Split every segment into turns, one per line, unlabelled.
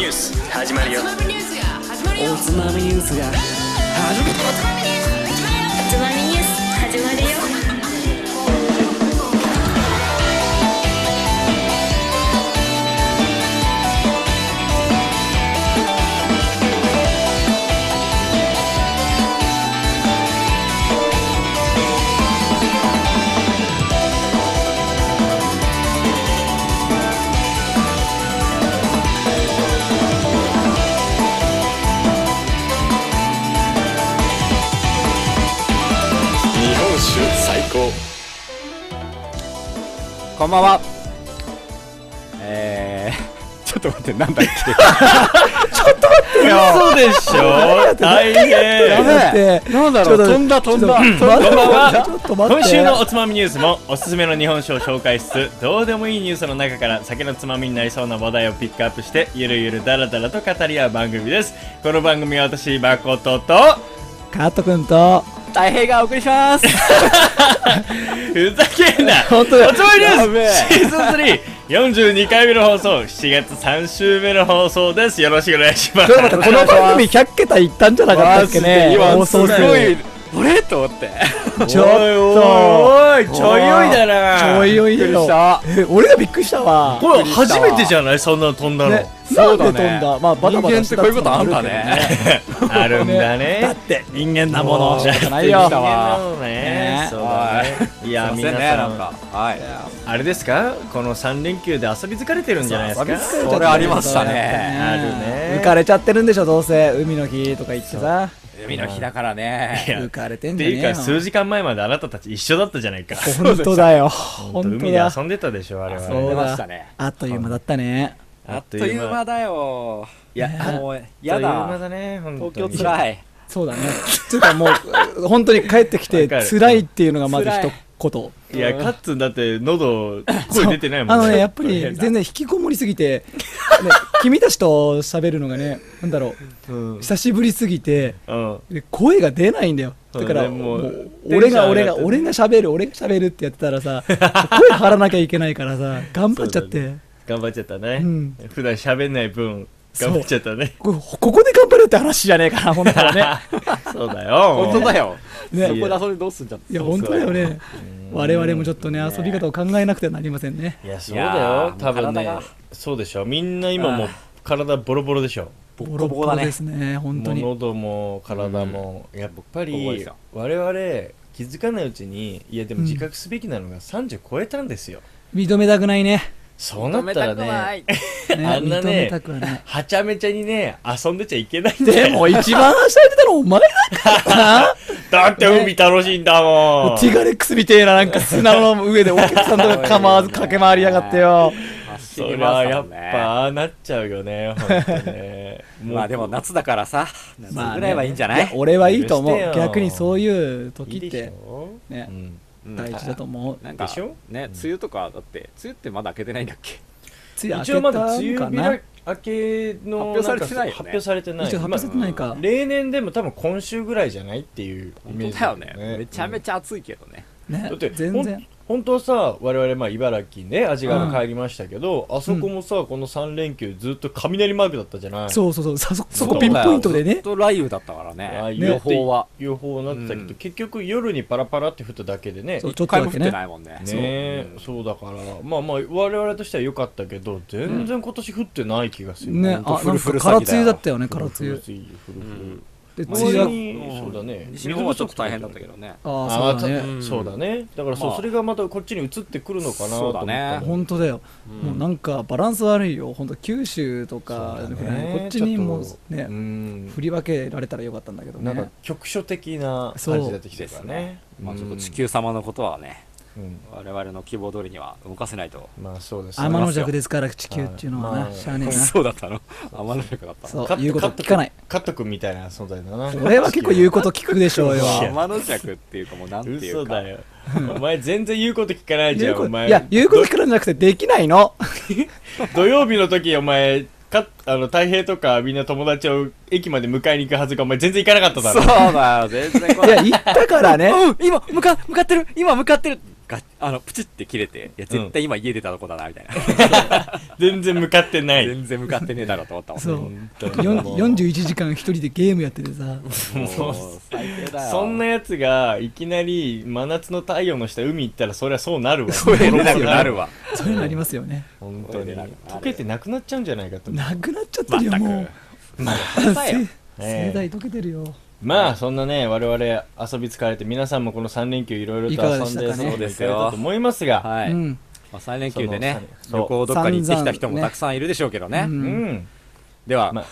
始まるよ
つまみニュースが始まるよ
おつまみニュースが始まる
つまみニュース始まるよ
つまみニュース始まるよ
日本酒最高
こんばんは。えー、 ちょっと待って、なんだ っけ。ちょっと待ってよ。
そうでしょ大
や
変
べえ
ってなんだ
ちょっと飛んだ飛んだ。
ちょっと
こんばんは
ちょっと待って
今週のおつまみニュースもおすすめの日本酒を紹介しつつどうでもいいニュースの中から酒のつまみになりそうな話題をピックアップしてゆるゆるだらだらと語り合う番組ですこの番組は私誠と
カート君と
大平がお送りします。
ふざけ んな
本当だ
おつまみニュ
やべ
ー
え
スシーズン3 42回目の放送7月3週目の放送ですよろしくお願いします
ちょっと待ってこの番 組100桁いったんじゃなかったっけね
今
放
す
送
ご
数
い。あれと思って。
ちょっと
おいおいおいちょいよいだな
ちょいよい
びっくり
よ
した
え俺がびっくりしたわ
これ初めてじゃないそんなの飛んだの、
ねな
そ
んで
うだね
飛んだまあバタバタした
人間ってこういうことあんだね
あるん だ
だっ
ね
て人間なもの
じゃあ
ないよ
人間な
の
ね
ねそうだねいや
すいませ
皆
んね
さ
なん
ん
かは
あれですかこの3連休で遊び疲れてるんじゃないです
そ
か
う遊び疲れてるそれありましたね
あるね
浮かれちゃってるんでしょどうせ海の日とか言ってさ
い。海の日だから
い
ね。
や
浮かれてん
って
じゃ
いう
ね
か数時間前まであなたたち一緒だったじゃないか
えよ本当だよ本当
海で
だ
遊んでたでしょあれは
遊んで
ね
ましたね
あっという間だったね
あっという間だよ。いや、もう
あ
や
っという間
だ。
だね本当に
東京つらい。
そうだねつうかもう本当に帰ってきて
わかる
辛いっていうのがまず
辛い
一言
いやカッツンだって喉声出てないも
あ
ん
のねやっぱり全然引きこもりすぎて、ね、君たちと喋るのがねなんだろう久しぶりすぎて
うん
で声が出ないんだよだから、
そうねも
も
う
う
テン
俺
ション上が
が
って
俺が俺が喋る俺が喋るってやってたらさ声張らなきゃいけないか らさ頑張っちゃっ
そうだ
て
頑張っちゃったね
うん
普段喋んない分
そう
頑張っちゃったね
こここで頑張るって話じゃねえかな本 当はね
そうだよ
本当だよ。
ね
そこでそれどうすんじゃん。
いや本当だよね我々もちょっとね遊び方を考えなくてはなりませんね
いやそう
いや
だよ
ー
多分
体
ね
が
そうでしょみんな今もう体ボロボロでしょ
ボ
ボ
コ
ロ
ボ
ボ
コだ
ロ
ね
で。すね本当
もう
に
喉も体も、やっぱ
ボコボコで
り
すよ
我々気づかないうちにいやでも自覚すべきなのが30超えたんですよ、
認めたくないね
そうなったらね。
ね
あんな
認
ね
めたくはない
はちゃめちゃにね遊んでちゃいけないんだ
で
よ
も一番はしゃいでたのお前だから な
だって海楽しいんだもん、
もうティガレックスみてえななんか砂の上でお客さん とか構わず駆け回りやがってよ
走
そ
り
り
ま
ゃ
す
や
も
っ
ん
ぱ
ね。
ああなっちゃうよね本当 ね
まあでも夏だからさ、夏
まあね
ぐらいはいいんじゃない
や俺はいいと思
許して
う
よ
逆にそういう
いい
時
でし
っ
てょ、
ね
うん
うん
大事だと思う
なんか
でしょ
ね、梅雨とかだって、梅雨ってまだ開けてないんだっけ
つい明け
一応まだ
た
梅雨
んか
日
な
だ明けの
発表されてない
ん
よね
か発表されてない
一応発表されてないか
まあ例年でも多分今週ぐらいじゃないっていうイメー
本当
ジ
だよね。めちゃめ
ち
ちゃ暑いけどね。
ね
だって
全然
本当はさ我々まあ茨城ね味が帰りましたけど、あそこもさこの3連休ずっと雷マークだったじゃない
そうそうそうさそそこピンポイントで
ずっ
ね
と雷雨だったから
ああ
ね。
予
予
報
報
は
は。
予報になってたけど、
うん
結局夜にパラパラって降っただけでね
そうちょっと
一回
だ
も降っ
け
て
ね
ないもんね。
ねえそうだからまあまあ我々としては良かったけど全然今年降ってない気がする、
ね
ほん
あ
と
な
フ
ん
ル
か
フル
空
詐欺だよ
梅雨だったよね空梅
降
雨
る降る
う
降る
ん
で梅
周
雨
り
が
にそうだね
西日本はちょっと大変だったけどね。
あ
あ
あ
あ
そうだ
た
ね
ん
そうだねだからそう、
まあ
それがまたこっちに移ってくるのかなと思った
そうだね
本当だよもうなんかバランス悪いよ本当九州とか
そうだね
こっちにも
ちょっと
ね
うん
振り分けられたらよかったんだけど
なんか
ね
局所的な感じになってきてるからね
まあちょっと地、球様のことはね、
うんうん
我々の希望通りには動かせないと。
まあそうです
天の
じゃ
弱ですから地球っていうのは
は
ないしゃあねえな
そうだったの天の弱だったの
そう言うこと聞かない
カット君みたいな存在だな
俺は結構言うこと聞くでしょうよ
いや
天の弱っていうかもうなんていう
嘘
か。
だよお前全然言うこと聞かないじ
言
ゃ
うんこ
お
と
前
いや言うこと聞くんじゃなくてできないの
土曜日の時お前かあの太平とかみんな友達を駅まで迎えに行くはずがお前全然行かなかっただ
そ
ろ
うだよ、全然来
い
な
や
い。
言ったからね
うん今向か向かってる今向かってる
があのプチって切れていや絶対今家出たとこだなみたいな、
全然向かってない。
全然向かってねえだろうと思ったもん
そう
当に
よん
もう
41時間一人でゲームやっててさ
もう最低だよ
そんなやつがいきなり真夏の太陽の下海行ったらそりゃそうなるわ
そうやねなくなるわ
そういうのありますよね
本当に
そうやね
溶けてなくなっちゃうんじゃないかと
なくなっちゃって
まっ
るよ
た
もう
く
せ
よ
ええ
盛大溶けてるよ
まあそんなね我々遊び疲れて皆さんもこの3連休いろいろと遊んで
いかがでしたかね
そうですよと思いますが、
はい、
う
ま
ん
あ、3連休でね
その
旅行どっかに行ってきた人
散々
も
ね
たくさんいるでしょうけどね、
うん
うん
では、
まあ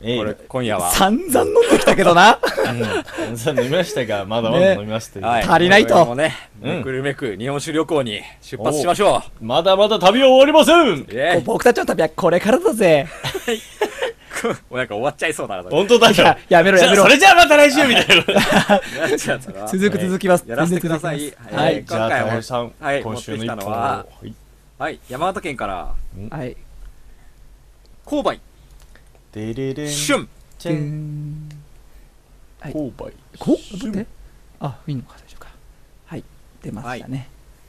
ええ
これ今夜は
散々飲んできたけどな
うんさあ飲みましたがまだまだ飲みますという、
は
足りないと
我々もね、
うん
めくるめく日本酒旅行に出発しましょ
まだまだ旅は終わりませ
う
ん
イエーイ
僕たちの旅はこれからだぜ
もうなんか終わっちゃいそうだなそれ
本当だ
い
よ
ややめろや
じゃ
め
あ
ろ
それじゃあまた来週みたいな
やっちゃうから
続く続きます
やらせてください
全然続
は
きますはいい
じゃあ
今回は
高橋さん、
はい
今週の一
持ってきた
本を
のは
はい
はい山形県から
はい
勾配
デレレン
春
チェン
はい
購買
こ待ってあいいのか大丈夫かはい出ましたね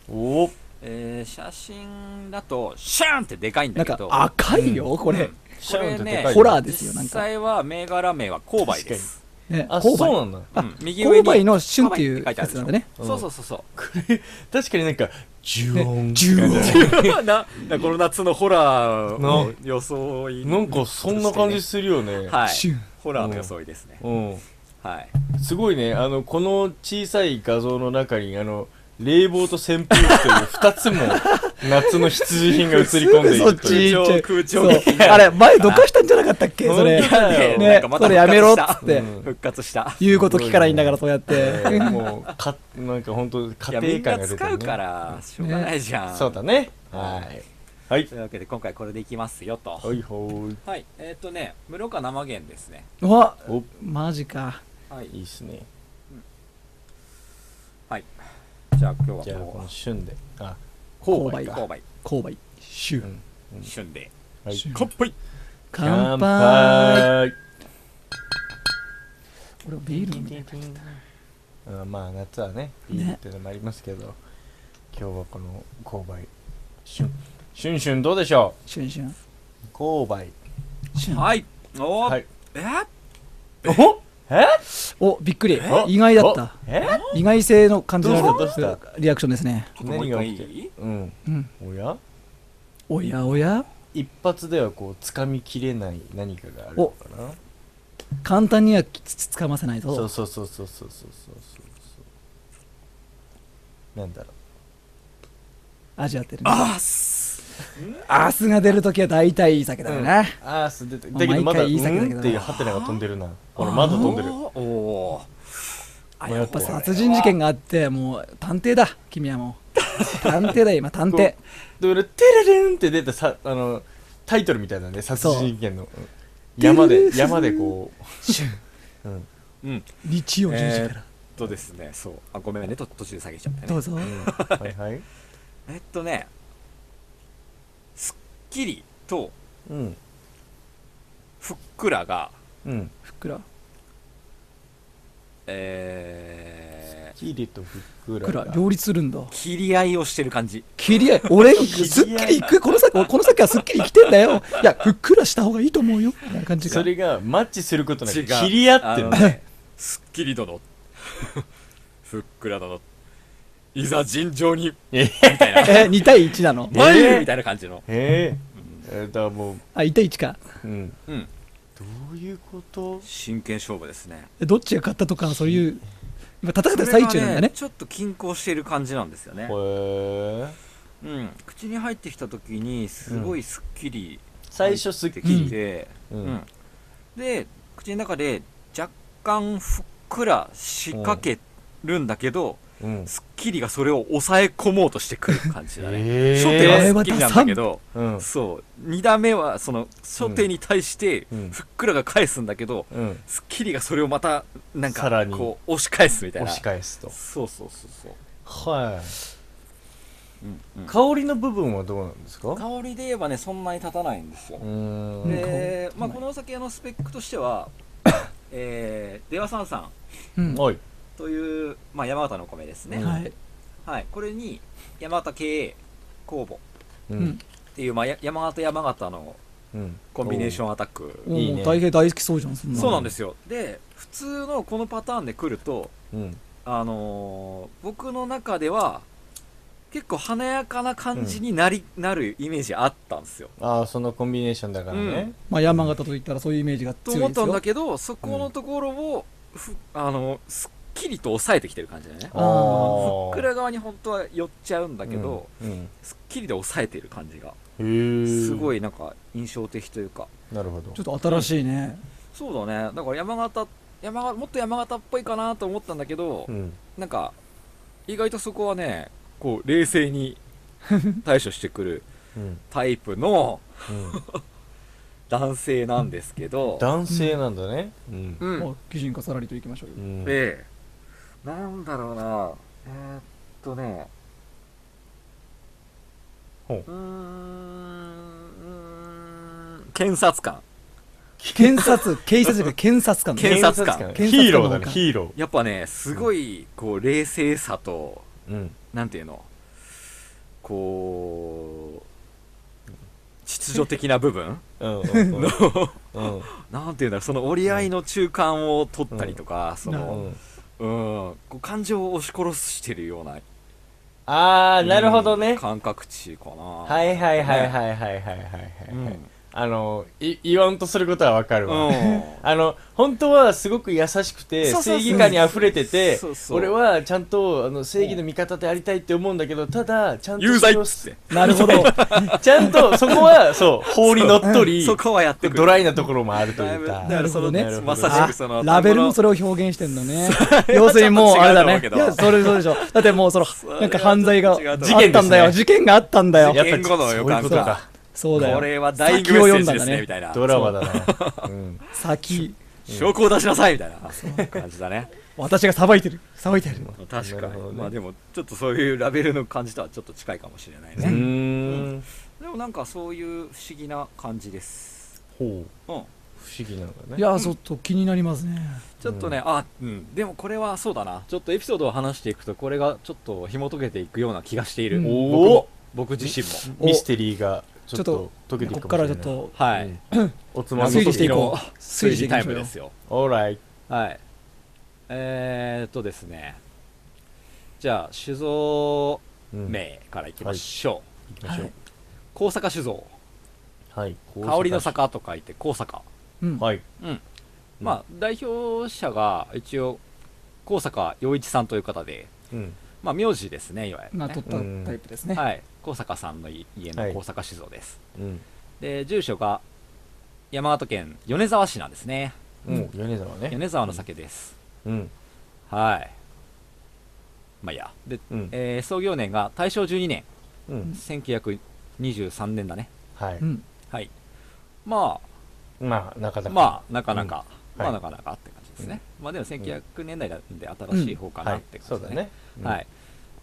おお
えー写真だとシャーンってでかいんだ
なん
け
か
ど
赤いよこれ
これね
ホラーですよなん
実
か
際は銘柄名は勾配です
ね
あ
購
そう
買
なんだ
あ
うん右上に
購買の旬っていうやつなんだね
うんそうそうそうそう
確かになんかジュオン
ジュー
ななこの夏のホラーの
な
装い
なんかそんな感じするよ ね、
はい
シュン
ホラーの装いですね
う
はい
ん、すごいねあのこの小さい画像の中にあの冷房と扇風機という2 つも夏の必需品が映り込んでい
そっ
ると
ち
いう
行っちゃう
空調
そう
空調
あれ前どかしたんじゃなかったっけそれ
本当だ よ
なん
ね
かまた
それやめろっ
復活
つ
し
ったて
復活した
言うこと聞から言いながらそうやっ
え
て
ーもうかなんか本当
いや
家
み
庭
んな
感が出て
使
る、
う
ね、
からしょうがないじゃん
そうだねはいはい
というわけで今回これでいきますよと
はいはい
はいえっとね室岡生源ですね
うわ
お
マジか
はい
いいっすね
はいじゃあ今日
じゃ
は
あ
も
こ
う
の旬であ
購
購
買
買
か
購買
購買シュン
旬で
はい
乾杯
乾杯俺もビール飲んで
うんまあ夏はねビールっていうのもありますけど、今日はこの勾配シュンシュンシュンどうでしょ
シュンシュン
う勾配
シュン
はいお
は
ー
い
え
おえ
おびっくり
お
意外だった
え
意外性の感じの
どうしたどうし
リアクションですね
何が起きて
もう一
るうん、
うん
おや
おやおや
一発ではこう掴みきれない何かがあるのかな
簡単にはつつつかませない
そう
ぞ
そうそうそうそうそうそうそうなんだろ
味合ってるね
あっす
アスが出るときは大体いい酒だよな
うああす出て
まあ
だけどまだ「う」
毎回いい酒だけどなん
っていうハテナが飛んでるなほらまだ飛んでる
おおーあ
やっぱ
やっぱ殺人事件があってもう探偵だ君はも う探偵だよ今探偵
で俺「テレレン」って出たさあのタイトルみたいなんで殺人事件のうん山
テレ
で
レン
山でこ
シュン
う、うん、
うん
日曜10時
えーっ
から
とですねそうあごめんねと途中で下げちゃった
ど
ね
うぞ
はいはい
えっとねすっきりと
うん
ふっくらが
うん
ふっくら
えー
キリとふっく
ふっく
ら
ら
が
両立するんだ
切り合いをしてる感じ
切り合い俺
合い
すっきりいくこの先この先はすっきり生きてんだよいやふっくらした方がいいと思うよみたいな感じが
それがマッチすることなく
違う
切り合ってる
あのねすっきり殿 ふっくら殿いざ尋常に
えへ
みたい な
え2対1なの
参
え
る
ー
みたいな感じの
ええだからもう
あ1対1か
うん
うん
どういうこと
真剣勝負ですね
えどっちが勝ったとかそういう今戦ってる最中なんだね
ちょっと均衡している感じなんですよね
へえ
うん口に入ってきた時にすごいすっきり
最初すっき
で
り
きて、
う
うんんで口の中で若干ふっくら仕掛けるんだけど、
うん
スッキリがそれを抑え込もうとしてくる感じだね、
えー
初手はスッキリなんだけど、
うん
そう2打目はその初手に対して
うん
ふっくらが返すんだけど、
うん
スッキリがそれをまたなん
さら
か
に
こう押し返すみたいな
押し返すと
そうそうそうそう、
はい
うんうん香
香りの部分はどうなんですか
りで言えばねそんなに立たないんですよ
う、ーん
で、まあ、このお酒のスペックとして はえー、出羽三三
うん
おい
という、まあ、山形のお米ですね、
はい
はい、これに山形経営工房
う
うん
ん
っていう、まあ、や山形山形の
うん
コンビネーショ
ン
ンアタック
お
いいね
もう大平大好きそうじゃんそんな
そうなんんですよで普通のこのパターンで来ると
うん
あのー僕の中では結構華やかな感じになり、なるイメージあったんですよ
ああそのコンビネーションだからね
まあ山形といったらそういうイメージが
と
強い
思っ
です
たんだ
よ
けどそこのところを、ふあのーすっきりと抑えてきてる感じだね
あ
ー
ふっくら側に本当は寄っちゃうんだけど、
うん
すっきりで抑えてる感じが
うんへえ
すご
い
いなんか印象的というか
なるほど
ちょっと新しいね
そうだねだから山形山形もっと山形っぽいかなと思ったんだけど、
うん
なんか意外とそこはねこう冷静に対処してくる
うん
タイプの
うん
男性なんですけど、
男性なんだねうん
う
まあ
ん、
擬人化さらりといきましょうよ
うん
でなんだろうなえーっとね
ほう
うーんうーん検察官
検察警察じゃなくて検察官
検
ね
察官
検ヒーローだねヒーロ
やっぱねすごいこう冷静さと
ーうん
なんていうのこう秩序的な部分
うんうんうん
の
うん
なんていうんだろうその折り合いの中間を取ったりとか、そ
なる
の、うん、こう感情を押し殺してるような
ああなるほど
うん
ね
感覚値かな
はいはいは
い、
いはいはいはいはいは
う
い、
ん
はいあのい言わんとすることはわかるわ、
うん
あの本当はすごく優しくて
そうそうそう
正義感にあふれてて
そうそう
俺はちゃんとあの正義の味方でありたいって思うんだけどただちゃんと
有罪
それを
っ
なるほど
ちゃんとそこ はそう法にのっとり
そこはやってくる
ドライなところもあると
だ
い
いぶ
う
だ
か
からその
な
ね
るほどね
まさし
あ
くその
ラベルもそれを表現してんのね要するにもうあれだ ね
それはちょっと違うと思うけど
いやそれそうでしょだってもうその
れは
なんか犯罪があ
ちょ
っ
っと違うと思う
たんだよ事件があったんだよ
事
やっぱ
言
り
語の
そうい
予
う
感
ことか
そうだよ
これはダイイングメ
先を
ッセー
読ん
ジです
だんだ
ねみ
ね
たいな
ドラマだな、うん、
先
証拠を出しなさいみたいな感じだね
私が裁いてる裁いてる
確
な
か
るほ
に、
どね
まあでもちょっとそういうラベルの感じとはちょっと近いかもしれないうね、
ーん
でもなんかそういう不思議な感じです
ほう
うん
不思議なのかね
いやーちょっと気になりますね
ちょっとね、あ、うん、でもこれはそうだなちょっとエピソードを話していくとこれがちょっと紐解けていくような気がしている、
うん
僕
おお
も僕自身も
ミステリーがちょっ
ちょ
と解けてい
こっ
くか
か
も
ら
し
ち
れ
ょっ
ない
と
はい、
おつまみ
推理してい
謎
こう
解きの
推
推
理し
理
ていき
タ
ま
イ
し
ム
ょう
で
よ
すよ
オーライ
はいえー、っとですねじゃあ酒造名からいきましょう、
行きましょう
高坂酒造
はい
香りの坂と書いて高坂
うん
はい
まあ代表者が一応高坂陽一さんという方で
うん
まあ名字ですねいわゆる、
まあ
ね
取ったタイプですね、
はい、高坂さんの家
は
の
い
高坂酒造です、
うん
で住所が山形県米沢市なんですね
もう米沢ね
米沢の酒です、
うん
はいまあいいやで、
うん
えー創業年が大正12年
うん
1923年だね
はいう
ん
はいま
まあなかな
あ
か
まあなかなか、
うん
ま
はい
あなかなかって感じですね、まあでも1900年代なんで新しい方かな
は
っ
い
て感
そう
じ
だ
ですね,、
ね
はい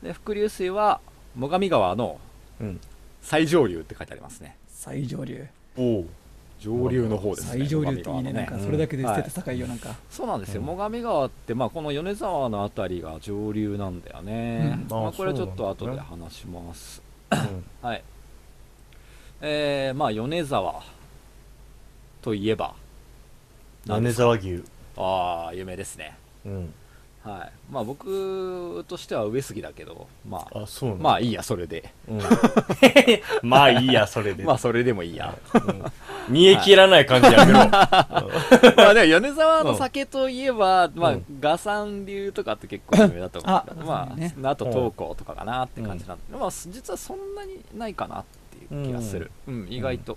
で伏流水は最上川の
うん
最上流って書いてありますね
最上流
おお
上流の方ですね
最上流ってい
最上
いね
流
なんかそれだけで捨てて高いよ
うん
なんか
そうなんですよ、
うん
最上川って、まあ、この米沢のあたりが上流なんだよね、
うん
ま
あ
あ、これはちょっと
そう
後
なん
で
だね
話します、
うん
はいえー、まあ米沢といえば
米沢牛
ああ有名ですね
うん
はいまあ僕としては上杉だけどまあ
あそうなんだ
まあいいやそれで
うんまあいいやそれで
まあそれでもいいや
うん煮え切らない感じやめろ
まあでも米沢の酒といえば、まあ
うん
賀山流とかって結構有名だと思うんだけど
あ
まあ、
ね
あと東光とかかなって感じなんで、まあ実はそんなにないかなっていう気がする、うん意外と、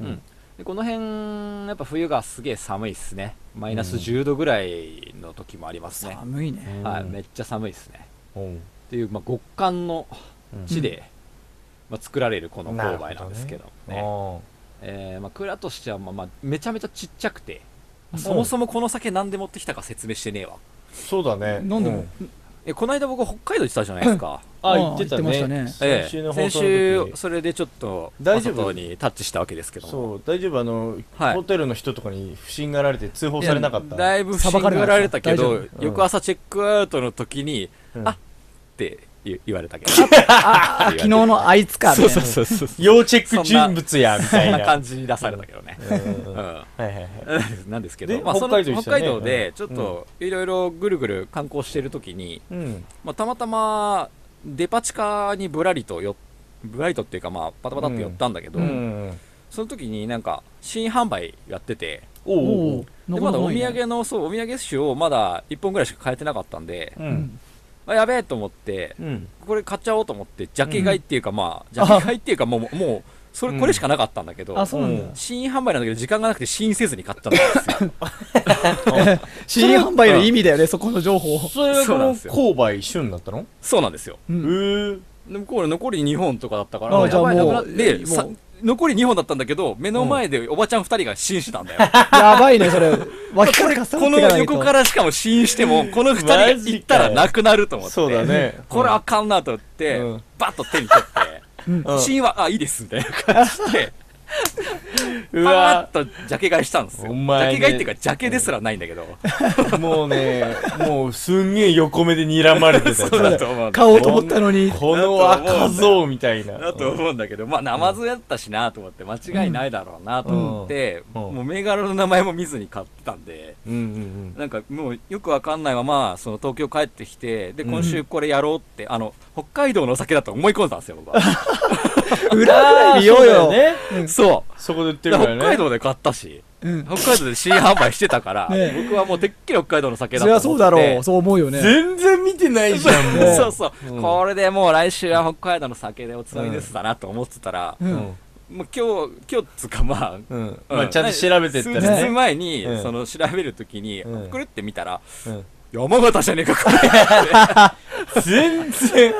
う
うんん
でこの辺やっぱ冬がすげえ寒いっすねマイナス
うん
10度ぐらいの時もありますね、
寒いね
はい、
うん
めっちゃ寒いっすね
うん
っていう、まあ、極寒の地で、まあ、作られるこの
な
勾
るほどね
配なんですけど
あ
ね
ー
えーまあ、蔵としては、まあまあ、めちゃめちゃちっちゃくて、
うん
そもそもこの酒なんで持ってきたか説明してねえわ
そうだね
飲んでも
えこの間僕北海道行ってたじゃないですか
あ
あ
言ってた
言ってま
ね
し
ええ
先週の放
先
送の
週
時
それでちょっと
大丈夫
お外にタッチしたわけですけども
そう大丈夫あの
はい
ホテルの人とかに不審がられて通報されなかった
いやだいぶ不審がられたけ
裁かれ
ど
なかっ
大丈夫うん
翌朝チェックアウトの時に
うん
あって言 言われたけど。昨
昨日のあいつかみたい
そう
な
そうそうそう。
要チェック人物や、みたい
そん
な。
な感じに出されたけどね。
う
う
んはい
ん。
はいはい。
なんですけ
で
ど、まあ、その
北海道でした
北
ね
海道で、ちょっと、いろいろぐるぐる観光してるときに、
うん。
まあ、たまたま、デパ地下にぶらりとよ、ぶらりとっていうか、まあ、パタパタって寄ったんだけど、
うん。
その時になんか、新販売やってて、
お
お
う
お
でまだお土産の、そう、お土産酒をまだ1本ぐらいしか買えてなかったんで、
う。
うんん
あやべえと思って、
うん。
これ買っちゃおうと思って、ジャケ買いっていうか、まあ、ジャケ買いっていうか、もう、もう、それ、これしかなかったんだけど、
あそうなんだ
うん
新販売なんだけど、時間がなくて試飲せずに買ったんですよ。
新販売の意味だよねそこの情報
それが
そう
こ
なん
の
ですよ
購買一緒になったの
そうなんですよ。
う
うんー。
でもこれ残り2本とかだったから、
あじゃあ
やばい
もう
なくなって
もう
さ残り2本だったんだけど、目の前でおばちゃん2人が試飲してたんだ よ。
やばいねそれ脇からか
この横からしかも試飲しても、 この2人が
マジかよ
行ったらなくなると思って。
そうだね
これあかんなと思って、
うん
バッと手に取って、
うん
試飲は、あ、いいです、みたいな感じで、
う
パー
わ
ッとジャケ買いしたんですよ。
お前
ジ
ね
ャケ買いっていうか、ジャケですらないんだけど。
もうね、もうすんげえ横目で睨まれて た
そうだと思うんだ。
買おうと思ったのに
この赤像みたいな。
だと思うんだけど、まあ、ナマズやったしなと思って、間違いないだろうなと思って、
うんうん
もう銘柄の名前も見ずに買ってたんで、
うんうん
なんかもうよくわかんないまま、その東京帰ってきて、で、
うん
今週これやろうって、あの、北海道のお酒だと思い込んだんですよ、僕 は。
裏ぐらい見よう
あーそう
よ
だよね。
そ
そこで売っ
う。
て
で
るか
北
らね。
海道で買ったし、
うん
北海道で新販売してたから、
ねえ
僕はもうてっきり北海道の酒だと
そり
思
ゃ
ってて。
そうだろうそう思うよね
全然見てないじゃん、もう。
そうそう、
うん
これでもう来週は北海道の酒でおつまみですだなと思ってたら、
う
うんん。
もう今日、今日っつうかまあ、
うん。
うん
まあちゃんと調べてったら
数日
ね。
前に、
うん
その調べるときに、
うん
くるって見たら、
うん
山形じゃねえか、これ。
全然。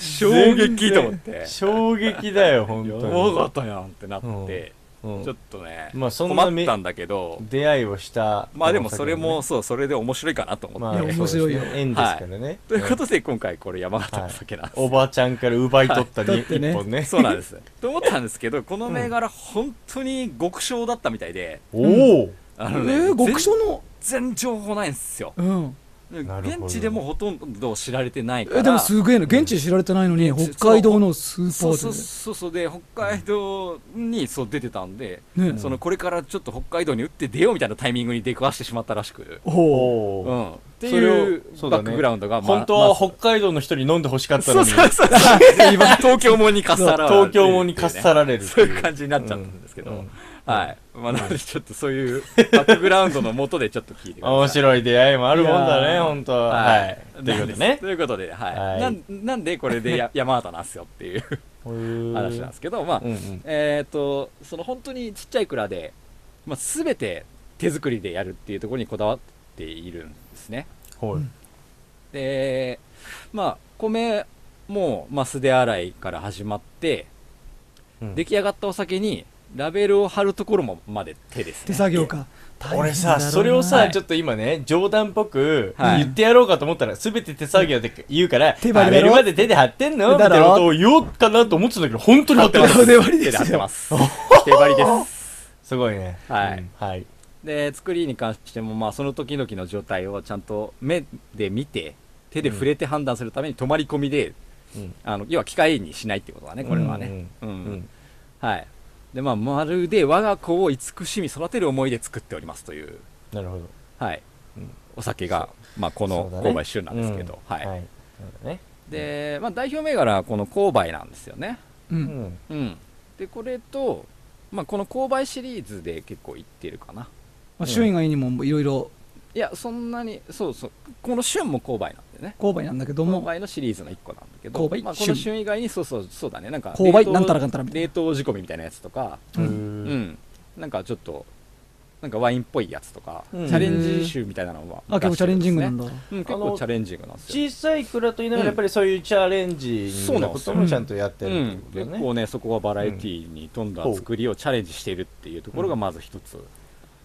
衝撃と思って。
衝撃だよ、ほん
山
と
形やんってなって、
にうん
ちょっとね、
まあそんな
困ったんだけど、
出会いをした。
まあでもそれも、そう、それで面白いかなと思って。
ま
い
あ、
や面白いよ
そうですね縁ですからね。
ということで、今回これ山形の酒なんです。
おばあちゃんから奪い取った
はい
に
だってね
一本ね。
そうなんです。と思ったんですけど、この銘柄、本当に極小だったみたいで、
おお
あ
え
のね、
ー極小の
全然情報ないんですよ。
うん
なるほど
現地でもほとんど知られてないから。
えでもすげえの現地で知られてないのに北海道のスーパ
そうそう
ー
そうそうで北海道にそう出てたんで、
でね
そのこれからちょっと北海道に打って出ようみたいなタイミングに出くわしてしまったらしく、
おお
う
おー
ん、って
それを
いう
そうだ
バ
ね
ックグラウンドが、ま
本当は
ま
北海道の人に飲んで欲しかった
そ
の
う
に、
そう
東
そう今東京もにかっさらわれるっていうね
京もにかっさられるって
そう
い
いう
う。
感じになっちゃったんですけど、
うんうん
はい、まあ、なのでちょっとそういうバックグラウンドのもとでちょっと聞いてください
面白い出会いもあるもんだ
い
ね、
やー
本当は。
は
はいい。ということでね。
ということで、はい
はい
なんなんでこれで や山形なんすよっていう話なんですけど、まあ、
うんうん
えっ、と、その本当にちっちゃい蔵で、まあ、すべて手作りでやるっていうところにこだわっているんですね。
はい
で、まあ、米も、まあ、素手洗いから始まって、
うん
出来上がったお酒にラベルを貼るところもまで手です
手
ね。
作業 か
俺さ、それを
は
さ、
い
ちょっと今ね、冗談っぽく
はい
言ってやろうかと思ったら、すべて手作業で言うから、
手張りだろ
メルまで手で貼ってんのみたいなことを言おうかなと思ってたんだけど、本当に貼ってます。
手張りで貼ってます。手張りです。
すごいね。
はい
うんはい。
で、作りに関しても、まあ、その時々の状態をちゃんと目で見て、手で触れて判断するために泊まり込みで、
うん
あの要は機械にしないってことだね、これはね。うん
うん
はい。で、まあ、まるで我が子を慈しみ育てる思いで作っておりますという、
なるほど。
はい。
うん
お酒が、まあ、この
そうだね
購買種なんですけど、
うん
はい。
はい。そうだね。
で、まあ、代表銘柄はこの購買なんですよね。
う
うんん。
うん。で、これと、まあ、この購買シリーズで結構いってるかな。
まあ周囲以外にもいろいろ
いや、そんなに、そうそう。この旬も購買なんでね。
購買なんだけど
購
も
買のシリーズの一個なんだけど、
購買
まあ、この
旬
旬以外にそうそうそうだねなんか
購買
冷凍
なんたらかんたらみたいな
冷凍仕込みみたいなやつとか、
う
うん
ん。
なんかちょっとなんかワインっぽいやつとか、
うん
チャレンジ集みたいなのは
あ結構チャレンジングなん
だ、
だ
うん、結
あ
構
の
チャレンジングなんですよ、
小さい蔵と言いながら、やっぱりそういうチャレンジ
そうな
なんこ
です
と
よ
もちゃんとやって
う
るって
ん
ことだよ
結
ね。
構ねそこはバラエティーに富んだ
うん
作りをチャレンジしているっていうところがまず一つ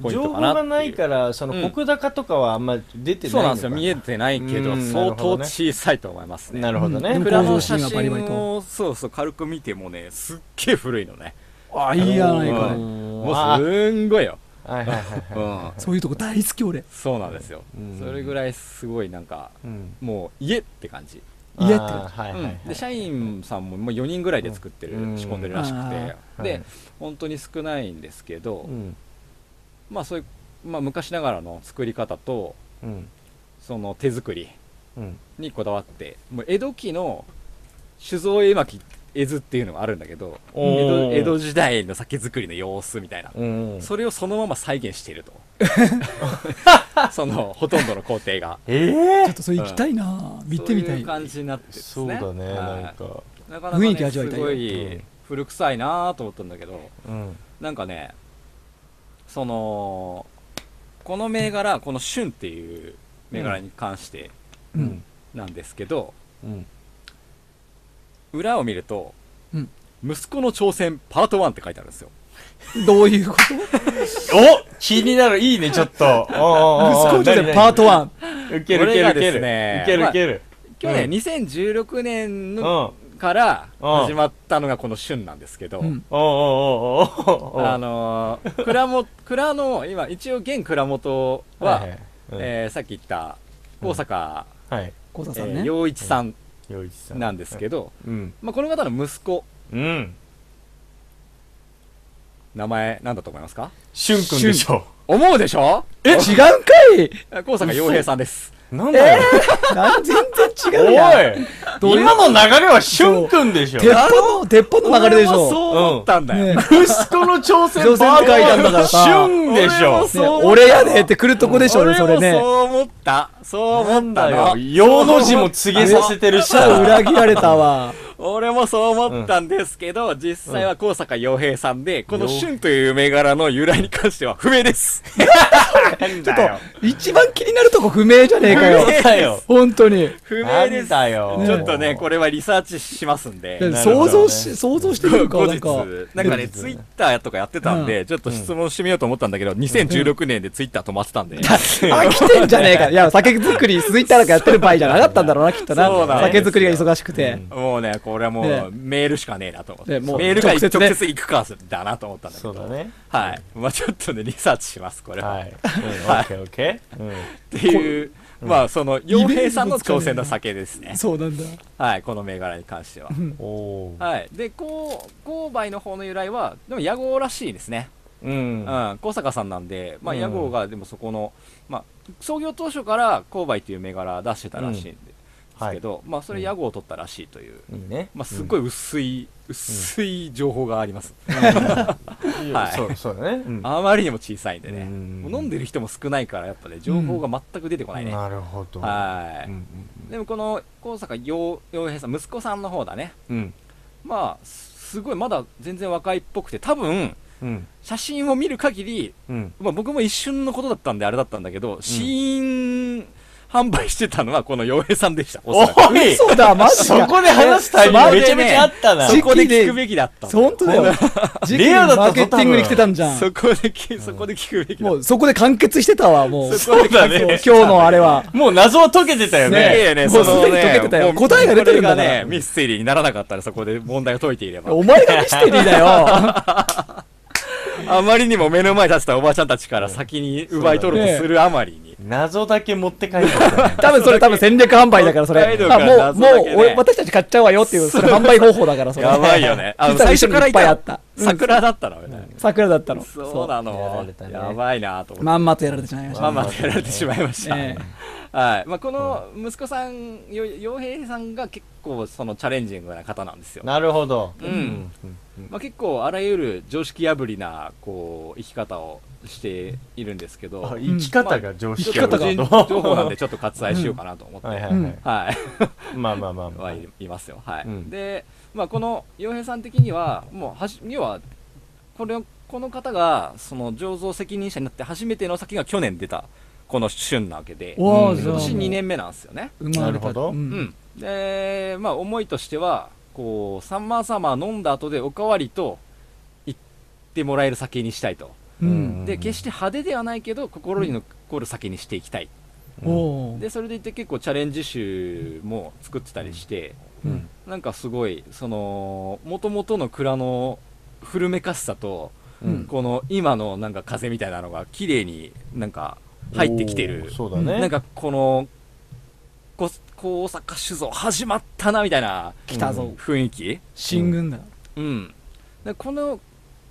ポイン
情
ト
報
かなって
が
いう
ないから、そ
うん
の、国高とかはあんま出てない
そう
のか
なんですよ見えてないけど
うん
相当
なるほどね
小さいと思いますね
なるほどね。
うん
蔵
蔵
の
の
写
写真がバリバリ
真
と
をそうそう軽く見てもねすっげえ古いのね
あいいやない
あ
か
の
ね
も
も
う
はい
すんごいよ、
はいはいは
うん、
そういうとこ大好き俺
そうなんですよ、
うん
それぐらいすごいなんか
い。うん。
もう家って感じ
嫌って
あー
感
はいはいはい
で社員さんももう4人ぐらいで作ってる、
うん
仕込んでるらしくて、
あー
で、
はい
本当に少ないんですけど、
うん
まあそういう、まあ、昔ながらの作り方と
うん
その手作り
うん
にこだわってもう江戸期の酒造絵巻絵図っていうのがあるんだけど江
おー
戸江戸時代の酒造りの様子みたいな、
うん
それをそのまま再現している と そのほとんどの工程が
ええ
ちょっとそれ行きたいな見てみた
そうい
いう
感じになってるんです
そう
ね
だ
は
ね
い
なんか
なかなか、ね、
雰囲気味わいたい
す
よ
ご
う
い
ん
古臭いなと思ったんだけど
うん
なんかねそのこの銘柄この「旬」っていう銘柄に関して
うん
なんですけど、
うん
裏を見ると、
うん
息子の挑戦パート1って書いてあるんですよ
どういうこと
お気になるいいねちょ っと息
息子女でパート1
ウケる
こ
ウケるウケ
れがです
る
ね
ウケるウケる
去年、
うん
2016年
うん
のから
うん
始まったのがこの「旬」なんですけど、
うん
おおうおうおうおうおう
あのー蔵も蔵の今一応現蔵元は、
はいはい
えーさっき言った大阪、
うんはい
小田
え
さん
ー
ね
陽一さん
陽一さん
なんですけど、
うん
まあ、この方の息子
うん
名前なんだと思いますか
しゅんくんでしょ
思うでしょ
え違うんかい
高坂洋平さんです
なんだよ
なん全然違うやん
おい今の流れはしゅんくんでしょ
鉄砲の鉄砲の流れでし
俺も
ょ
そう思ったんだよ、
ね
息子の挑戦
挑戦って書いてあるんだからさ
しゅんでしょ
ね俺やでって来るとこでしょうねそ
俺
れ
も
ね
そう思ったそう思った
よ
の
陽の字も告げさ せてるし
そう裏切られ たわ
俺もそう思ったんですけど、実際は高坂洋平さんで、この「旬」という銘柄の由来に関しては不明です
なん
ちょっ
だよ
と一番気になるとこ不明じゃねえかよ
不 明
だよ
本当に
不明です
なんだよ
ちょっとねこれはリサーチしますんで
ね
想像し想像してみるか
後
な
日
んか
なんかねツイッターとかやってたんで、ちょっと質問してみようと思ったんだけど2016年でツイッター止まってたんで、
飽きてんじゃねえかいや酒造りツイッターなんかやってる場合じゃなか ったんだろうなきっと
そう
な
なんですよ
酒造りが忙しくて
もうねこれはも
ね
うメールしかねえなと思って、
ねもう
メールが直
直
接,、
接ね
行くかだなと思ったんだけ
そ
ど
うだね
はいまあちょっとねリサーチしますこれは、
はい
っ
うんオッケーオッケーうん
ていうまあその洋平さんの挑戦の酒ですね
そうなんだ
はい、この銘柄に関しては。
おー
はい、で、こう、勾配の方の由来は、でも屋号らしいですね。
う
うんん、小坂さんなんで、まあ、
うん
屋号が、でもそこの、まあ、創業当初から勾配という銘柄出してたらしいんでですけど、まあ、それ屋号を取ったらしいという、
いいね
まあ、すっごい薄い、薄い情報があります。
いいよ
はい
そうそうだねうん
あまりにも小さいんでね、
うん
もう飲んでる人も少ないから、やっぱね、情報が全く出てこないね。
なるほど
は
うん
い。でも、この小坂洋洋平さん、息子さんの方だね。
うん
まあすごいまだ全然若いっぽくて多分
うん
写真を見る限り、
うん
まあ、僕も一瞬のことだったんであれだったんだけど、試飲販売してたのはこの洋平さんでしたおそらく
おい
そうだマジ
そ
か
こで話すタイミングめちゃめちゃあったな
そ
そこで
時期で
聞くべきだった
本当だよ時期にマーケティングに来てたんじゃん
そこできそこで聞くべきだ
も
っ
うそこで完結してたわもう
た
そ
そうだ
う今日のあれは
もう謎は解けてたよ
ね
ね
ね
えね
もう
その
すでに解けてたよ
もう
答えが出てるんだ
こ
から
れがねミステリーにならなかったらそこで問題を解いていれば
お前がミステリーだよ
あまりにも目の前に立ったおばちゃんたちから先に奪い取ろうとするあまりに、
謎だけ持って帰ったね
多分それ多分戦略販売だからそ
北海
れ
道から
あも
謎
う
だけ
もう
ね
俺私たち買っちゃうわよっていうそれ販売方法だからそれ
やばいよね。 あの、
実は
最初からいた
一緒にいっぱいあったうん
桜だったのみたい
桜だったの
な。そうな
やら
の
れた。ね
やばいなと思って。
まんまとやられてしまいました
まあまあ、やられてしまいました。
え
はい。まあ、この息子さん、よ洋平さんが結構、そのチャレンジングな方なんですよ。
なるほど
う。
うん
まあ、結構、あらゆる常識破りな、こう、生き方をしているんですけど、
あ生き方が常識
ちょ
あ
っと
る
個人情報なんで、ちょっと割愛しようかなと思って。
はいは
はい
は
う
い
ん
い。
まあまあまあまあ
はい、いますよ、はい
うん
で、まあ、この洋平さん的には、もうはじ要はこれをこの方がその醸造責任者になって初めての先が去年出たこの旬なわけで、今
お
う
お
ん
じゃあ
年2年目なんですよね。
生ま
なる
れ
ほ
た
ど
うん
うんで、まあ、思いとしては、こうサンマーサマー飲んだ後でおかわりと言ってもらえる酒にしたいと、
う
うん
ん
で決して派手ではないけど、心に残る酒にしていきたい、
おお
でそれでいて結構チャレンジ酒も作ってたりして。
うん
なんかすごいその元々の蔵の古めかしさと、
うん
この今のなんか風みたいなのが綺麗になんか入ってきて
お
る
ーそうだね
なんかこのここう大阪酒造始まったなみたいな
来たぞ、
雰囲気
進軍だ、
うんでこの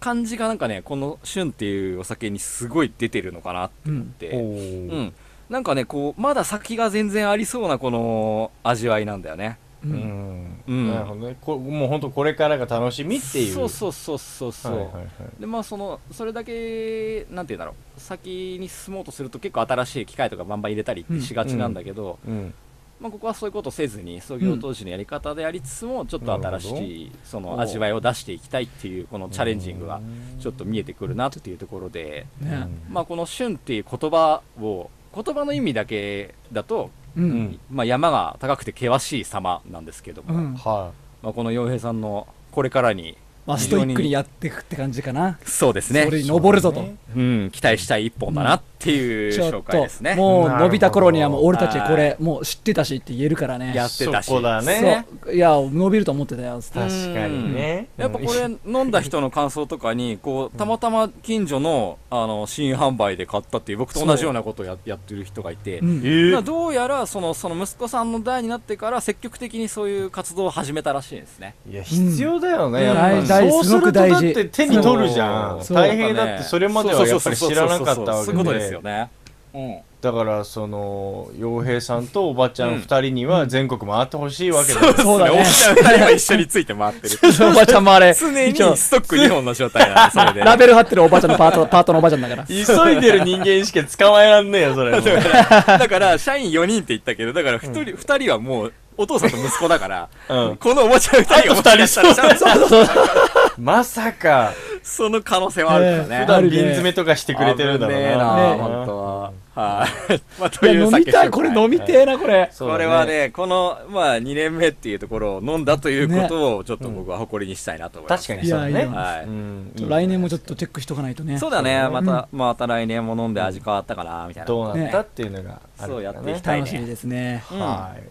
感じがなんかねこの旬っていうお酒にすごい出てるのかなって思って、
お
う
ー
ん、なんかねこうまだ先が全然ありそうなこの味わいなんだよね
うん
うん
うん
なるほどねこもう本当これからが楽しみっていう
そうそうそうそうそう、
はいはいはい
でまあそのそれだけなんて言うんだろう先に進もうとすると結構新しい機械とかバンバン入れたりってしがちなんだけど、
うん
まあ、ここはそういうことせずに創業当時のやり方でありつつもちょっと新しいその味わいを出していきたいっていうこのチャレンジングがちょっと見えてくるなっていうところで、
ね
まあ、この「旬」っていう言葉を言葉の意味だけだと、
うん
う
うん
ん
まあ、山が高くて険しい様なんですけども、
は
まあ、この洋平さんのこれからに
まあ、ストイックにやっていくって感じかな、
そうです
そ
ね、
れに登るぞと、
そうね
うん、期待したい一本だなっていう
ちょ
紹
っ
介
と
ですね。
もう伸びた頃にはもう俺た
な
ち
るほ
こ
ど
れもう知ってたしって言えるからね
やってたし
そこだね
そういや伸びると思ってたよつって
い確かにね
やっぱこれ飲んだ人の感想とかにこうたまたま近所のあの新販売で買ったっていう僕と同じようなことをややってる人がいて、
うん
だからどうやらそのその息子さんの代になってから積極的にそういう活動を始めたらしいですね
いや必要だよね、
うん
やっぱ
大大
そうするとだって手に取るじゃん
そう
大変だってそれまではやっぱり知らなかったわ
そ
け
ういうことですよ
で
ね、うん、
だからその洋平さんとおばちゃん二人には全国回ってほしいわけだ、
そうだね
ゃん二人は一緒について回 ってる
おばちゃんもあれ
常に
一応
ストック2本の状態なんでそれで
ラベル貼ってるおばちゃんのパ ートパートのおばちゃんだから
急いでる人間しか捕まえらんねえよそれもう
だから、社員4人って言ったけど、だから1人、二人はもう、お父さんと息子だから、
うん
このおばちゃん2人がもしかしたら
まさか
その可能性はあるから
普
ね。
ある
段
ね
瓶詰めとかしてくれてるんだろう
危ねえな
な
ね
本当は。はい。 まあ、と
いや
いう
飲みたいこれ飲みてえなこれ
そうだ
これはね、この、まあ、2年目っていうところを飲んだということを、ちょっと僕は誇りにしたいなと思います。
確かに
い
そう
や
だ
いや
ね
はい
うんいい
来年もちょっとチェックしとかないとね
そうだね、また、また来年も飲んで味変わったかな、みたいな。
どうなったっていうのがあるからね
そうやっていきたいね
楽しみですね
うん
はい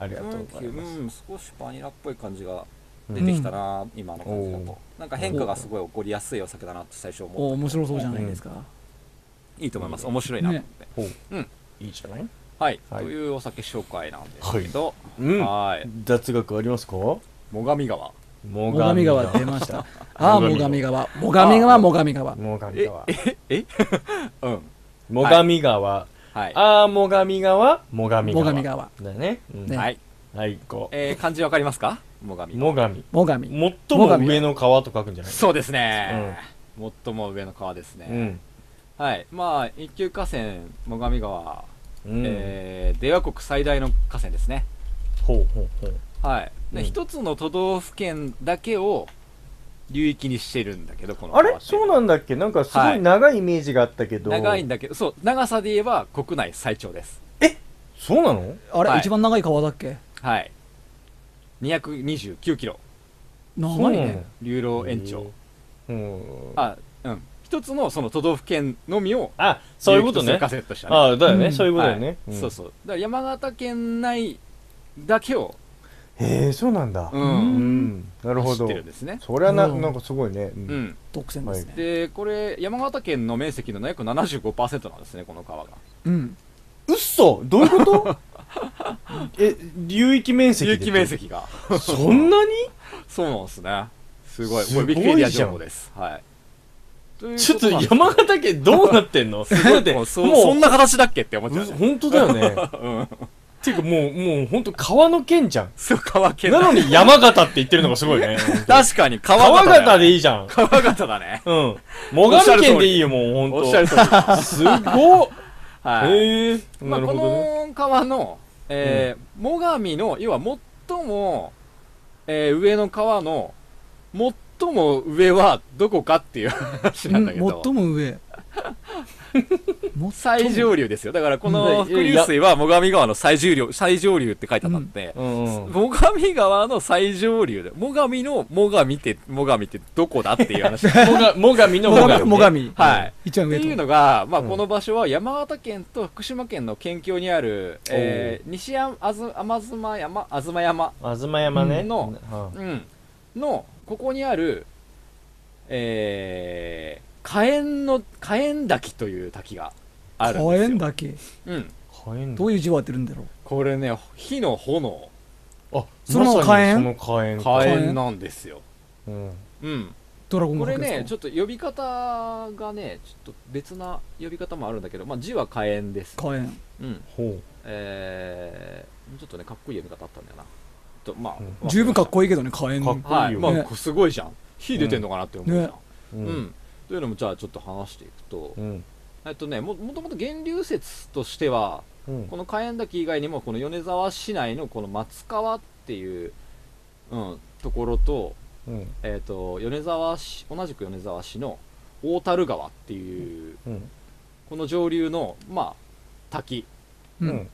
ありがとうございます
うん、少しバニラっぽい感じが出てきたな、今の感じだ
おう
となんか変化がすごい起こりやすいお酒だなって最初
お
思っ
面白そうじゃないですか
たいいと思います面白いなと思って、
ほう
うん
いいじゃない
はい、
はい
というお酒紹介なんですけど、
うん
はい
雑学ありますか
最上川
最
最上川出ましたああ最上川最上川最上川
最上川
うん
最上川
はい、
あー最上川最上川
最上川
だねうん
ね
はい
はいこ
えー、漢字わかりますか最
う
上
最上
最上
最も上の川と書くんじゃない
そうですね、最も上の川です
う
ね、
ん
はいまあ一級河川最上川、
うん
えー、出羽国最大の河川ですね
ほうほうほう
はい、で
うん
一つの都道府県だけを流域にしてるんだけどこの
あれ
川って
そうなんだっけなんかすごい長いイメージがあったけど
長いんだけどそう長さで言えば国内最長です
そうなの
あ
は
れ
い
一番長い川だっけ
はい229キロ
長いね
流浪延長
うん
あうん一つのその都道府県のみを
あそういうこと
流
ね
域とする河川としてはね
ああだよ
う
ね
ん
そういうことだよ
は
ね
いそうそうだから山形県内だけを
へえそうなんだ
う
うんんなるほ
走っ
ど
てるんですね
そりゃな
うん
なんかすごいねう
うんん
独占ですね
でこれ山形県の面積の約75%なんですねこの川が
うん
うっそどういうこと え流域面積
流
で
域面積が
そんなに
そうなんですね。すごい。
す
こ
ご
れ
い
ビキペディア情報です。はい。
ちょっと
いう
山形県どうなってんのすごいね
ことなん
も
ですもう
う
そそんな形だっけって思っちゃう
う
ね。
本当だ よね
うん。
ていうかもうもう本当川の県じゃん
そう、川県
な
だ。
のに山形って言ってるのがすごいね
確かに川
川
形だよ。
形でいいじゃん
川形だね。
うん最上県でいいよもう
おっ
本
しゃる
当
通り。
すごっ
はい。
へえ
ま
な
あ、
る
こ
ほどね
の川の、えー、最上の、要は最も、えー、上の川の、最も上はどこかっていう話なんだけ
うん
ど
最。も上
最上流ですよ。だからこの
うん
伏流水は最上川の最上流、最上流って書いてあったんで、
うんうん
最上川の最上流で、最上の最上って、最上ってどこだっていう話。は
もがもがみの
最
も
上
がみね
最上
い。
一番
って
上
いう
と
のが、まあ、
うん
この場所は山形県と福島県の県境にある、えー、西ああず甘妻山、あずま山、
東山ね
の
うん
うん、の、ここにある、えー、火炎の、火炎滝という滝があるんですよ。
火炎滝
うん。
火炎
どういう字を当てるんだろう
これね火の炎
あ
その
まさにその
火
火炎か
炎なんですよ
うん
うん
ドラゴン
こ
が
れ
書くや
ね
つ
ちょっと呼び方がねちょっと別な呼び方もあるんだけどまあ字は火炎です
火炎
うん
ほ
えー、ちょっとねかっこいい読み方あったんだよなとまあ、
うん
まあ
十分かっこいいけどね火
かっ
炎
こ
はい
い
い
よ
まあ、
ね
すごいじゃん火出てんのかなって思うじゃん、
ね
うう
うん
ん
というのもじゃあちょっと話していくと、
うん
えっとねももともと源流説としては
うん
この火炎滝以外にもこの米沢市内のこの松川っていう、うん、ところと,、
うん
えっと米沢市同じく米沢市の大樽川っていう
うん
この上流のまあ滝
うん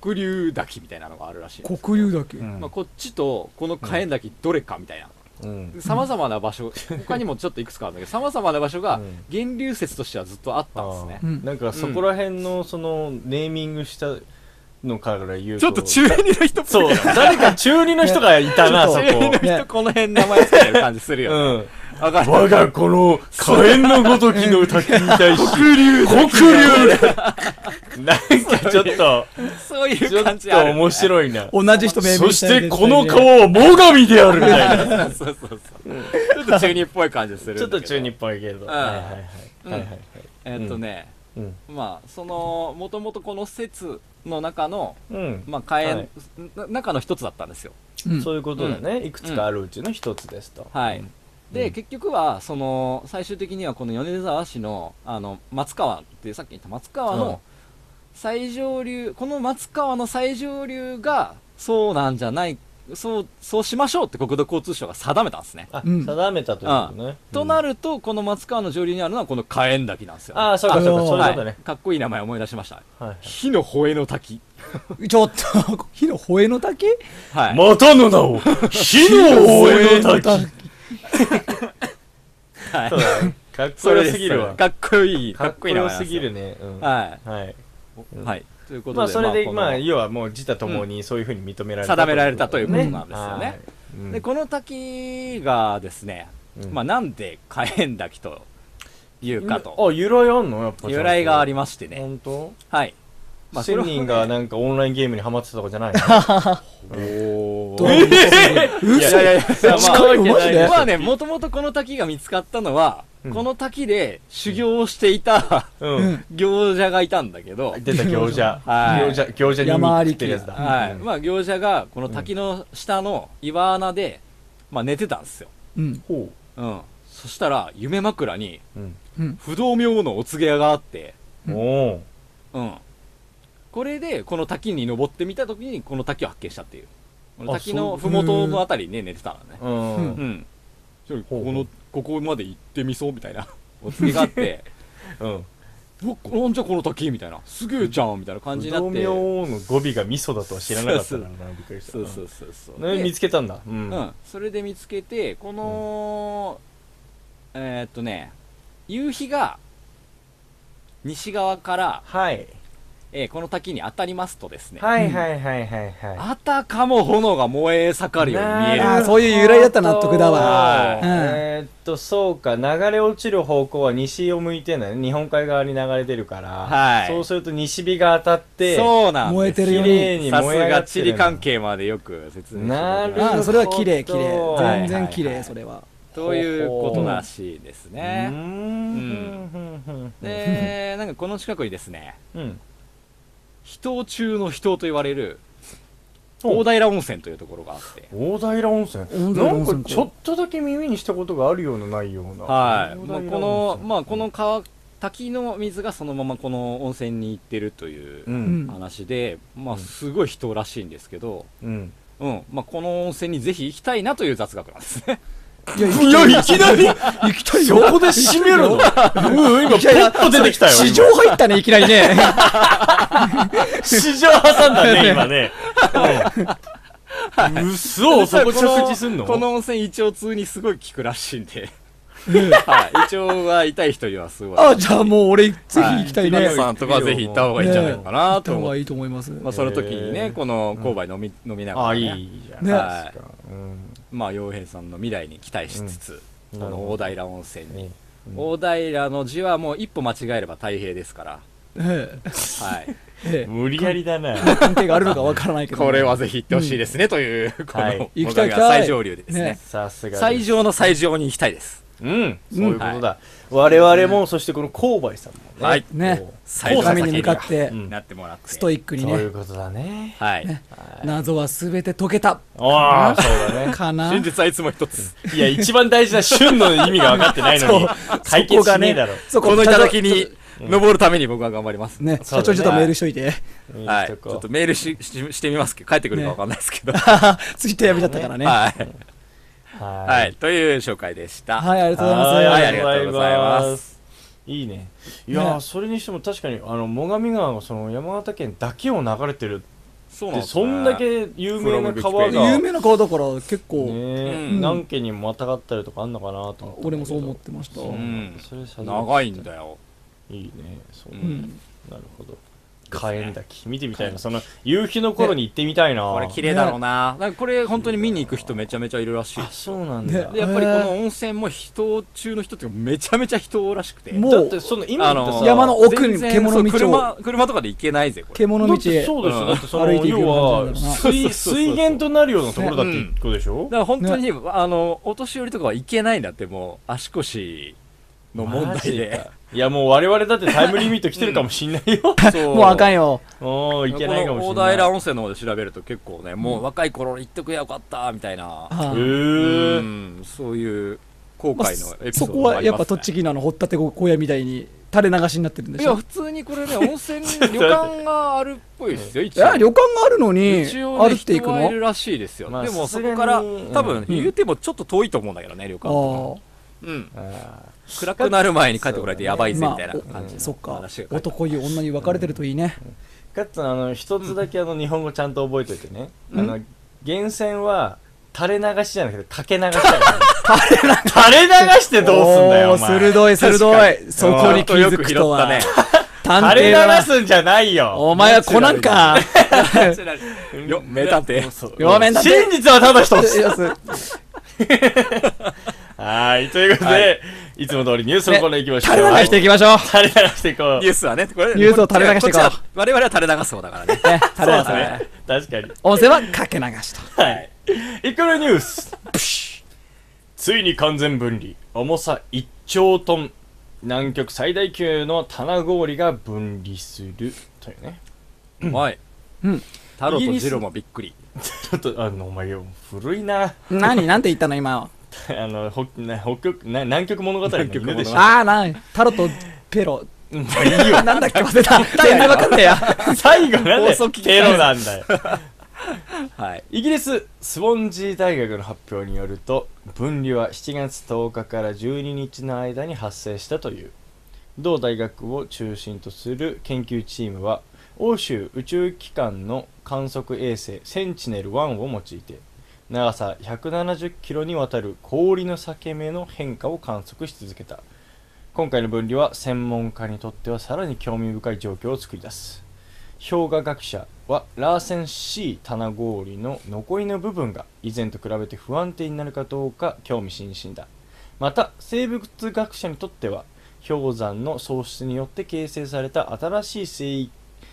黒竜滝みたいなのがあるらしいんです
黒竜だけ
うん
まあ、こっちとこの火炎滝どれかみたいな
うん
さまざまな場 所、他にもちょっといくつかあるんだけどさまざまな場所が
うん
源流説としてはずっとあったんですね
あ、ーなんかそこら辺のそのネーミングしたのから言うと
二の人
そう誰か中二の人がいた な
ね
そ
中二の
こ
人この辺名前つけてる感じする
う
よね
ん
わ かる
我がこの火炎のごときの滝に対し黒竜なんかちょっと
そう
ち
い
ょ
う感
っ
じあ
と
る
面白いな
同じ人命
そ
名
してこの顔は最上であるみた いな
そうそうそうちょっと中二っぽい感じするん
ちょ
だけど
っと中二っぽいけど
ん
はいはいはい
うん
はいはいはい
えっとね、
うん
まあそのもともとこの説の中の、
うん
まあ、火炎、
はい
な中の一つだったんですよ
うん
そういうことだねいくつかあるうちの一つですと
はい、で、
うん
結局はその最終的にはこの米沢市のあの松川っていうさっき言った松川
うん
の最上流、この松川の最上流がそうなんじゃないそうそうしましょうって国土交通省が定めたんですね、
あ
うん
定めたということね
とな
る
るとこの松川の上流にあるのはこの火炎滝なんですよ、
ああそうかそうかそういう
は
ことね
い、かっこいい名前思い出しました
はい
火の吠えの滝
ちょっと 火の吠えの滝
はい、
またの名を火の応援の滝
はい
そうだねかっこ
それ
よ
です
ぎるわ
かっこいい
かっこよすぎる
ね
ねうん
は
はい
い、はいということで
まあそれで
この
まあ要はもう自他ともにそういうふうに認められた
定められたということ
ね
なんですよね
はいうん
でこの滝がですね、
うん
まあ、なんで火炎滝というかと
あ由来あんのやっぱ
由来があり
ま
ましてね、
本当
はい、まあ、それ
1000
は
人がなんかオンラインゲームにハマってたとかじゃないの おー
どう
えいやい
嘘
やいや
まあ
そんなわけない
マジで
まあねもともとこの滝が見つかったのは、
うん
この滝で修行をしていた
う
うんん
行者がいたんだけど、
出た行者
はい
行者行者に
山ありき
ってるやつだ
はい
うん
まあ、行者がこの滝の下の岩穴で、まあ、寝てたんですよ、
うん
ほ
うん、そしたら夢枕に
ううん
不動明王のお告げがあって
うん
おー
うん、これでこの滝に登ってみた時にこの滝を発見したっていうこの滝の
あそ
麓のあたりにね寝てたのね
う
うんんちょっと
ほう
こ
ほ
の
う
ここまで行ってみそうみたいなお告げがあって
うん
うわなんじゃこの滝みたいなすげえじゃんみたいな感じになっ
不動
て
明王の語尾が味噌だとは知らなかったからなびっくりした
そうそうそうそう
ね
で
見つけたんだうん
うん、それで見つけてこの、えーっとね夕日が西側から、
はい
えーこの滝に当たりますとですね、
はいはいはいはいはい
あたかも炎が燃え盛るように見える
あーそういう由来だったら納得だわ
はい
うん
えーっとそうか流れ落ちる方向は西を向いてんだね日本海側に流れてるから、
はい
そうすると西日が当たって
そうなんです
燃えてるよう
綺麗
に
に
さす
燃え上が
が
って
地
る
理関係までよく説明して
なる
く
ほ
れ
ど
ああそれは綺麗綺麗
はい
全然綺
はいは
麗
い
それは
ということらしいです
うー
ね
ん
でなんかこの近くにですね
うん
秘湯中の秘湯と言われる大平温泉というところがあって
大平温泉
大平温泉
なんかちょっとだけ耳にしたことがあるようなないような
はい、
大
ま
平
あ、
温泉
このまあこの川滝の水がそのままこの温泉に行ってるという
う
うん
ん
話で、まあすごい人らしいんですけど、
うん
うんまあ、この温泉にぜひ行きたいなという雑学なんですね
いや
いやいきなり
行きたい
そ
よ
こで締める のうん今ポッと出てきたよ
市
今
場入ったねいきな りね
市場挟んだ ね、今ね。うそそこ
実は
着
の
地すんの
この温泉胃腸痛にすごい効くらしいんで、 はい、胃腸が痛い人にはすごい
あじゃあもう俺ぜひ行きたいね
は
行
皆さんとかはぜひ行った方がいいんじゃないのかなと
った方
思っ
が
て、
いいと思います
まあ、その時に
へ
ね
ー
この勾配飲み,、飲みながら、
あ、
ね、
いいじゃん。
ね
はい
うん
まあ洋平さんの未来に期待しつつ、
うん
こ
なる
の
ほ
大
ど
平温泉に、
うん
大平の字はもう一歩間違えれば太平ですから、
ええ
はい
ええ
無理やりだな。
関係があるのかわからないけども
これはぜひ行ってほしいですね、という、この、
は
はいい、
行き
僕
たい
ら
行き
が
たい
最上流ですね
ね
さすがです。
最上の最上に行きたいです
うん、そういうことだ。我々も、そしてこの勾配さんもね。
はい
ね
最上
神
の
に向かっ
先
て
うん
になってもらって
ストイックに
そうい
ね
うことだね。
はい
謎は全て解けた
ああ、そうだね。
かな
真実はいつも一つ
いや、一番大事な旬の意味が分かってないの に、解決しねえだろ。
そ
この頂
社
に登るために僕は頑張ります
長ね
そう
社
だね
長にちょっとメールしといて
はいいち
いと
ょ
こ
っとメールしししてみますけど帰ってくるかわかんないですけどは
ツイッターやめちゃったからねはい
は
はい。
という紹介でした
いありがとうございま
は
す
いありがとうございます
いいね。いやー、
ね
それにしても確かに、あの、最上川のその山形県だけを流れてる
そう
っ
なん
て、
です
そ
ね
んだけ有名な川
フロム
が、
有
ね
名な顔だから結構
え
うん
何県にもまたがったりとかあんのかなと思ったんだけど
俺もそう思ってました
そうう
うん
それさ
長いんだよ
いいね。そう、
ん
なるほど。火炎滝。見てみたいな。その、夕日の頃に行ってみたいな。
これ綺麗だろうななんかこれ本当に見に行く人めちゃめちゃいるらしい
あ、そうなん
ね
だ。
でやっぱりこの温泉も人中の人っていうかめちゃめちゃ人らしくて
も
だってその今って
ー
さ
山の奥
全
に
然
獣道を
そう車車とかで行けないぜこれ
獣
だ
道
ってそうですよ、
うん
だってその
歩いていくよう
要
な
は
感じだな
水水源となるようなところだって
うん
ことでしょ
だ、から本当に、あのお年寄りとかは行けないんだってもう足腰の問
マ
題
ジ
で
かいやもう我々だってタイムリミット来てるかもしんないよ、
そう
もうあかん よ
もういけないかもし
こ
ん
の
な
大
い
平温泉の方で調べると結構ね、もう若い頃行っとくやよかったみたいな、
あ
え
ー
う
ー、
ん、そういう後
まあ
悔のエピソー
そ
ド
こ
もあ
は
り
や
ま
っ
すね
ぱ栃木のあの掘ったて小屋みたいに垂れ流しになってるんで
い
し
や
ょ
普通にこれね温泉旅館があるっぽい ですよ
い
一
や
応
旅館があるのに
一応ね
歩いてい
人
く
はい
の
るらしいですよ、
まあ
でもそ
さすが
こ
に
から多
うん
分言うてもちょっと遠いと思うんだけどね旅館と
あ
かうん
あ
暗くなる前に帰ってこられてやばい
あ
ぜ
ま
みた
あ
いな
お
感じの
そっか
話が書いてある
男湯女湯分かれてるといいね
ーかつあの一つだけあの日本語ちゃんと覚えておいてね、あの源泉は垂れ流しじゃなくてかけ流しだからね 垂れ流してどうすんだよお
お
前
ー鋭い鋭いそこに気づくとは
ちゃんとよ
探
垂れ
偵
流
だな
すんじゃないよ
お前はコナンか
よ名探偵
両面だ
真実はただ一つ
よ
はい、ということで、い、つも通りニュースのコーナー行きましょう。
垂れ流していきましょう
垂れ流していこう。
ニュースはねこれ
ニュースを垂れ流していこう
こっちは我々は垂れ流す方だから ね
ね垂れ流
そ
す
う
ね
ですね。確かに。
温泉はかけ流しと
はい。いくらニュース。ついに完全分離。重さ1兆トン。南極最大級の棚氷が分離する。というね。
はい
うん
タロとジロもびっくり
ちょっと、あの、お前よ、古いな。
何なんて言ったの今は
あの、ほな北極な、南極物語の
南極
犬
物語
でしょ。
ああなタロとペロ
うんまあいいよ。
なんだっけ忘れた全然分かんねえや
最後なん
放
で
送聞きたい
テロなんだよ。
はい
イギリススウォンジー大学の発表によると分離は7月10日から12日の間に発生したという同大学を中心とする研究チームは欧州宇宙機関の観測衛星センチネル1を用いて長さ170キロにわたる氷の裂け目の変化を観測し続けた今回の分離は専門家にとってはさらに興味深い状況を作り出す氷河学者はラーセン C 棚氷の残りの部分が以前と比べて不安定になるかどうか興味津々だまた生物学者にとっては氷山の喪失によって形成された新しい生育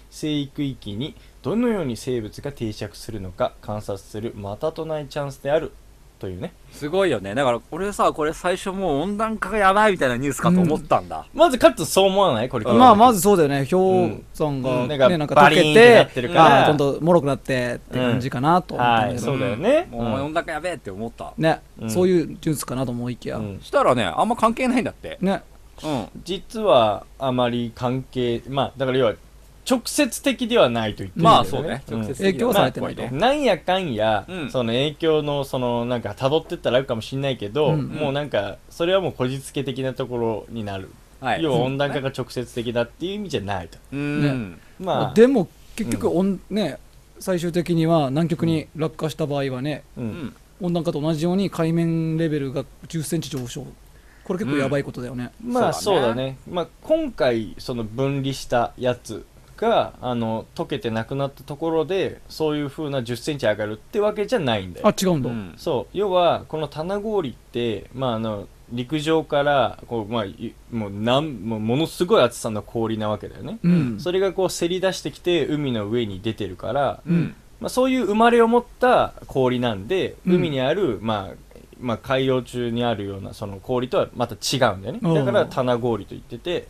生育域にどのように生物が定着するのか観察するまたとないチャンスであるというね
すごいよねだから俺さこれ最初もう温暖化がやばいみたいなニュースかと思ったんだ、
まずかつそう思わないこれ聞いた時
まあまずそうだよね氷山が
うんな
ね
んか
なんか
バ
溶
リーンっ
け
てなって
て
るから
あーどんどん脆くなってって感じかなと思ったん
は
だ
い
け
そ
ど
うだよね、
もう温暖化やべえって思った、
ね
うん
そういうニュースかなと思いきや
うん
したらねあんま関係ないんだって
ね
うん
実はあまり関係まあだから要は直接的ではないと言ってるんだ
ま
よ
あそうね、
うん
直接的な
影響はされてないと
まあ
なんやかんや、
うん
その影響のそのなんか辿ってったらあるかもしれないけど、
うんうん
もうなんかそれはもうこじつけ的なところになる、
はい
要は温暖化が直接的だっていう意味じゃないと、
うん、
まあ
でも結局おんね最終的には南極に落下した場合はね
う
うんん
温暖化と同じように海面レベルが10センチ上昇これ結構やばいことだよね
まあ
そう
そう
だね
だねまあ、今回その分離したやつがあの溶けてなくなったところでそういうふうな1 0ンチ上がるってわけじゃないんだよ
あ違うんだ
うん
そう要はこの棚氷って、まあ、あの陸上からこう、まあ、いもうなんもうものすごい厚さの氷なわけだよね、
うん
それがこうせり出してきて海の上に出てるから、まあ、そういう生まれを持った氷なんで
うん
海にある、まあまあ、海洋中にあるようなその氷とはまた違うんだよね
おう
だから棚氷と言ってて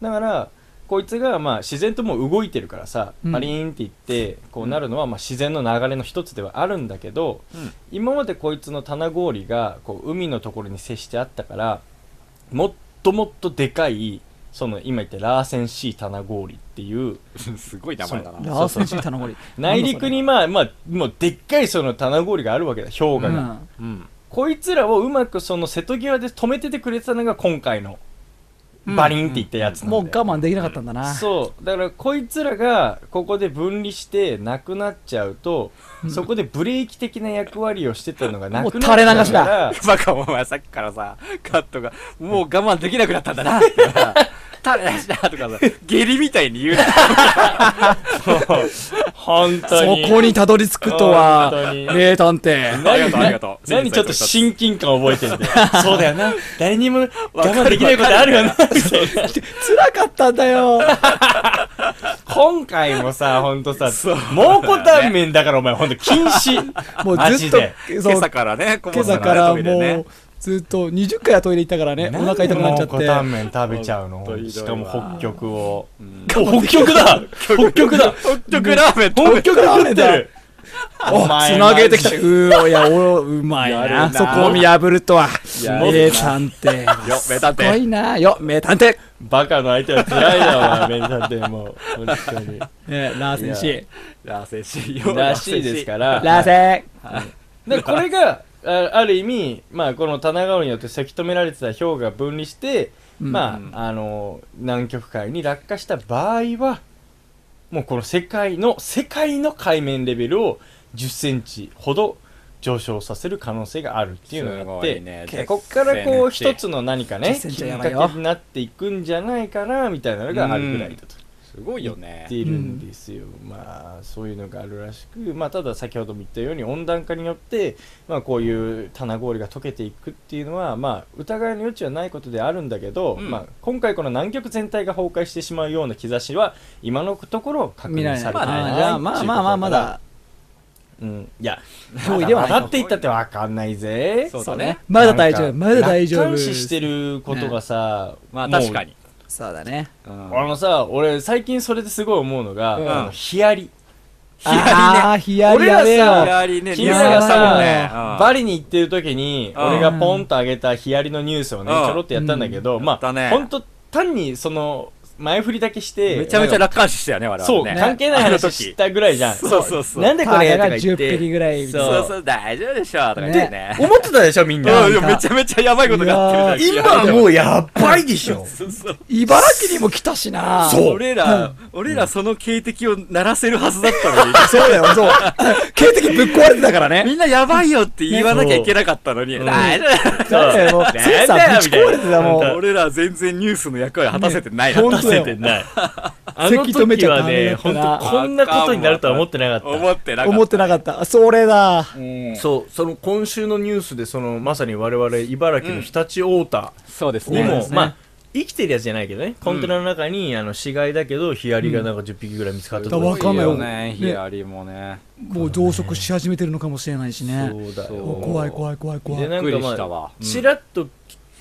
だからこいつがまあ自然ともう動いてるからさ
うん
パリーンっていってこうなるのはまあ自然の流れの一つではあるんだけど、
ん
今までこいつの棚氷がこう海のところに接してあったからもっともっとでかいその今言ったラーセンシー棚氷っていう
すごい名前だな。
ラーセンシー棚氷
内陸にまあまあもうでっかいその棚氷があるわけだ氷河が、
うん。
こいつらをうまくその瀬戸際で止めててくれてたのが今回のバリンって言ったやつなんだ
もう
よ
我慢できなかったんだな
そうだからこいつらがここで分離してなくなっちゃうとそこでブレーキ的な役割をしてたのがなくなっちゃう
もう垂れ流し
から
だ
バカお前さっきからさ、カットが、もう我慢できなくなったんだな、ってさ垂れ出したとかさ、下痢みたいに言うな。
本当
そ
に
こにたどり着くとは
本当に
名探偵
ありがとう、ありがとう。
何ちょっと親近感覚えてるんだよ そうだよな誰にも我慢できないことあるよなみたいな
辛かったんだよ
今回も さほんとさ蒙古タンメンだからお前ほんと禁止
もう
マ
ず
ジ
っと
で
そう
今朝からね、小
今
松さ
朝
ん
からも
トイレね
うずっと20回はトイレ行ったからねお腹痛くなっちゃ
蒙古タ
っ
ンメン食べちゃうの
ほんとひどいわ
しかも北極を
て北極だ
北極だ
北極ラーメン食べ
北極ラーメンだお
お前
つなげてきたうーいやおうまい
やる
な
な
そこを見破るとは
やるな
名探偵
よ名探偵
すごいなよ名探偵
バカの相手は辛いだわメンタルでもう本当 に
えーラーセンシー
ラーセンシーよ。
らしいです
ら。
から
ラーセン
でこれがあある意味、まあ、この棚川によってせき止められてた氷が分離して、まあ、あの南極海に落下した場合はもうこの世界の世界の海面レベルを1 0センチほど上昇させる可能性があるっていうのがあ
す
っ
ご
て、
いね
でこっからこう
10センチ
一つの何かね
10セン
き
チ
っ
はや
か
ばい
け
よ
になっていくんじゃないかなみたいなのがあるぐらいだと。
すごいよね
って。いるんですよ、まあそういうのがあるらしく、まあ、ただ先ほども言ったように温暖化によって、まあ、こういう棚氷が溶けていくっていうのは、まあ、疑いの余地はないことであるんだけど、
ん
まあ、今回この南極全体が崩壊してしまうような兆しは今のところ確
見ら
認
れ
さ
ない
れて
ま
ない
あじゃあまあまあまあまだ
うん、い や
脅威ではない
まだって言ったって分かんないぜ
そうだね。
まだ大丈夫まだ大丈
楽
夫
観視してることがさ、
まあ
もう
確かに。
そうだね
うん
あのさ俺最近それですごい思うのが、あのヒアリ
ヒヤリねヒヤリやべ
俺
え
らさ
よ
左ね、
君
が
らがさ、
うん
バリに行ってる時に、
うん
俺がポンと上げたヒアリのニュースをね、ち
うん
ょろっとやったんだけど、
や
まあ、
ったね
ほんと、単にその、前振りだけして、
めちゃめちゃ
なん
楽
か
観視したよね、我々
そう、
ね。
関係ない
あの
話
時
したぐらいじゃん。
そうそうそう。
なんでこれ
ター
と
が
か言っ
10匹
て。
ぐらい
そう
そうそう、大丈夫でしょ、とか言ってね。
思ってたでしょ、み ん
いや
な。
いやめちゃめちゃやばいことになってるじゃん。
今もうやばいでしょ。
そうそう
茨城にも来たしな
俺ら、俺らその警笛を鳴らせるはずだったのに。
そうだよそう警笛ぶっ壊れてたから ね
みんなやばいよって言わなきゃいけなかったのに。大丈
そうだよもうセンサーぶち壊れてたも
夫
う
俺ら全然ニュースの役割果たせてないな。
ね
本当てない。あの
せき止め
時
ちゃ
は
ダメ
ね、
だった
本
な
当こんなことになるとは思ってなかった。
思ってなかった
思ってなかったそれだ
そう、その今週のニュースで、そのまさに我々、茨城の常陸太田。
そうです
にも、
ですね
まあ生きてるやつじゃないけどねコンテナの中に、あの死骸だけどヒアリがなんか10匹ぐらい見つかったと
うんわかんないよ
ね、ヒアリもね。
もう増殖し始めてるのかもしれないしね
そうだ
そう
よ
もう怖い怖い怖い怖
で
い
なん
びっく
か
りした
ま
わ
あちらっと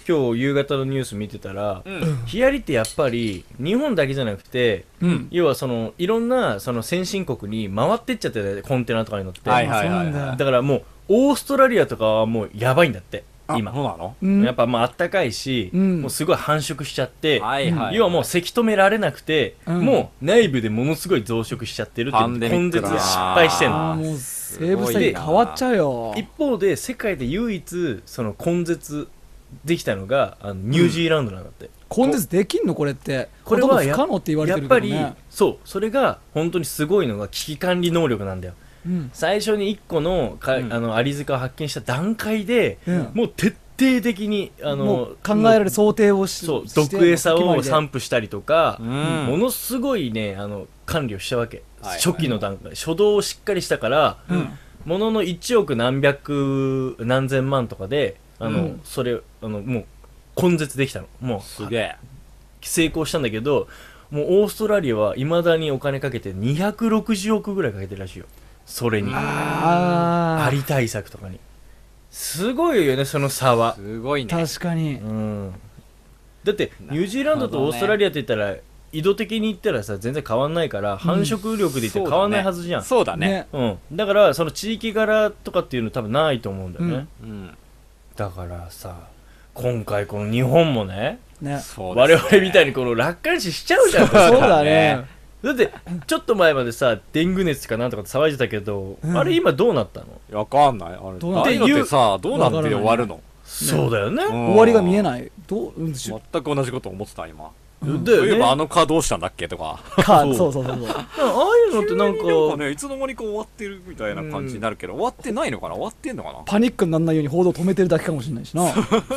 今日夕方のニュース見てたら、ヒアリってやっぱり日本だけじゃなくて、
うん
要はそのいろんなその先進国に回ってっちゃってたよねコンテナとかに乗って、
はいはい
そうな
はい
んだ
だからもうオーストラリアとかはもうやばいんだって
あ。
今
そうなの
うん
やっぱまああったかいし、
うん
もうすごい繁殖しちゃって、
はいはい。
要はもうせき止められなくて、
ん
もう内部でものすごい増殖しちゃってるって
パンデミ
根
ック
絶
だ
失
な
敗してん
あ
の
ーもう
す
生物
ごいな
体変わっちゃうよ
一方で世界で唯一その根絶できたのがあのニュージーランドなんだって、
根絶できんのこれって
これは
ほとんど
や
不可能って言われ
や
て
っ
るけ
ぱ
ど
り
ね
そうそれが本当にすごいのが危機管理能力なんだよ
うん
最初に1個のか、あのアリ塚を発見した段階で、
うん
もう徹底的にあの
もう考えられる想定をし
そう
して
毒餌を散
も
布したりとか、
ん
ものすごいねあの管理をしたわけ、
はいはい
初期の段階初動をしっかりしたから、ものの1億何百何千万とかであの、
うん
それあのもう根絶できたのも
す
う
げえ
成功したんだけどもうオーストラリアはいまだにお金かけて260億ぐらいかけてるらしいよそれに
あ
アリ対策とかにすごいよねその差は
すごい
ー
ね
確かに
うんだってニュージーランドとオーストラリアって言ったら、緯度的に言ったらさ全然変わんないから繁殖力で言って変わんないはずじゃん、
そうだね
ね
うん、だからその地域柄とかっていうの多分ないと思うんだよね、
うん
うん
だからさ今回この日本もね
ね
そう
我
です
々みたいにこの楽観視しちゃうじゃん
そう
だ
だね
ってちょっと前までさデング熱かなんとかって騒いでたけど、
うん
あれ今どうなったの
わかんないあれ
どうなっ
ああ
て
いうのってさどうなって終わるの
そうだよね、
終わりが見え
い
ないどううんし
全く同じこと思ってた今
だよ
そういえばあ
ね
のカーどうしたんだっけとか
か
そう
そうそうそうそ う
ああいうのってなんか
なんかねいつの間にか終わってるみたいな感じになるけど終わってないのかな終わってんのかな
パニックにならないように報道止めてるだけかもしれないしな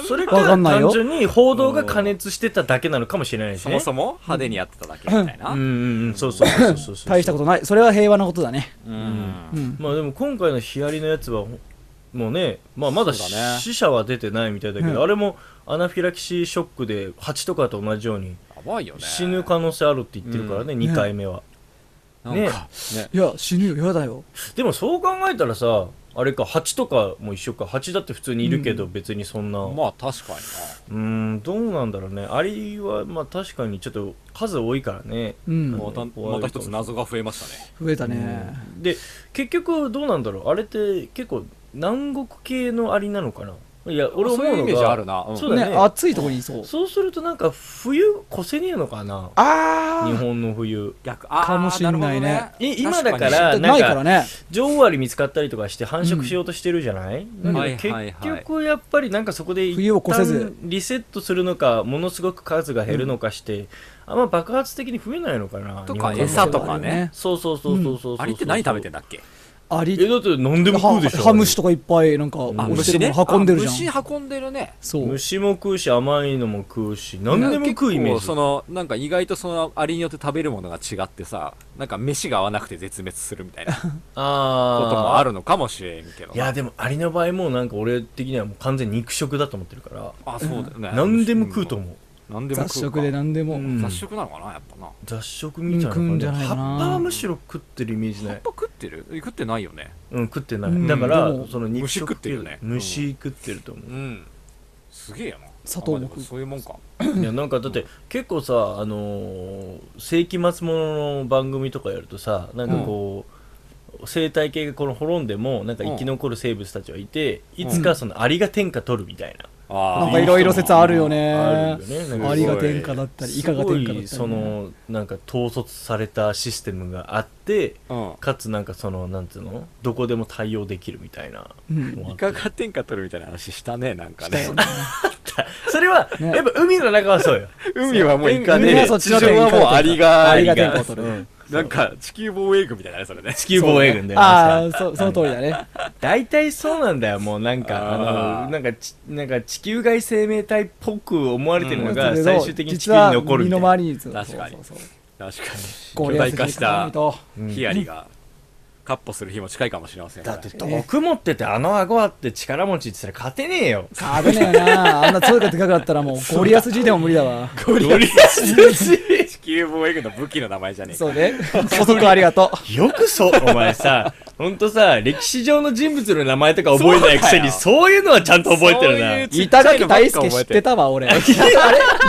それ
わ
か
かんない
単
よ
純に報道が加熱してただけなのかもしれないし
そ
ね
もそも派手にやってただけみたいな
うんうんうんそうそうそうそうそうそう
大したことないそれは平和なことだね
うん
うん
まあでも今回のヒアリのやつはほもうね、まあ、まだ
そうだね
死者は出てないみたいだけど、
うん
あれもアナフィラキシーショックで蜂とかと同じように
やばいよね
死ぬ可能性あるって言ってるからね、
ん
2回目は、
なん
ね
かね
いや死ぬよやだよ
でもそう考えたらさあれか蜂とかも一緒か蜂だって普通にいるけど別にそんな、
まあ確かに
うーんどうなんだろうねアリはまあ確かにちょっと数多いからね
うん
なまたまた一つ謎が増えましたね
増えたね
で結局どうなんだろうあれって結構南国系のアリなのかないや俺思
そう
う
いうイ
の
メージあ
が
るなうん
そう
ね
だね
暑いとこにいそう
そうするとなんか冬越せねえのかな
あ
日本の冬
逆あー
かもしんないね
るほど
い今だか
確
ら
な
ない
から
んか
ね
女王アリ見つかったりとかして繁殖しようとしてるじゃない、
ん
だけど
はいはいはい
結局やっぱりなんかそこで一
冬を越せず
旦リセットするのかものすごく数が減るのかして、あんま爆発的に増えないのかな
とか
日本
餌とかね
そうそうそうそうそうそう
アリって何食べてん
だ
だっけ
アリ
えだって何でも食うでしょ
ハハムシとかいっぱいなんか
あ
押し
虫
てる
ね
もの運んでるじゃん
あ虫運んでるね
そう
虫も食うし甘いのも食うし何でも食うイメ
結
ー
構
ジ
そのなんか意外とそのアリによって食べるものが違ってさなんか飯が合わなくて絶滅するみたい なこと
あー
もあるのかもしれんけどない
やでもアリの場合もうなんか俺的にはもう完全に肉食だと思ってるから
あそうだよね
何でも食うと思う
何でも
雑
食うか
食で何でも、
うん
雑食なのかなやっぱなやっ
雑食みたいな
うん食うん
感
じ
じ
ゃないか
葉
な
っぱはむしろ食ってるイメージない
ぱ食ってる食ってないよね
うん食ってない、
うん
だから
でも
その肉食
虫食ってるよね
虫食ってると思
う
う、
んすげえよな
砂糖も
あまあ
食う
でそういうもんか
いやなんかだって結構さあのー世紀末ものの番組とかやるとさなんかこう、生態系がこの滅んでもなんか生き残る生物たちはいて、いつかそのアリが天下取るみたいな、
あー
なんかいろいろ説あるよね
あ
あ
るよねなんか
りが天下だったりイカが天下だったりね、
すごいそのなんか統率されたシステムがあって
うん
かつなんかそのなんていうのどこでも対応できるみたいな、
うん
もう
イカが天下取るみたいな話したねなんかね
それは、
ね
やっぱ海の中はそうよ
海はもうイカ
海は
で
そっ
地
ちの
上
天下
はもうアリが
アリが
天
天
下
下
を取
を取
る
る、
なんか地球防衛軍みたいなねそれね
地球防衛軍だよ
ああ
ね
そその通りだね
大体そうなんだよもうなんかあ
あー
のなんかちなんか地球外生命体っぽく思われてるの
だ
が
けど
最終的に地球
実
に
は
残る
身
みた
の
いな
回りにそう
確かに
そうそうそう
確か
ゴ
に巨
リラ
大
ス
化した
と
ヒアリがカッポする日も近いかもしれません
だ
か
っ
ら
て毒持っててあの顎あって力持ちって言ったら勝てねえよ
危ねえよなあんな強いかでかくなったらもうゴリアス G でも無理だわ
ゴリアス
地球防衛軍の武器の名前じゃねえか
そうね補足あり がと
よくそ、お前さ、ほんとさ、歴史上の人物の名前とか覚えないくせに、そういうのはちゃんと覚えてるな。
そう
う板垣大輔知ってたわ俺 あれ板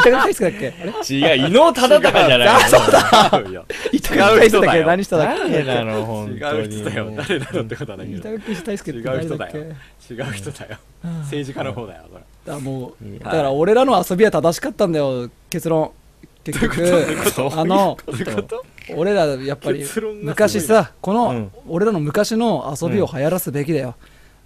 垣大輔だっけあれ
違う、伊能忠敬じゃないの。そうだ。
違うよ
板垣大輔だっけ何しただっけ
誰なの、ほん
違
と
う
に。
人だよ誰なのってことはないけど
板垣大輔って
違う
誰だ
人
っ
だ
け
よ違う人だよ政治家の方だよそれ
だからも
いうや
だから俺らの遊びは正しかったんだよ結論結局あの俺らやっぱり
結論がすごい
昔さこの、
うん
俺らの昔の遊びを流行らすべきだよ、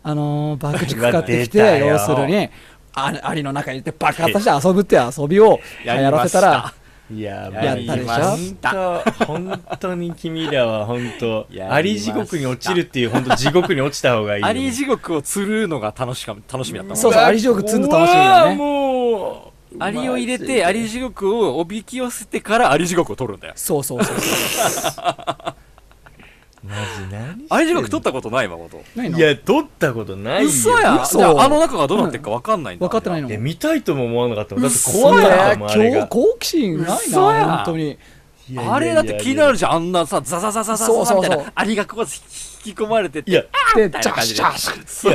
あのー、爆竹買ってき
うわ出
て
たよ
要するにあアリの中に入れて爆発して遊ぶって遊びを流行らせたら
いや、
やったでしょ
ょほんと、ほんとに君らはほんと
やりまし、た
あり地獄に落ちるっていう、ほんと地獄に落ちた方がいい よ。
アリ地獄を釣るのが楽しか楽しみだったもん
そうそうアリ地獄積んで楽しいよね
もう、
アリを入れてアリ地獄をおびき寄せてからアリ地獄を取るんだよ
そうそうそう
マジ何
あれ地獄取ったことない誠
ないの
いや、撮ったことないよ。
嘘や
嘘
じゃああの中がどうなってるか分かんないんだ
分かってないの
いや、見たいとも思わなかったもんだって怖かったもん、あれ
今日
が。
好奇心ないな
嘘や
本当に
いやいやいやいや
あれだって気になるじゃんあんなさザザザザザザザみたい
そうそうそ
なアリがここに引き込まれてって
いや、
で
みたい
ジ
な
ャ
感
シ
じ
ジ
で
ャ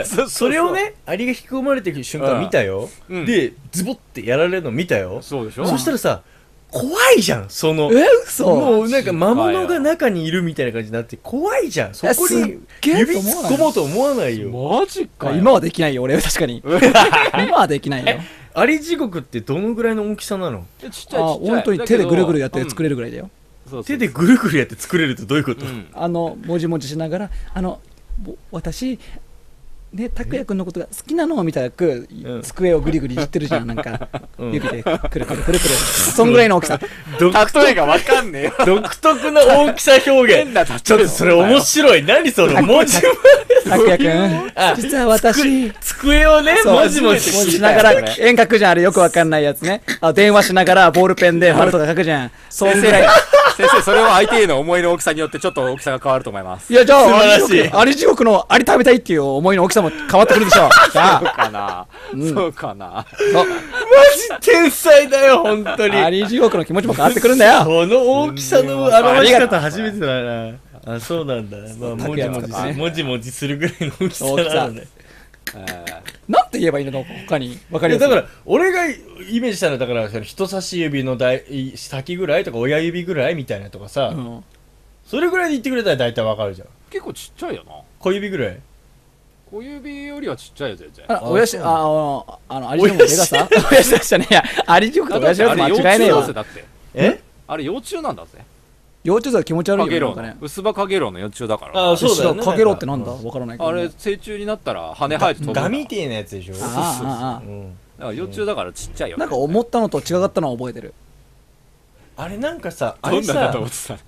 シ
いやそれをね、アリが引き込まれてる瞬間見たよ。
うん
で、ズボってやられるの見たよ。
そうでしょ
そしたらさ、怖いじゃん、その。
え嘘
もうなんか魔物が中にいるみたいな感じになって怖いじゃん。そこ
すっ
に
げえ
指突っ込もうと思わないよ。
マジか
今はできないよ俺は確 かに今はできないよ
アリ地獄ってどのぐらいの大きさなの
ちっちゃいちっち
あ
ゃい
本当に手でぐるぐるやって作
れ
れるぐらいだよ
手でぐるぐるやって作れるってどういうこと、
あのもじもじしながらあのぼ私ね拓也君のことが好きなのみたいなく
うん
机をぐりぐりいじってるじゃんなんか
ん
指でくるくるくるくるそんぐらいの大き さ
独
例えが分かん ねえよ
独特な大きさ表現
変な例えを
ちょっとそれ面白い何その文字も
拓也君実は私
机をね
そう
文字も
文字しながら 円描くじゃんあれよくわかんないやつねあ電話しながらボールペンで丸とか書くじゃんそんぐらい
先生それは相手への思いの大きさによってちょっと大きさが変わると思います
いやじゃあ
素晴らしい
あれ地獄のあれ食べたいっていう思いの大きさも変わってくるでしょじゃ
そう
あ
かなそうかな
マジ天才だよ本当に
あれ地獄の気持ちも変わってくるんだよ
この大きさの表し方初めてだなあそうなんだまあ
拓
文字
也
もじ
とかね
文字もじするぐらいの大きさなのね
なんて言えばいいのか他にわか
い
り
や
やす
だ
い
から俺がイメージしたのはだからその人差し指の大先ぐらいとか親指ぐらいみたいなとかさ、
うん
それぐらいで言ってくれたら大体わかるじゃん
結構ちっちゃいよな
小指ぐらい
小指よりはちっちゃいよ全然
あ
あ
親父、
そう
ああの、あの、アリジョンの出がさ、親父でしたね。いや、アリジョンと親父よく間違えねえ
だっ
よ
てあれ幼虫なん。だぜだって
え
あれ幼虫なんだぜ
幼稚だ気持ち悪
カ
い
ゲ
よ
ロ
な
ウ
んかね
の。薄葉カゲロウの幼虫だから
あそうだよね
牛かけろってなんだわからないけど。
あれ
あ
成虫になったら羽生えて飛ぶんだ
ガミティのやつでしょ
ああ
うん
だから幼虫だからちっちゃいよ
あなんか思
っ
ったのと違かったのは覚えてる。
あれなんかさあ
ど
れ
んなんだ
さ
と思ってた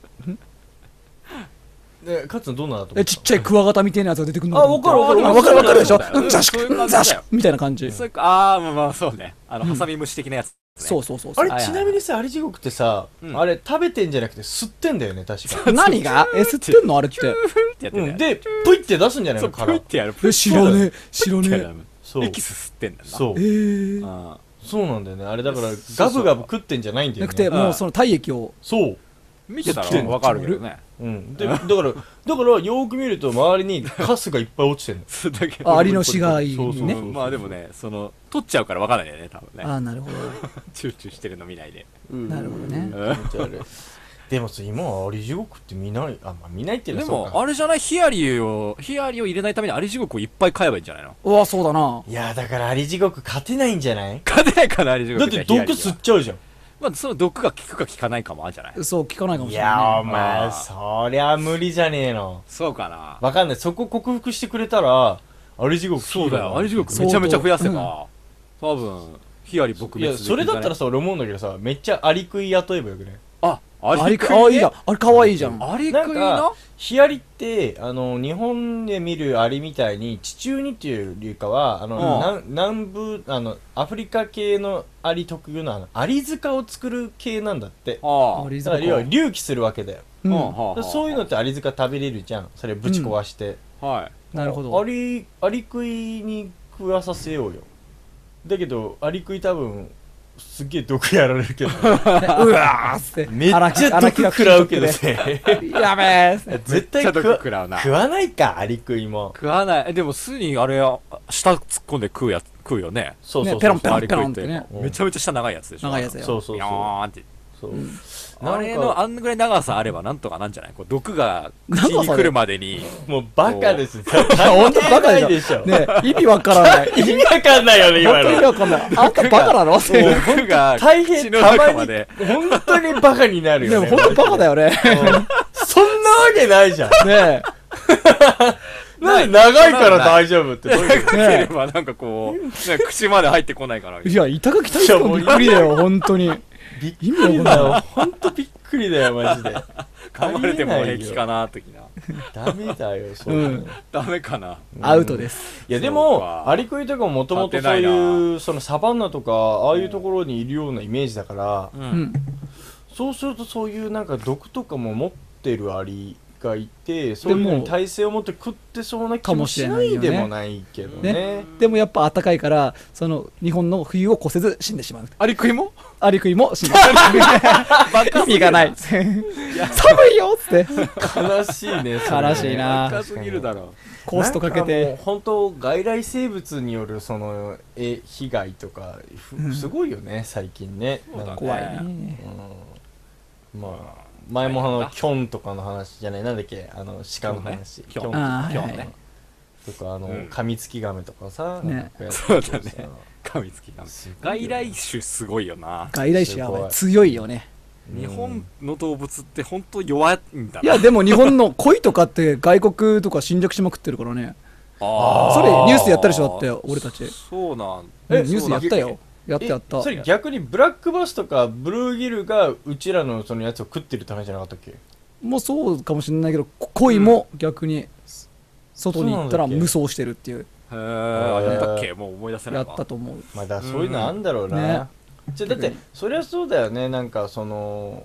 え勝つのどんなだと思
え、
っ
ちっちゃいクワガタみたいなやつが出てくるの
あわかるわかる
わかるわかるでしょ
わかる
うんざし、
そういう
う
感
ん
じだ
ざ
よ
しみたいな感じ。
そ
そう
れかああまあまあそうねあのハサミ虫的なやつ
そうそうそう。
あれ
はいはい
ちなみにさあれ地獄ってさ
うん
あれ食べてんじゃなくて吸ってんだよね確か
何がえ、吸ってんのあれって。
ってやって
う
たよ
ん
ね
でプイって出すんじゃない
そう
の
プ
か
イ
ら
ってやるプイ
え、知らねえ、知ら
ってや
ね
る
そう
エキス吸ってんだよな
そう
え。えー。
あ
そうなんだよねあれだから
そ
ガ
うそ
ブ
う
ガブ食ってんじゃないんだよ
なく
ね
て、
ん
もうその体液を。
そう
ー見てたらわかるけどね
うん、でだからだからよーく見ると周りにカスがいっぱい落ちてるの
そうだけど
あアリの死骸
そうそ
に
う
ね
そ。う
まあでもねその取っちゃうからわかんないよね多分
あ
ね
あ、なるほど。
チューチューしてるの見ないで
なるほどね。
でもさ今はアリ地獄って見ないあ、まあ、見ないっていうの
で
はそうか
もあれじゃないヒアリーをヒアリーを入れないためにアリ地獄をいっぱい買えばいいんじゃないの
うわ、そうだな。
いやだからアリ地獄勝てないんじゃない
勝てないかなアリ地獄
だって毒吸っちゃうじゃん
まあその毒が効くか効かないかもあるじゃない
そう、聞かないかも
い
しれないね。
やお
あ
前
ー
そりゃ無理じゃねえの
そうかな
わかんないそこ克服してくれたらアリ地獄
そうだよアリ地獄
相当
めちゃめちゃ増やせば多分ヒアリ撲滅
いやそれだったら
でき
さ俺思うんだけどさめっちゃアリ食い雇えばよくね
るんじゃないあ
あ
ア
れ
リ
か、あ
食
い
い
いじゃん
ね。
あれ可愛いじゃん。
アリ
な
食
ん
いな
かヒアリってあの日本で見るアリみたいに地中にっていうよりかはあの、南南部あのアフリカ系のアリ特有のあのアリ塚を作る系なんだって
あ
あリ
だ
ズ
か
ム
ら
か
要は隆起するわけだよ
うん
だからそういうのってアリ塚食べれるじゃんそれぶち壊して、
はい
なるほど。
アリアリ食いに食わさせようよだけどアリ食い多分すっげえ毒やられるけど
うわーっつって。
めっちゃ毒食らうけど ね
やべえっつって。
絶対食
めっちゃ毒
わ
食らうな
食わないかアリ食いも
食わないえでも巣にあれ舌突っ込んで食うやつ食うよね
そうそうそう
ねペロンペロ
ア
ン
リ
ペ
食
ロ
い
ン
っ
って
て
ね。
めちゃめちゃ舌長いやつでしょ
長いやつよ。
そうそう
ビヨ
そ
ーンって
うそう、
あれのあんぐらい長さあればなんとかなんじゃないこう毒が口に来るまでに
もうバカですよ
本当バカ
ないで
で
し
し
ょ
ょ。ね意味わからない。
意味わかんないよね今
本当に意味
の
わかんない。あんたバカなのっていう。
毒が
大
口
変
の
た
中
ま
ま
に
で
本当にバカになる
で
よ
も
ね
本当バカだよね。
うん そんなわけないじゃん
ね
なんで長いから大丈夫ってどういうこ
かければなんかこうなんか口まで入ってこないから
え。いや、板垣大輔もびっくりだよ、本当に。
とびっ
意味わかん
だよ
ない。。
本当びっくりだよマジで
噛まれても平気かな的な
ダメだよそううん
ダメかな
アウトです。
いやで
そう
も
か
アリクイとかももともとそう
勝
いうそのサバンナとかああいうところにいるようなイメージだから
うん。
そうするとそういうなんか毒とかも持ってるアリがいてそういうのに耐性を持って食ってそうな気もしないでもないけどね
でもやっぱ暖かいからその日本の冬を越せず死んでしまう
アリクイも
アリクイも死んでしまう意味がない寒いよっつって
悲しいねそれ
悲しいな
赤すぎるだろ
コーストかけ
なんもう
て
本当外来生物によるそのえ被害とかふ
うん
すごいよね最近ね
そうだ
なんか
怖いね
うんまあ前もあ
大変
の
だ
キョンとかの話じゃないなんだっけあの鹿の話
キョンねキョン
と
あ
か
ーはいはい
とかあの
うん
カミツキガメとかさ
ね
なんかやって
そうだ
るけど
ね
さ
噛みつきなんです
すご
外
いよね
来種すごいよな
外来種やば
すご
い
い
強いよね
うん
日本の動物って本当弱いんだ
い
な
やでも日本の鯉とかって外国とか侵略しまくってるからね
あー
それニュースやったでしょだって俺たち
そうなん
うん
え
ニュースやったよやって
え
やった
それ逆にブラックバスとかブルーギルがうちらのそのやつを食ってるためじゃなかったっけ
もうそうかもしれないけどこ鯉も逆に外に行ったら
そうなんだっけ
無双してるっていう
へーやったっけもう思い出せな
や
い
った
わ
と思う
まあだからそういうのあんだろうな、じゃだってそりゃそうだよねなんかその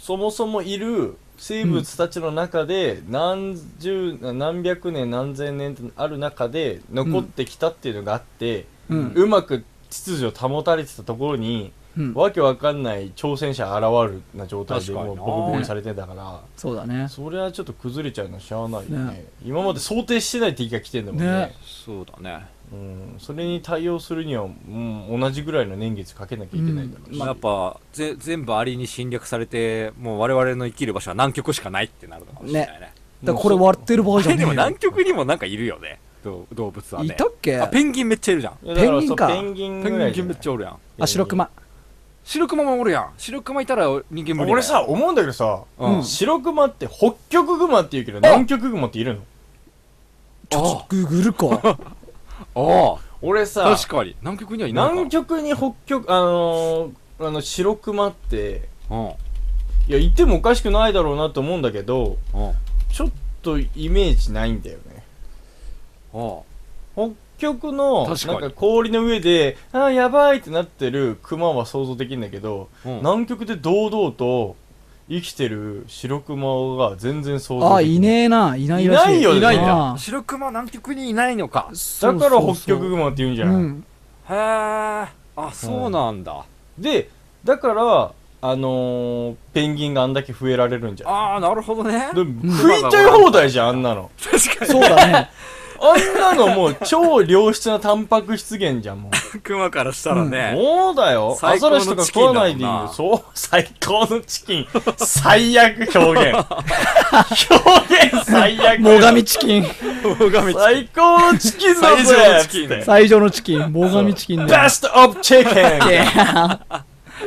そもそもいる生物たちの中で何十、何百年何千年ってある中で残ってきたっていうのがあって、
う
うんまく秩序を保たれてたところに、
うん
わけわかんない挑戦者現るな状態で
確かに
もう
な
ボコボコにされてたから、
そうだね
そりゃちょっと崩れちゃうのはしゃあないよね
ね
今まで想定してない敵が来てんだもん
ね
ね
そうだね
うん、それに対応するには、うん、同じぐらいの年月かけなきゃいけないだろうし、
まあやっぱぜ全部アリに侵略されてもう我々の生きる場所は南極しかないってなるのかもしれないね
だからこれ割ってる場合じ
あ
ゃ
れ
ねえ
でも
よ
南極にもなんかいるよねどう動物はね
いたっけ
あペンギンめっちゃいるじゃん
いやだから
ペンギンか
そうペンギン
ペ
ぐら
ン
いじ
ギ
ゃ
ン
な
め
い
っちゃおるやん
あ白熊
白熊もおるやん白熊いたら人間無理だよ
俺さ思うんだけどさ、
うん
うん
白クマって北極グマって言うけど南極グマっているの
ああ
グーグル か
あ
俺
あ
さ
確かに南極にはいない
南極に北極あのー、あの白クマって
うん
いやいてもおかしくないだろうなと思うんだけど
うん
ちょっとイメージないんだよね
うん
北極の
確か
なん
に
か氷の上であーやばいってなってるクマは想像できるんだけど、
うん
南極で堂々と生きてる白クマが全然想像
あ
でき
いねえないないらし
いな
い
いよね
いない
あ
な
白熊南極にいないのか
だから北極
う
グマって言うんじゃない、
ん
へえあそうなんだ、
でだからあのー、ペンギンがあんだけ増えられるんじゃない
ああなるほどね
で食いちゃい放題じゃんあんなの
確かに
そう だね
あんなのもう超良質なタンパク質源じゃんもう
熊からしたらね、
そうだよア
最
ザ
高の
ラシとか
チキ
食
ンだも
わ
ん
な
ない
でいいよそう最高のチキン最悪表現表現最悪
最上チキン
最上チ
最高のチキンだぜ
最上のチキン
つって
最上のチキン最上チキンだよ
Best of chicken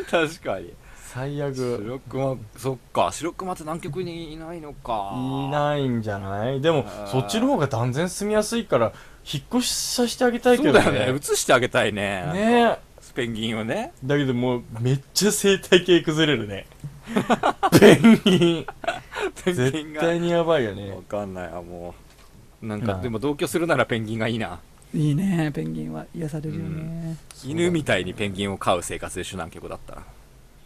確かに
最悪
白熊そっか白熊って南極にいないのか
いないんじゃないでも
あー
そっちの方が断然住みやすいから引っ越しさせてあげたいけ
そう
どね
だよね移してあげたいね
ねえ
スペンギンをね
だけどもうめっちゃ生態系崩れるねペン ギン
ペンギン
絶
が
対にやばいよね
わかんないわもうなん
な
か
あ
でも同居するならペンギンがいいない
いねペンギンは癒されるよね
犬みたいにペンギンを飼う生活でしょ南極だったら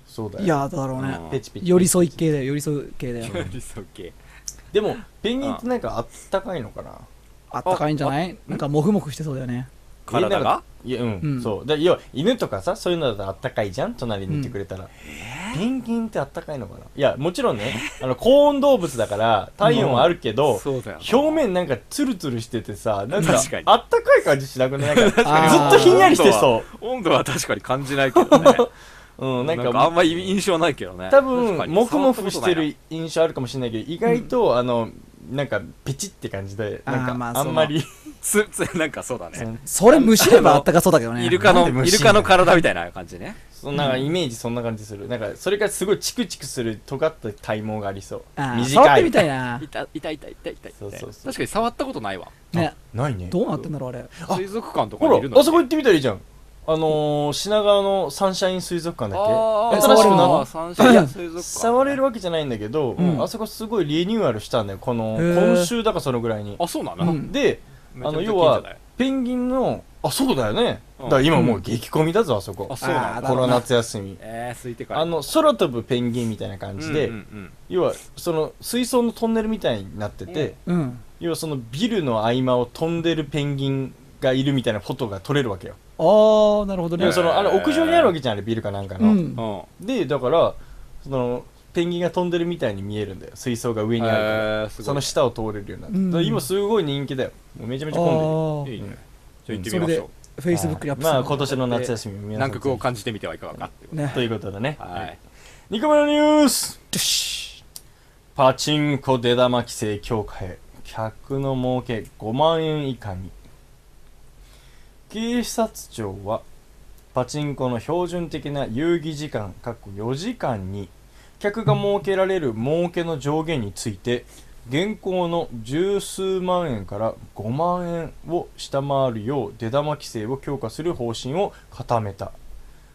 そうだよ
いやだろうね
うん
ペチペチ
寄り添い系だよ寄り添う系だよ
寄り添う系
でもペンギンってなんかあったかいのかな
あったかいんじゃないなんかモフモフしてそうだよね
体が
いやうん、
うん
そうだ要は犬とかさそういうのだとあったかいじゃん隣にいてくれたら、ペンギンってあったかいのかないやもちろんねあの高温動物だから体温はあるけど、
そうだよ
表面なんかツルツルしててさなんか
確かに
あったかい感じしなくないなんか
かに
ずっとひんやりしてそ
温度は確かに感じないけ どね
う、うん、
な
なんん
か
か
あんまり印象ないけどね
多
確か
分
に
もふもふして
触っ
る印象あるかもしれないけど意外と、あのなんかペチって感じで
あー
なんかあ,、
まあその
んまり
たことないなつつなんかそうだね
それむしればあったかそうだけどね
イルカ
なんで
のイ
虫
ルカの体みたいな感じね
そのなんかイメージそんな感じするなんかそれからすごいチクチクする尖った体毛がありそう
あー触っ
短
て
い
みたいない
たいたいたいたいたい
そうそうそう
確かに触ったことないわ
ね
ないね
どうなってんだろうあれ
水族館とか
ほ
にいるの
らあそこ行ってみたらいいじゃんあのー、品川のサンシャイン水族館だっ
あ
け
ー
新しくな
あーサンシャイン水族館
触れるわけじゃないんだけど、
ん
あそこすごいリニューアルしたんだよこの
へー
今週だかそのぐらいに
あそうな
う
の
ん
で
めちゃ
あ
めちゃ近
の要
所
は
だよ
ペンギンのあそうだよね、だから今もう激混みだぞあそこ、
あそうなんだ
あー
この夏休み
えー、空いてから
あの空飛ぶペンギンみたいな感じで、
うんうん
要はその水槽のトンネルみたいになってて、
うん
要はそのビルの合間を飛んでるペンギンがいるみたいなフォトが撮れるわけよ、
ああなるほど
要
ね
はそのあれ屋上にあるわけじゃんあれビルかなんか
う
の、
ん
うんうん
でだからそのペンギンが飛んでるみたいに見えるんだよ水槽が上にあるから、
えー、すごい
その下を通れるようになって、
うん
だから今すごい人気だよもうめちゃめちゃ混んでるよ
あ
いいね。じゃあ行って
そ
みま
れで
し
フ
ょ
ェイスブックにアップする
まあ今年の夏休みも皆さん
南極を感じてみてはいかがかっていう
ね
ということでね
はい
2個目のニュース
よし
パチンコ出玉規制強化へ客の儲け5万円以下に警察庁はパチンコの標準的な遊戯時間かっこ4時間に客が設けられる儲けの上限について現行の十数万円から5万円を下回るよう出玉規制を強化する方針を固めた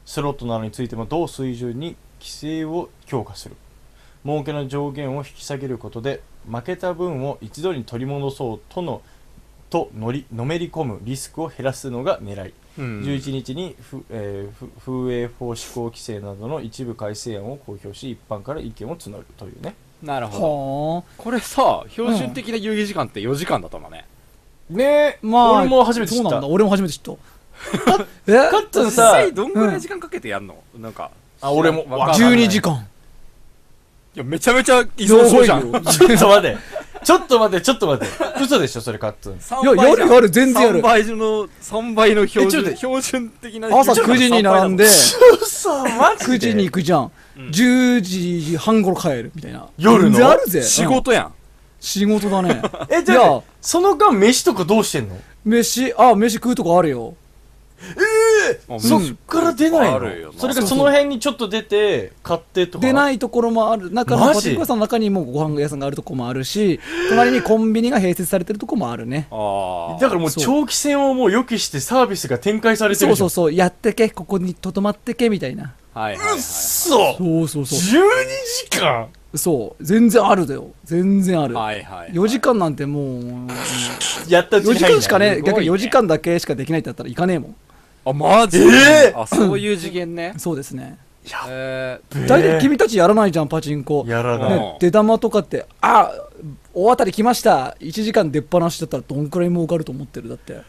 スロットなどについても同水準に規制を強化する儲けの上限を引き下げることで負けた分を一度に取り戻そうとのとのりのめり込むリスクを減らすのが狙い、
う。うん
11日にふ、えーふ風営法施行規制などの一部改正案を公表し一般から意見を募るというね
なるほど
は
これさ標準的な遊戯時間って4時間だったんだね
ねえ
あまあ
俺も初めて知っ
そうな
た
んだ俺も初めて知ったえ
カッツン
実
さ
際どんぐらい時間かけてやんのなんか
あ俺も
わかんない
12時間
いやめちゃめちゃ依存症じゃん
ちょっと待ってちょっと待ってちょっと待って嘘でしょそれカッツン
3
いややるやる全然やる
3倍の3倍の標準
えちょっと待って
標準的な
朝9時に並んで
嘘マジ
9時に行くじゃん10時半頃帰るみたいな
夜の
全然あるぜ
仕
うん
事やん
仕事だね
えじ
い
ゃ
や
あその間飯とかどうしてんの
飯あ飯食うとこあるよ
うん
そっから出ないの、
あるよな
それかその辺にちょっと出て買ってとか
出ないいところもある中
マ
の
ジ
パチンコ屋さんの中にもご飯屋さんがあるとこもあるし隣にコンビニが併設されてるとこもあるね
ああ
だからもう
そう
長期戦をもう予期してサービスが展開されて
そ
る
う
じゃ
そ
ん
うそうやってけここにとどまってけみたいな
はいはい、はい、
そう
そうそうそ
12時間
うそう全然あるだよ全然ある、
はいはいはい
4時間なんてもううん
やったうち
4
に入ん
時
ない
間しか
すご
ね
いね
逆に4時間だけしかできないってなったら行かねえもん
あマジ
えー
あそういう次元ね
そうですね
えー
大体君たちやらないじゃんパチンコ
やらない、
ね、出玉とかってあ大当たり来ました1時間出っ放しだったらどんくらい儲かると思ってるだって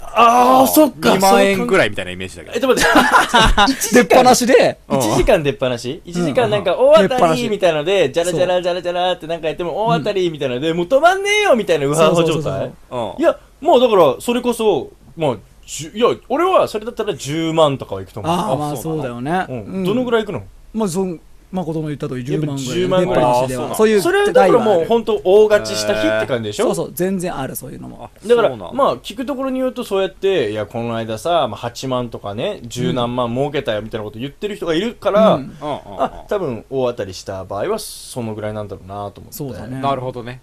ああそっか
2万円ぐ
ら
ら
い
いみたいなイメージだけど
えちょっと待って
出っ放しで
1時間出っ放し1時間なんか
うん
大当
出った放
り
し
みたいのでじゃらじゃらじゃらじゃらってなんかやっても大当たりみたいのでもう止まんねえよみたいなウハウハ
そ
状
うそうそうそう
態
うん
いやもうだからそれこそまあじゅいや俺はそれだったら10万とかはいくと思う
ああまあ
そ
そうう
な
だよね、
うん
うん
どのぐらいいくの
まあそん誠の言った通り10万ぐらい
やっぱ10万ぐらい
出っ放しで
あー
は
そ
そうういう
それだからもう
ほん
本当大勝ちした日って感じでしょ、
そうそう全然あるそういうのも
だから
そうなん
まあ聞くところによるとそうやっていやこの間さ、まあ、8万とかね10何万儲けたよみたいなこと言ってる人がいるから、
うん
うんうんうん
あ多分大当たりした場合はそのぐらいなんだろうなと思って
そうだね
なるほどね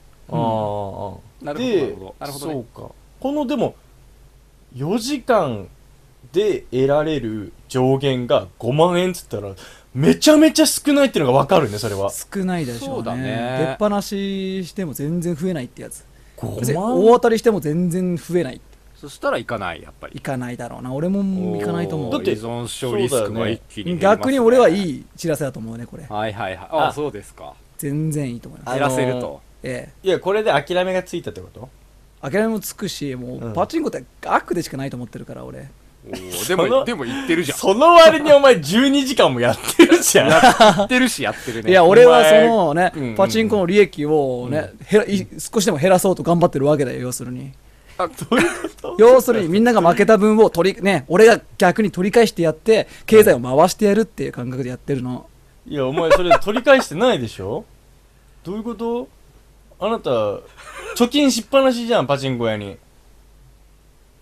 なるほ
ああ、
どな
で
るほどなるほどね
そうかこのでも4時間で得られる上限が5万円っつったらめちゃめちゃ少ないっていうのが分かるねそれは
少ないでしょ
そうう
ね
だね
出っ放ししても全然増えないってやつ別
5
に大当たりしても全然増えない
そしたら行かないやっぱり
いかないだろうな俺ももういかないと思
お
う
ー
だって
依存症リスクが一気に減りますね
逆に俺はいい知らせだと思うねこれ
はいはいはいあ
あ
そうですか
全然いいと思います
あのー
減らせると
ええ
いやこれで諦めがついたってこと
諦めもつくしも
う
うんパチンコって悪でしかないと思ってるから俺
おー
その
でも言ってるじゃん
その割にお前12時間もやってるじゃん
言ってるしやってるね
いや俺はそのね
うん
パチンコの利益をね減らい少しでも減らそうと頑張ってるわけだよ要するに
あ
要するにみんなが負けた分を取りね俺が逆に取り返してやって経済を回してやるっていう感覚でやってるの
いやお前それ取り返してないでしょどういうことあなた貯金しっぱなしじゃんパチンコ屋に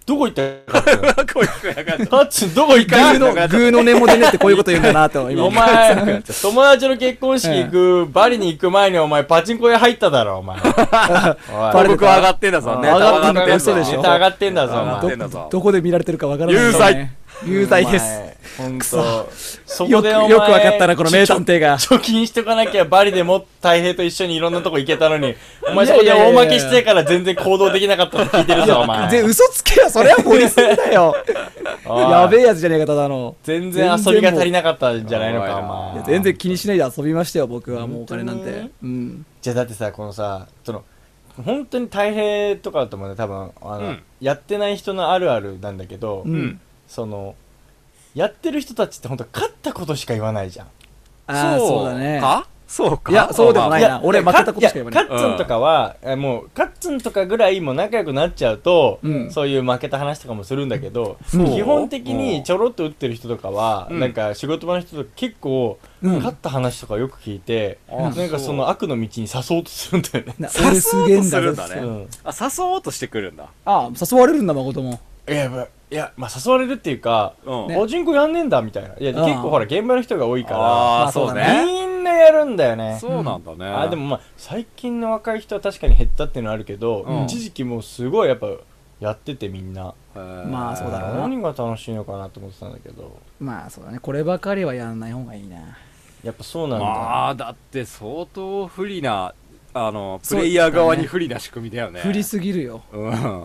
どこ行ったかって
どこ行くやがった
タッチどこ行っ
グ
た
ーのグーの根も出ねってこういうこと言うんだなと今
お前、友達の結婚式行く、バリに行く前にお前、パチンコ屋入っただろ、お 前。バ
バレ
僕は上がってんだぞ
上
ネタ
が
上
っ
がってて
ん
ん
だぞ。
ぞ
ネタ上がってんだぞ、お
上が
前
っ。てんだぞ
どこで見られてるかわからないからね有罪です
本
くそ
当。そ
よく、よくわかったな、この名探偵が。
貯金しとかなきゃバリでも太平と一緒にいろんなとこ行けたのに、お前
い
そ
や
こ
い
で
やいやいや
大負けしてから全然行動できなかったって聞いてるぞ、お
で、
前。
嘘つけよ、それは盛りすぎだよ。
おい
やべえやつじゃねえか、ただの。
全然遊びが足りなかったんじゃないのか、お
いや
前。
全然気にしないで遊びましたよ、僕は。もうお金なん
本
て。うん。
じゃあだってさ、このさ、その、本当に大平とかだと思うね、多分、あの、
うん
やってない人のあるあるなんだけど、
うん
その、やってる人たちって本当勝ったことしか言わないじゃん。
ああ、そうだね。
かそうか
いやそうでもないな俺負けたことしか言わない
やカッツンとかは、えもうカッツンとかぐらいもう仲良くなっちゃうと、
うん
そういう負けた話とかもするんだけど、
うん
基本的
う
に
ん
ちょろっと打ってる人とかは、
うん
なんか仕事場の人とか結構、
うん
勝った話とかよく聞いて、
あ
なんか
そう
その悪の道に誘おうとするんだよね。
な
誘おう
俺
と
すげえんだ
する
ぞ
んだね
うん
あ誘おうとしてくるんだ
ああ、誘われるんだ、誠も。
いや、まあいや、まあ誘われるっていうか、
うん、
お人口やんねえんだみたいな。いや、
うん
結構ほら、現場の人が多いか
あ
まあ
あそう
ら、
ね
みんなやるんだよね。
そうなんだね、
あでもまあ最近の若い人は確かに減ったっていうのはあるけど、
うん
一時期もうすごいやっぱやっててみんな
へー
まあそうだろうな
何が楽しいのかなと思ってたんだけど
まあそうだね。こればかりはやらない方がいいな。
やっぱそうなんだ、
まあだって相当不利なあのプレイヤー側に不利な仕組みだよね
振りすぎるよ。
うん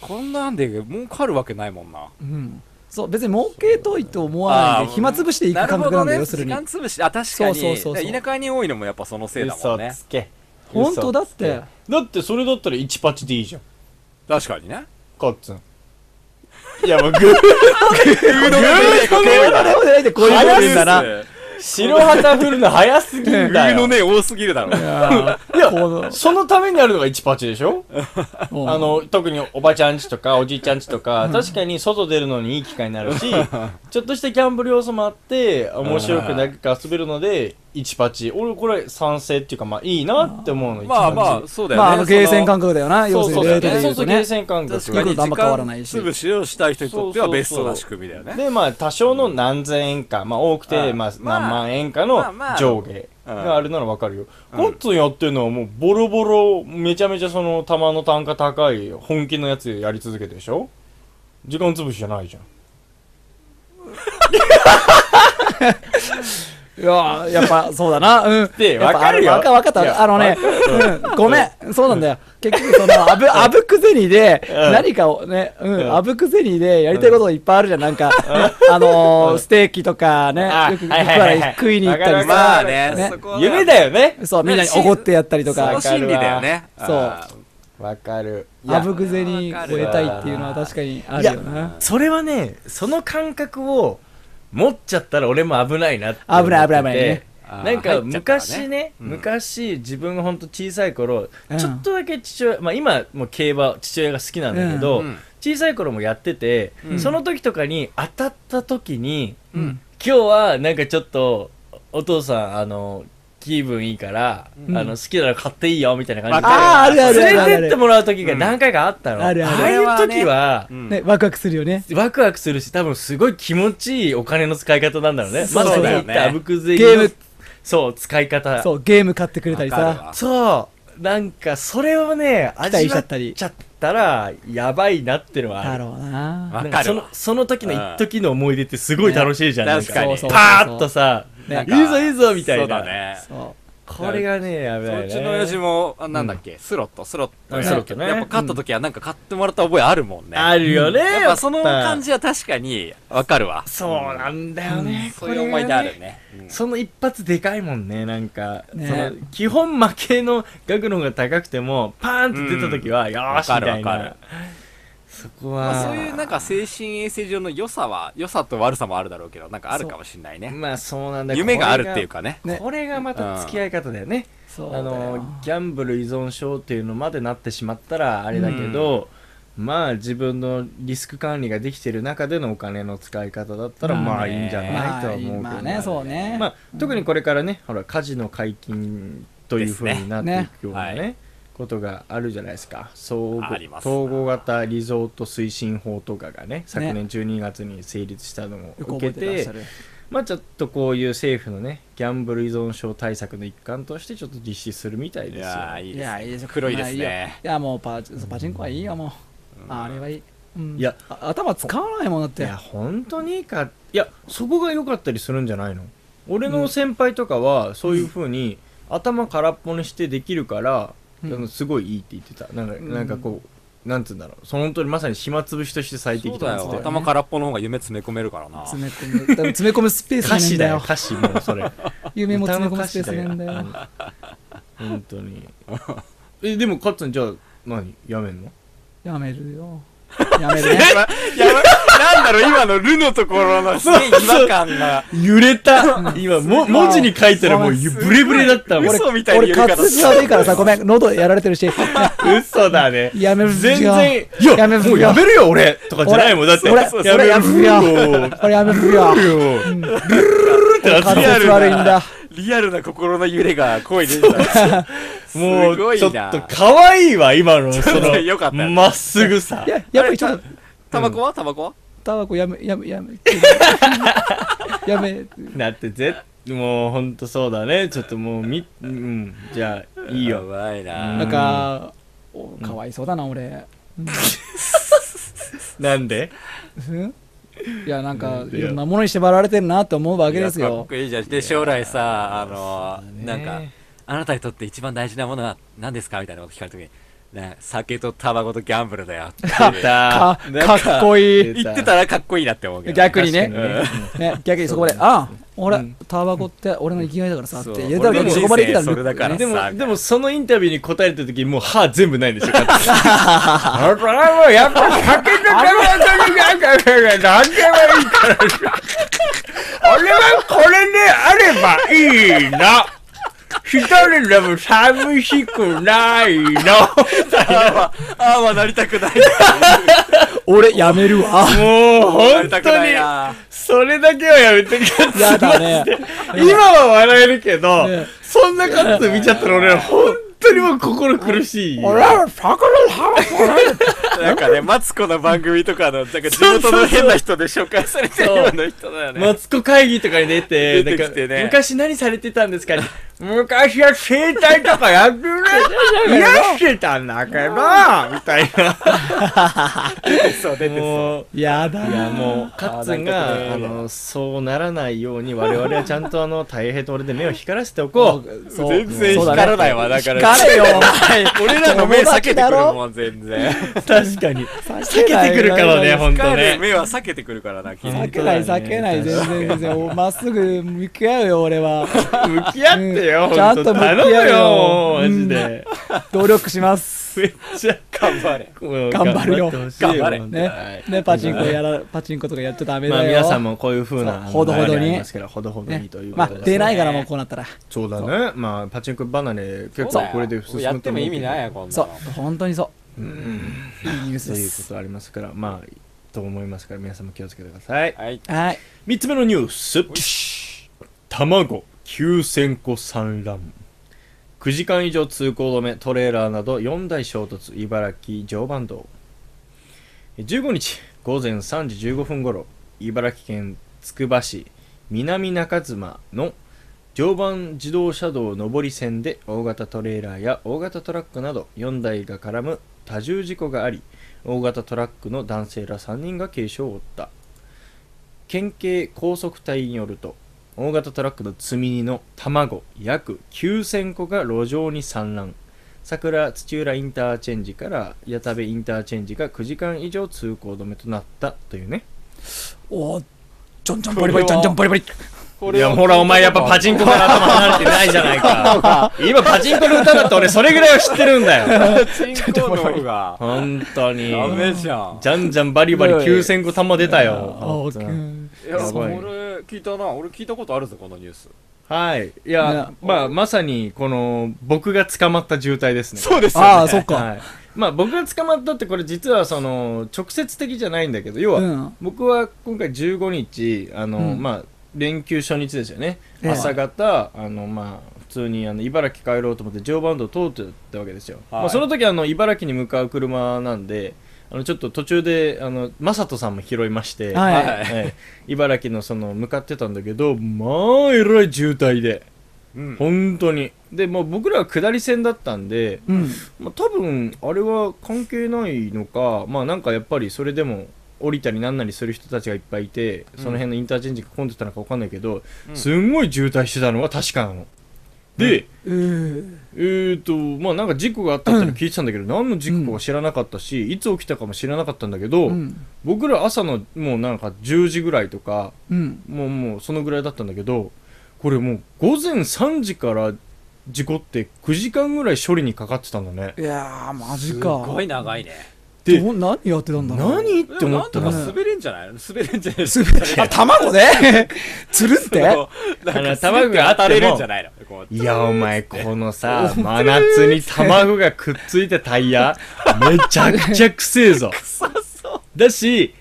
こんなんで儲かるわけないもんな
うん。そう、別に儲けといと思わない
ああ
で、暇つぶしていく
なる
感
ほ
覚な
ど
んだ
ね
よ、要するに
時。間潰しあ確かに
そうそうそうそう
田舎に多いのもやっぱそのせいだも
嘘
んね
つけ
本当だって
嘘つけだってそれだったら1パチでいいじゃん
確かにね
カッ ツンいやもうグー
これはね、ないでこういうこと言うんだな。
白旗振るの早すぎんだ
冬の
よ、
ね多すぎるだ ろうね
いや
この
そのためにあるのが1パチでしょ
うん
あの特におばちゃんちとかおじいちゃんちとか確かに外出るのにいい機会になるしちょっとしたギャンブル要素もあって面白くなんか遊べるので1パチ俺これ賛成っていうかまあいいなって思うの
まあまあそうだよ
ま
ね
あ、あの、ゲーセン感
覚
覚だよな。要
そ
す
う
る
そうそう
に、レートで言う
そう
と
そう
ね
ゲー。セン感覚
確かに
行くのとあんま変わらないし
時間潰しをしたい人にとってはベストな仕組みだよね
でまあ多少の何千円かまあ多くて
うん
まあ
まあ
何万円か
ま
の
あまあ
上下
うん
があるならわかるよコッツンやってるのはもうボロボロめちゃめちゃその玉の単価高い本気のやつやり続けてるでしょ時間潰しじゃないじゃん
いやーやっぱそうだな。うん。
で
やっぱ
わかるよ
あのわかわか
い
った。
や
あのね、うん。 ごめん。そうなんだよ。結局、その、あぶ、あぶく銭で、
うん
何かをね、う
うん
ん。あぶく銭でやりたいことがいっぱいあるじゃん。なんか、あのー、ステーキとかね、
あ
よく
はいはいはいはい
食いに行ったり
わかるわか
さ。
ま
る
あね
ね
そこは
夢だよね
そう、みんなにおごってやったりと
その
か。
心理だよね
わかるわ
あー
わかるい
あ
や
ぶく銭を得たいっていうのは確かにあるよな。
それはねその感覚を持っちゃったら俺も危ないなって
危ない危ない危ないね
あー
な
入
んか
っちゃったら
昔ね、昔自分がほんと小さい頃、
うん
ちょっとだけ父親、まあ今もう競馬、父親が好きなんだけど、
うんうん
小さい頃もやってて、
うん
その時とかに当たった時に、
うん。
今日はなんかちょっとお父さん、あの、気分いいから、
ん
あの好きなら買っていいよみたいな感じで、
ああ、あるあるあるあ
連
る
れ
あ
てって
る。
もらう時が何回かあったの。
うんあるある
あいう時は、
ね、ワクワクするよね。
ワクワクするし、多分すごい気持ちいいお金の使い方なんだろうね。
そ
ま
う
さに
だ
言
よ
っ
ね
たあぶくぜ
ゲーム
そう、使い方。
そう、ゲーム買ってくれたり
わかる
さ。
わ
そう。なんか、それをね、
期待
味
しち
わ
ゃ
っ
ったり
ちゃったら、やばいなってのはある。
だろうな。
わ
な
か
んか
る
そ
わ
の、その時の一時の思い出ってすごい楽しいじゃん。
ね
なん
確かに
そうパーッとさ、
ね
いいぞいいぞみたいな。
そうだね
そ
これがね、やばい、
そ
ね。
うちの親父も、あなんだっけ、スロット、スロットや。
スロットね
やっぱ勝った時はなんか買ってもらった覚えあるもんね。
あるよね。
やっぱその感
じ。
じは確かにわかるわ。
そうなんだよね。
そういう思い出あるね。
その一発でかいもんね、なんか。
ね
その基本負けの額の方が高くても、パーンって出た時は、よーし、
わ
み
かる
たい
わかる
な。そこ
まあ
は、
そういうなんか精神衛生上の良さは、良さと悪さもあるだろうけど、なんかあるかもしれないね。
まあそうなんだ
夢があるっていうかね。
これがこれがまた付き合い方だよね。
う。そうだ
あ
よ
の、ギャンブル依存症っていうのまでなってしまったら、あれだけど、まあ自分のリスク管理ができてる中でのお金の使い方だったら、
ま
ま
あ
あ
ね
いいんじゃないとは思うけど。
まあね、そうね。
まあ、特にこれからね、ほら、カジノ解禁というふうになっていくようなね、
ですねは
ことがあるじゃないですか。総合
ありますな
統合型リゾート推進法とかがね、昨年12月に成立したのも
よ
受
く覚
け、
えてらってしゃる。
まあちょっとこういう政府のね、ギャンブル依存症対策の一環としてちょっと実施するみたい
い
ですよ。
やー、いい
い
です
や、
ね。
いいでしょ。
黒いです
まあ
ね。
いいよいや、もうパチパチンコはいいよ、もう。ああれはいい。うん
いや
あ頭使わないもんだっ
い
て
や。本当にいいかっ
いやそこが良かったりするんじゃないの俺の先輩とかはそういう風に頭空っぽにしてできるから、
うん
あのすごいいいって言ってたなんか,、
ん
なんかこうなんつうんだろうその通りまさに暇つぶしとして最
そう
適
だ
だっつ
よ
って
頭空っぽの方が夢詰め込めるからな
詰め込むだから詰め込むスペースが
歌
ない
詞
ん
だ
だ
よ
よ
歌詞もうそれ
夢も
歌
詰
の
め込む
歌
スペ
詞
ース
だ
がな
よ
いんだよ
本当にえでもカッツンじゃあ何やめんの
やめるよやめるね
やばいなんだろう、今のルのところの。
すげえ違和感が
揺れた今も文字に書いたらもうゆブレブレだったもん
嘘みたいな言
俺
い
滑
方し
舌
た
悪いからさごめん喉やられてるし
嘘だね
やめるよ
全然い
や
や
めるよ
もうやめるよ俺とかじゃないもんだって
俺俺俺やめるよ俺やめるよ
るよ
滑舌悪いんだ
リアルな心の揺れが声 に出てた。
もう
すごい
ちょっと
な
可愛いわ今のそ
ょっとよかった
のまっすぐさ
いややっぱりちょっと
タバコはタバコは
タバコやめやめやめやめ
だってぜもうほんとそうだねちょっともうみうんじゃあいい
や
よ
ばいな
なんかおかわいそうだな俺
なんで
うんいやなんかいろんなものに縛られてるなって思うわけです
いやかっ
よ
こいいじゃんで将来さあのなんかあなたにとって一番大事なものは何ですかみたいなこと聞かれた時にな酒とタバコとギャンブルだよっ て
か
かかっこいい
言ってたらかっこいいなって思うけど
逆にね
確かにね
ね逆にそこまであ俺
うん
タバコって俺の生きがいだからさっ
そ
て
う
言えたら
俺の人
そ
生
こまで来たら
それだから
で
さ
も
あ
でもそのインタビューに答えた時もう歯全部ないんでしょあらもうやっぱ酒とタバコがなんか何でもいいから俺はこれであればいいな一人でも寂しくないの
ああまあなりたく ない
俺やめるわ
もう
な
本
りたく
当
ない
に
な
それだけはやめてく
や
ださい
だね
今は笑えるけど、
ね
そんなカット見ちゃったら俺は本当にもう心苦しい。俺は
なんかね、マツコの番組とかの、なんか地元の変な人で紹介されてるような人だよね。
マツコ会議とかに出て、
出てきてね
なんか昔何されてたんですかね昔は生態とかやって る癒やしてたんだけど、みたいな。
そう、出てそう。
もう、
やだ
いや
な
もう、カッツン
あー
が、あ
なんかね
の、そうならないように、我々はちゃんとあの、太平と俺で目を光らせてお こう。
そう
全然
そうだ
光
ね
らないわ、だから。
光れよ
俺らの目避けてくるもん、全然。
確かに。
避
避けてくるからね、ほんと
光る
ね。
目は避けてくるからな、君。
避けない避けない全然全然おまっすぐ向き合うよ俺は
向き合ってよ、
うんちゃん
ほ
と
んと。
向き合
頼
うよ
むよ、マジで。
努力します
めっちゃ頑張れ。
頑張るよ
頑張れ。
ねねパチンコやらパチンコとかやっちゃダメだ
まあ
よ
皆さんもこういう風
そう
な
ほどほどに
あの流れありますからほどほど
ね
にという
ま
こ
あ
とで、
出ないからもうこうなったら
そうだねまあパチンコ離れ
そう
結構
だよ
これで進むと思うけど
やっても意味ないやこんな
そう
の
本当にそういいニュース
と
で
いうこ
す
とありますからまあと思いますから皆さんも気をつけてください
はい
はい
3つ目のニュース卵9000個産卵9時間以上通行止めトレーラーなど4台衝突茨城常磐道15日午前3時15分ごろ茨城県つくば市南中妻の常磐自動車道上り線で大型トレーラーや大型トラックなど4台が絡む多重事故があり大型トラックの男性ら3人が軽傷を負った県警高速隊によると大型トラックの積み荷の卵約9000個が路上に散乱桜土浦インターチェンジから矢田部インターチェンジが9時間以上通行止めとなったというね
おージョンジョンバリバリジョンジョンバリバリ
いやほらお前やっぱパチンコから頭離れてないじゃないか今パチンコの歌だって俺それぐらいは知ってるんだよ
チンコの方が
本当に
ダメじゃん
じゃんじゃんバリバリ9000個玉出た
お
よ
ーうん
いや
やばい
俺聞いたな俺聞いたことあるぞこのニュース
はいいや
ね
まあまさにこの僕が捕まった渋滞ですね
そうですよね。
ああそっか
はい、まあ僕が捕まったってこれ実はその直接的じゃないんだけど要は
うん
僕は今回15日あの、
うん
まあ連休初日ですよね、
ええ
朝方あのまあ普通にあの茨城帰ろうと思って常磐道を通ってたわけですよ、
はい
まあ、その時あの茨城に向かう車なんであのちょっと途中であの正人さんも拾いまして、
はい
ええ茨城のその向かってたんだけどまあえらい渋滞で
うん。
本当にでもう僕らは下り線だったんで、
うん
まあ、多分あれは関係ないのかまあなんかやっぱりそれでも
降りたりなんなりする人たちがいっぱいいてその辺のインターチェンジが混んでたのか分かんないけど、すんごい渋滞してたのは確かなの。で、
えー
えーとまあ、なんか事故があったっての聞いてたんだけど、何の事故かは知らなかったし、いつ起きたかも知らなかったんだけど、
うん
僕ら朝のもうなんか10時ぐらいとか
うん
もうもうそのぐらいだったんだけどこれもう午前3時から事故って9時間ぐらい処理にかかってたんだね
いやーマジ
す
か
ごい長いね
で
どう何やってたんだろう
何っ
で
て
も
思
な
っ
ん
た
と
ら
か
ね
滑れんじゃないの滑れんじゃないの
あ卵 ねつるんって
あのな
あ
ん
の
か滑っ
卵
て
が
当
あ
た
って
れるん
も
じゃないのこう
いやお前このさ真夏に卵がくっついたタイヤめちゃくちゃくせえぞだし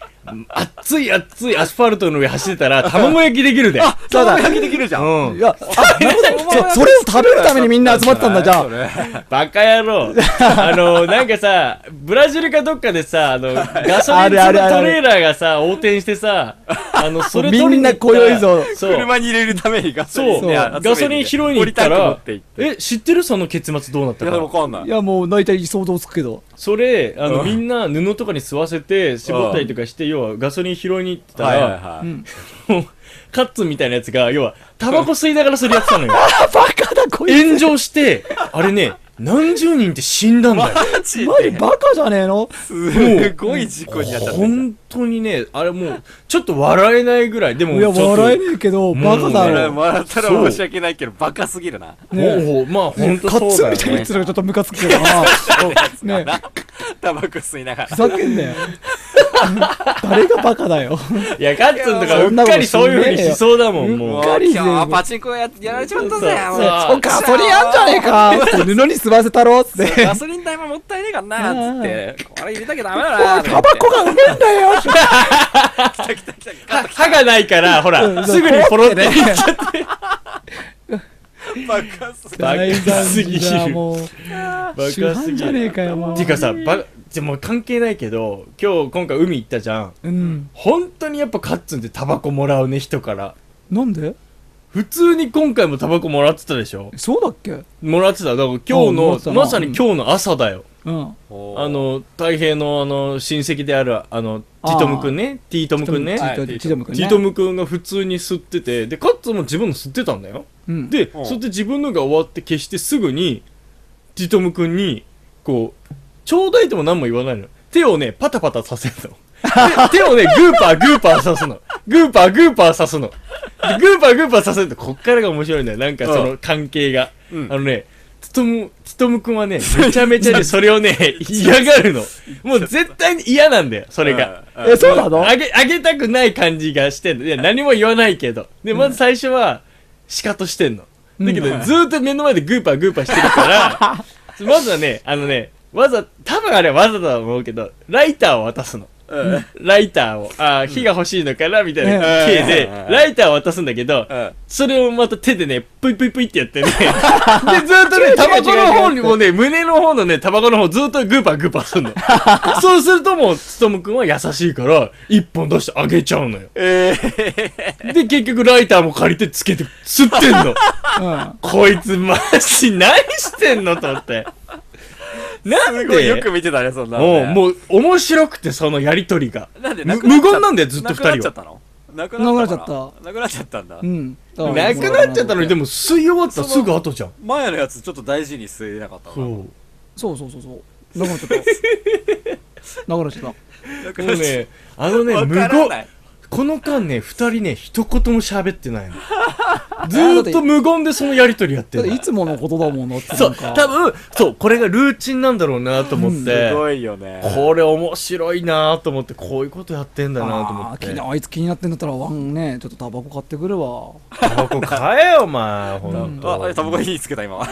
熱い熱いアスファルトの上走ってたら卵焼きできるで
そうだ
投げできるじゃん
うん
いやあなる ほどそそれを食べるためにみんな集まってたんだじゃあ
バカ野郎あのなんかさブラジルかどっかでさあのガソリ
あ
ン
るある
積
ある
むトレーラーがさ横転してさあのそれ取り
みん
に行
な
っ
今
た
宵ぞ
そう
車に入れるためにガソリン
そ
そう
うガソリン拾いに行ったらえ知ってるその結末どうなっ
い
た
や、
か
わかんないい。
やもう大体想像つくけど
それあの
うん
みんな布とかに吸わせて絞ったりとかして要はガソリン拾いに行ってたら、
は
うん
カッツンみたいなやつが要はタバコ吸いながらそれやってたのよ
あバカだこいつ
炎上してあれね何十人って死んだんだよ
マジ
マジバカじゃねえの
すごい事故になっちゃってる。
本当にねあれもうちょっと笑えないぐらいでも
いや
ちょっと
笑えねえけどバカだろ
もらったら申し訳ないけど、バカすぎるな。
ね
もうまあ
え
本当
カッツン
そうだ
みたい
よ
に
ね
言ってるのがちょっとムカつくけどなねえ
タバコ吸いながら
ふ。ざけんなよ誰がバカだよ
いやカッツンとかうっかりそういうふうにしそうだもんもう
ガリで
今日はパチンコややられちまったぜ。
そう
もう
そうかそれやんじゃねえかって布に吸わせたろって
ガソリン代ももったいねえからなつってこれ入れたきゃダメだ
お
ない
タバコがうめえんだ よ
歯歯がないからほ
う
ら
ん
すぐにポロって
ね
バカす
バカすぎ
大
る
惨事だもう
バカ
主
す
犯
ぎ
じゃねえ
る
かよもう
ていうかさバじゃもう関係ないけど今日今回海行ったじゃん
うん
本当にやっぱカッツンってタバコもらうね人から
なんで
普通に今回もタバコもらってたでしょ
そうだっけ
もらってただから今
うんもらっ
日
てた
の
な
まさに今日の朝だよ
うん
あの太平のあの親戚であるあのティトムくんねティトムくんね
ち
テ
ょっとちょっとちょっとちょっと
ィトムくんが普通に吸っててでカッツンも自分の吸ってたんだよ
うん
で
うん
それで自分のが終わって消してすぐにティトムくんにこうちょうだいとも何も言わないの手をねパタパタさせるので 手をねグーパーグーパーさすのグーパーグーパーさすのでグーパーグーパーさせるとこっからが面白いんだよなんかその関係が、
うん
あのねつとむ、つとむくんはね、めちゃめちゃね、それをね、嫌がるの。もう絶対に嫌なんだよ、それが。
えそうなの
あげ、あげたくない感じがしてんの。いや、何も言わないけど。で、まず最初は、シカトしてんの。だけど、ずーっと目の前でグーパーグーパーしてる から、まずはね、あのね、わざ、多分あれはわざだと思うけど、ライターを渡すの。
うん
ライターを、あー火が欲しいのかな、みたい
う
な
ん
系で
うん、
ライターを渡すんだけど、
うん
それをまた手でね、ぷいぷいぷいって やってね。で、ずーっとね、タバコの方にもね、胸の方のね、タバコの方ずーっとグーパーグーパーする の。そうするともう、つとむくんは優しいから、一本出してあげちゃうのよ。
え
で、結局ライターも借りてつけて、吸ってん の。
うん
こいつマジ何してんのと思って。な
ー、す
ん
ごい
で
よく見てたね、そんなの
もう、
ね。
もう面白くて、そのやりとりが。
なんで
む
なくなっちゃ
無言なんだよずっと二人は
なくなっちゃったのなくなっちゃったの。なくなっちゃったんだ
う。んだから
なくなっちゃったのに、でも吸い終わったすぐ後じゃん。
前のやつちょっと大事に吸えなかった
そう。
な。
も
そうそうそうそうなくなっちゃった
なくなっ
なくなっちゃっ
う
ちゃっ
ね、あの
た。
ね、
わ
無
からな
言
い。。
この間ね、二人ね、一言も喋っ てないの。ずーっと無言でそのやりとりやって
ただ
る
ってい。つものことだもんなってな
そう、
んか
多分、そう、これがルーチンなんだろうなと思っ
す
て、
ごいよね。
これ面白いなと思って、こういうことやってんだなと思
あ
っ
ー
て。
気にあいつ気になってんだったらワンねちょっとタバコ買ってくる わ
タバコ買えよ、お前、ほんと。
あ、タバコ火つけた今。
あ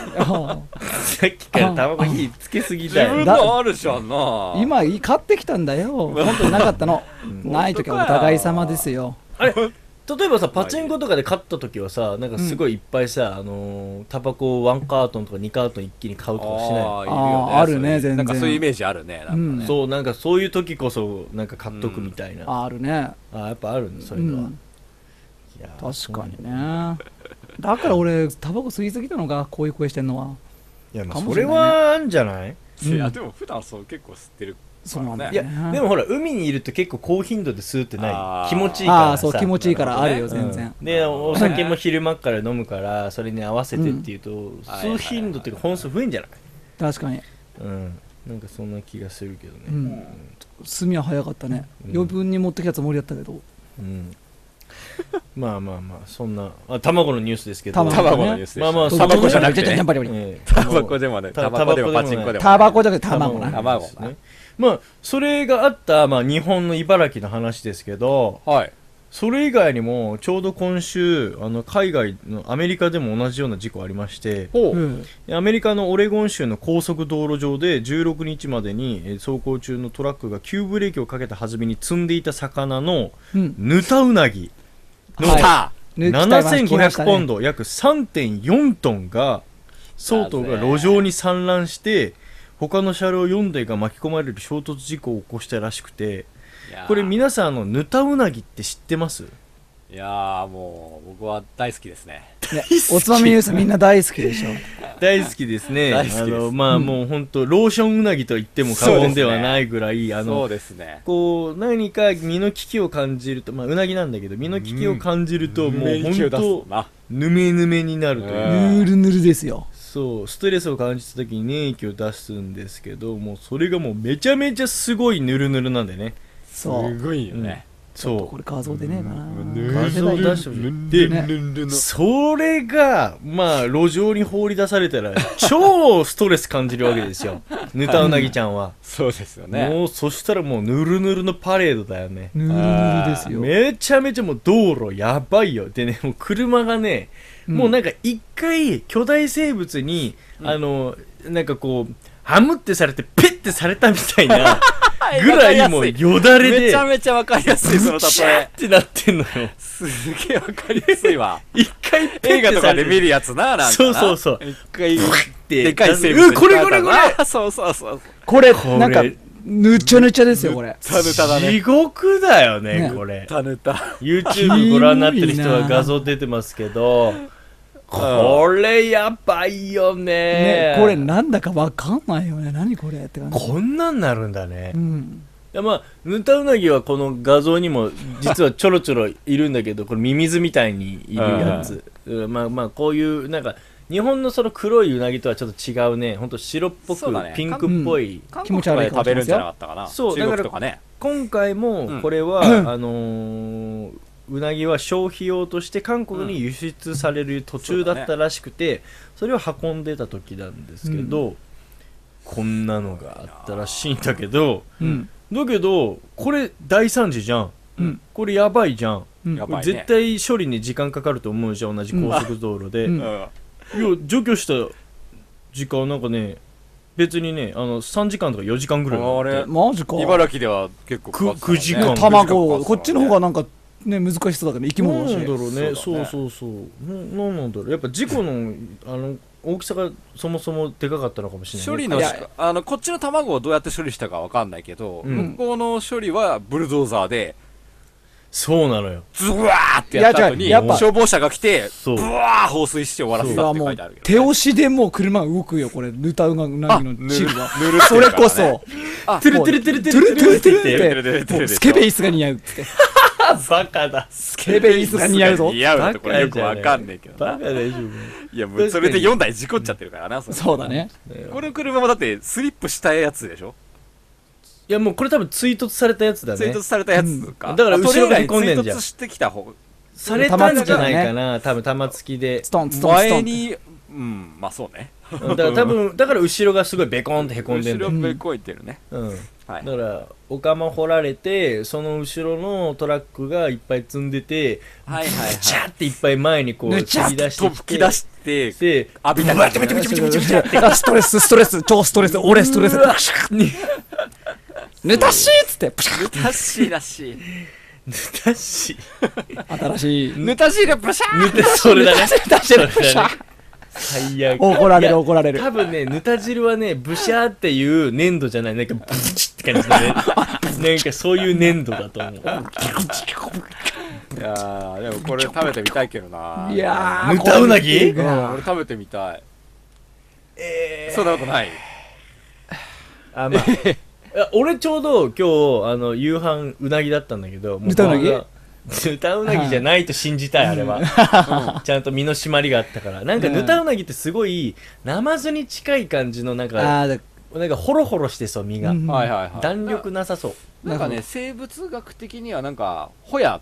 さっきからタバコ火つけすぎ
自
だよ
分。のあるじゃんな
ー。今いい買ってきたんだよ本当になかったのない時はお互い様ですよ
例えばさパチンコとかで勝った時はさなんかすごいいっぱいさ、あのータバコをワンカートンとか2カートン一気に買うとかしない
あーいるよね
あーある
そう
ね
いう
全然
なんかそういうイメージあるね。なんか
うん
そうなんかそういう時こそなんか買っとくみたいな、あ
ああるね
ーやっぱあるねそうういうのは、
ん
いやー
確かにねだから俺タバコ吸いすぎたのがこういう声してんのはい
やまあ
か
そ
もしれ
れ
ないね
はあんじゃない
いやでも普段そう結構吸ってる
そうなんだよ
いやで
も
もほら海にいると結構高頻度で吸うって
あ
ない
ー
気持ちいいからさ
ああそう気持ちいいからあるよ
なる
全
ほどね
然
うんでお酒も昼間から飲むからそれに合わせてっていうと、吸う頻度っていうか本数増えんじゃない
確かに
うんなんかそんな気がするけどね
うん炭は早かったね
うん
余分に持ってきたつもりだったけど
うん、まあまあまあそんなあ卵のニュースですけど
卵
タバコのニュースで
まあまあ
そう
タバコじゃなくて
ちょちょちょ
ね
やっぱりやっぱ
ええ
タバコでもない
た
タバコでも
タバ
パチン
コでも
コ
ない
でも
タバコじゃなくて卵
な
なん
卵
です
な
ねまあそれがあった、まあ、日本の茨城の話ですけど
はい
それ以外にもちょうど今週あの海外のアメリカでも同じような事故ありまして
ほ
う
うん
アメリカのオレゴン州の高速道路上で16日までにえー走行中のトラックが急ブレーキをかけた弾みに積んでいた魚の
うん
ヌタウナギの
はい
た
抜きたい話聞きました
7500
ね
ポンド、約3.4トンが相当が路上に散乱して他の車両4台が巻き込まれる衝突事故を起こしたらしくてこれ皆さんあのヌタウナギって知ってます
いやーもう僕は大好きですね
ねおつまみニュースみんな大好きでしょ
大好きですね
大好きです
あのまあ、
うん
もう本当ローションウナギと言っても過
そうです
言
ね
ではないぐらい、あ
そ
の
うですね
こう何か身の危機を感じるとまあうなぎなんだけど身の危機を感じると、もう本当
な
ぬめぬめになるという
う
ぬ
ん
るぬるですよ
そうストレスを感じた時に粘液を出すんですけどもうそれがもうめちゃめちゃすごいぬるぬるなんでね
そう
すごいよね
そ
これ画像でねえかな
う
画
画
像
像
出
出
し
してて
ほし
ほ
い
し
で
いで
ね
それがまあ路上に放り出され たら超ストレス感じるわけですよぬたうなぎちゃんは、
そうですよね
もうそしたらもうぬるぬるのパレードだよね
ぬるぬるですよ
めちゃめちゃもう道路やばいよでねもう車がね、もうなんか一回巨大生物に、あのなんかこうハムってされてペッてされたみた いなぐらいもうよだれで
めちゃめちゃわかりやすいその例え
ってなってんのよ
すげえわかりやすい わ
一回ペ
映
ッ
画
て
と
さ
か
れ
で
て
見るやつななんかな
そうそうそう
一回
て
でかい生
う
物
んこれこれこれ
れそうそうそう
これ
これ
なんかぬちゃぬちゃですよこれ
タヌタだね
地獄だよね
ね
これ
タヌタ
YouTube ご覧になってる
キ
人
モい
は
な
画像出てますけどこれやばいよね
ねこれなんだかわかんないよね何これって感じ
こんなんなるんだね
うん
いやまあ、ヌタウナギはこの画像にも実はちょろちょろいるんだけどこれミミズみたいにいるや つ、うんまあまあこういうなんか日本のその黒いうなぎとはちょっと違うねほんと白っぽ
そう
く、
だね
ピンクっぽい、
気持ち悪い顔
食べ
してま
るん
す
じゃなか
よ
ったかな
そう
中国とかね
今回
うん
もこ れは、あのーうなぎは消費用として韓国に輸出される途中だったらしくて、それを運んでた時なんですけど、こんなのがあったらしいんだけど
うん
だけどこれ大惨事じゃん
うん
これやばいじゃん
うん
やばいね
絶対処理に時間かかると思うじゃん同じ高速道路で、
うん
いや
ん
除去した時間なんかね別にねあの3時間とか4時間ぐらい
あれ
マジか
茨城では結構
くくじかん
卵こっちの方が
が
なんかね難しそうだけど生き
な
物
ん
だし
だろうね
そう
そ
だ
う
ね
そうそうななんなんだろうやっぱ事故のあの大きさがそもそもでかかったのかもしれない
処理
い
のし
や
あのこっちの卵をどうやって処理したかわかんないけど、
うん
向こうの処理はブルドーザーで
そうなのよ
ズワーってやった後
い
に
や違うやっぱ
消防車が来て
そ
ブ
う
ワー放水して終わらせ
い
た
や
って
も
書
う
いてあるけ
手
ど、
押しでもう車が動くよこれルタウナギのチルは
ぬるって
そ
いう
れ
からね
こそ
てるてるてるて
トゥルトゥルトゥルっ
トゥルトゥル
て
トゥル
もうスケベイスが似合うっつって
バカだ
スケベイスが似合うぞ
似合うってこれよくわかんねえけど
バ
な
カ大丈
いやもうそれで4台事故っちゃってるからなそれ
そうだね
夫
この車もだってスリップしたやつでしょ
いやもうこれ多分追突されたやつだね
追突されたやつ
う
か
んだから
まあ
後ろがへこんでん
それ以
じゃ
外追突
ん
してきた方
されたんじゃないかな多分玉突きで
ストンストンスト
前
ンって
にうんまあそうね
うんだから多分だから後ろがすごいベコンってへこんで
後
んだ
ろ
よ、
めこいてるね
うん、だ
はい
からお釜掘られてその後ろのトラックがいっぱい積んでて
はいはいはい
ブチャっていっぱい前にこう
ぬちゃ
突き出して
と
きて
吹き出して
で
浴びたりして
あストレスストレス超ストレス俺ストレスぬたしーっつってプシャ
ぬたしいらしい
だし
ッ新しい
ぬたしいがブシャー
ぬたそれだね
ぬたし
それだね
プシャー
最悪
怒られ
い
る
や
怒られる
多分ねぬた汁はねブシャーっていう粘土じゃないなんかブチって感じだねなんかそういう粘土だと思う
いやーでもこれ食べてみたいけどない
やー
ぬたうなぎ
こ
う
れ
ん俺食べてみたいええそんなことない
あまあや俺ちょうど今日あの夕飯うなぎだったんだけどもう
ぬたうなぎ
まあぬたうなぎじゃないと信じたいあれは、 うんちゃんと身の締まりがあったからなんか
うん
ぬたうなぎってすごいナマズに近い感じのなんか
あーだ
なんかホロホロしてそう身が、
うん
はいはいはい
弾力なさそう
なんか
な
ね
るほ
生物学的にはなんかホヤ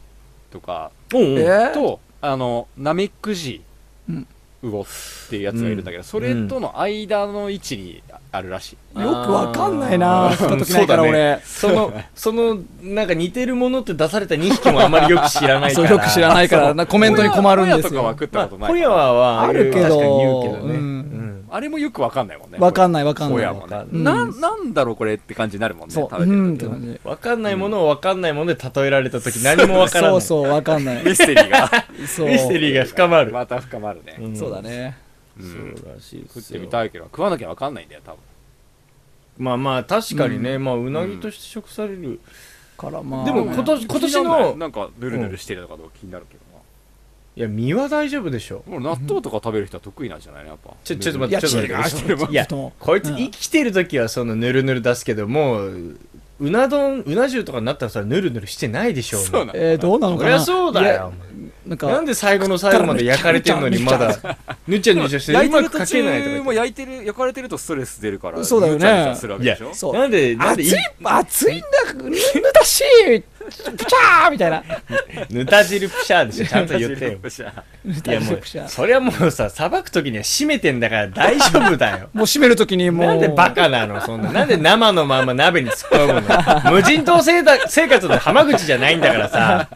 とか
うん
えー
とあのナメックジ
うん
ウオっていうやつがいるんだけど、それとの間の位置にあるらしい、
よくわかんないな
あー
使った時ないから
そうだ
俺
その、その、なんか似てるものって出された2匹もあまりよく知らないか
そう
ら。
よく知らないからなコメントに困るんです
ホヤとかは
よ
食っ
ま
た
あ、
ことない
ホ
から、
ヤはは
あるけど
確かに言うけどね。
うん
うん
あれもよくわかんないもんね
わかん
ない
ないわかんない
ホヤ
わ
も
か
ね
ん、
ない
なんなんだろうこれって感じになるもんね
そ
食
う
べて
う
る
んって
時
感
は
じ
わかんないものをわかんないもので例えられた時何もわからな
そう
い。
そうわかんない
ミステリーが
そう
ミステリーが深まる。
また深まるね、
ん
そうだ。ね
うん
そうらしいです
食
よ
ってみたいけど食わなきゃわかんないんだよ多分
まあまあ確かにね、まあうなぎとして食される、
からまあ
でも今年今年
気にならない
の
なんかヌルヌルしてるのかどうか気になるけどな、
いや身は大丈夫でしょ
もう納豆とか食べる人は得意なんじゃないのやっぱ
ちょちょっと
い
待っ
や
てちょっと
違う
待って
違う
いや
ちょっと
こいつ
うん
生きてる時はそのぬるぬる出すけどもううな丼うな重とかになったらそれぬるぬるしてないでしょ
そうなの
えーどうなの
そ
か
り
な
ゃそうだよ
いやなんか
なんで最後の最後まで焼かれてんのにまだぬちゃぬちゃして
焼
う
いて
ま
る
くか
途
けないとか
中も焼いてる焼かれてるとストレス出るから
そうだよね
ぐちゃぐちゃするわけでしょ
そう
なんでなんでい
熱い熱いんだぬだしプチャーみたいな
ぬた汁プシャーでしょちゃんと言ってよいやも
ぬた汁プシャー
うそりゃもうささばく時には締めてんだから大丈夫 だよ
もう閉めるときにもう
なんでバカなのそんななんで生のまま鍋に突っ込 むの無人島生だ生活の浜口じゃないんだからさ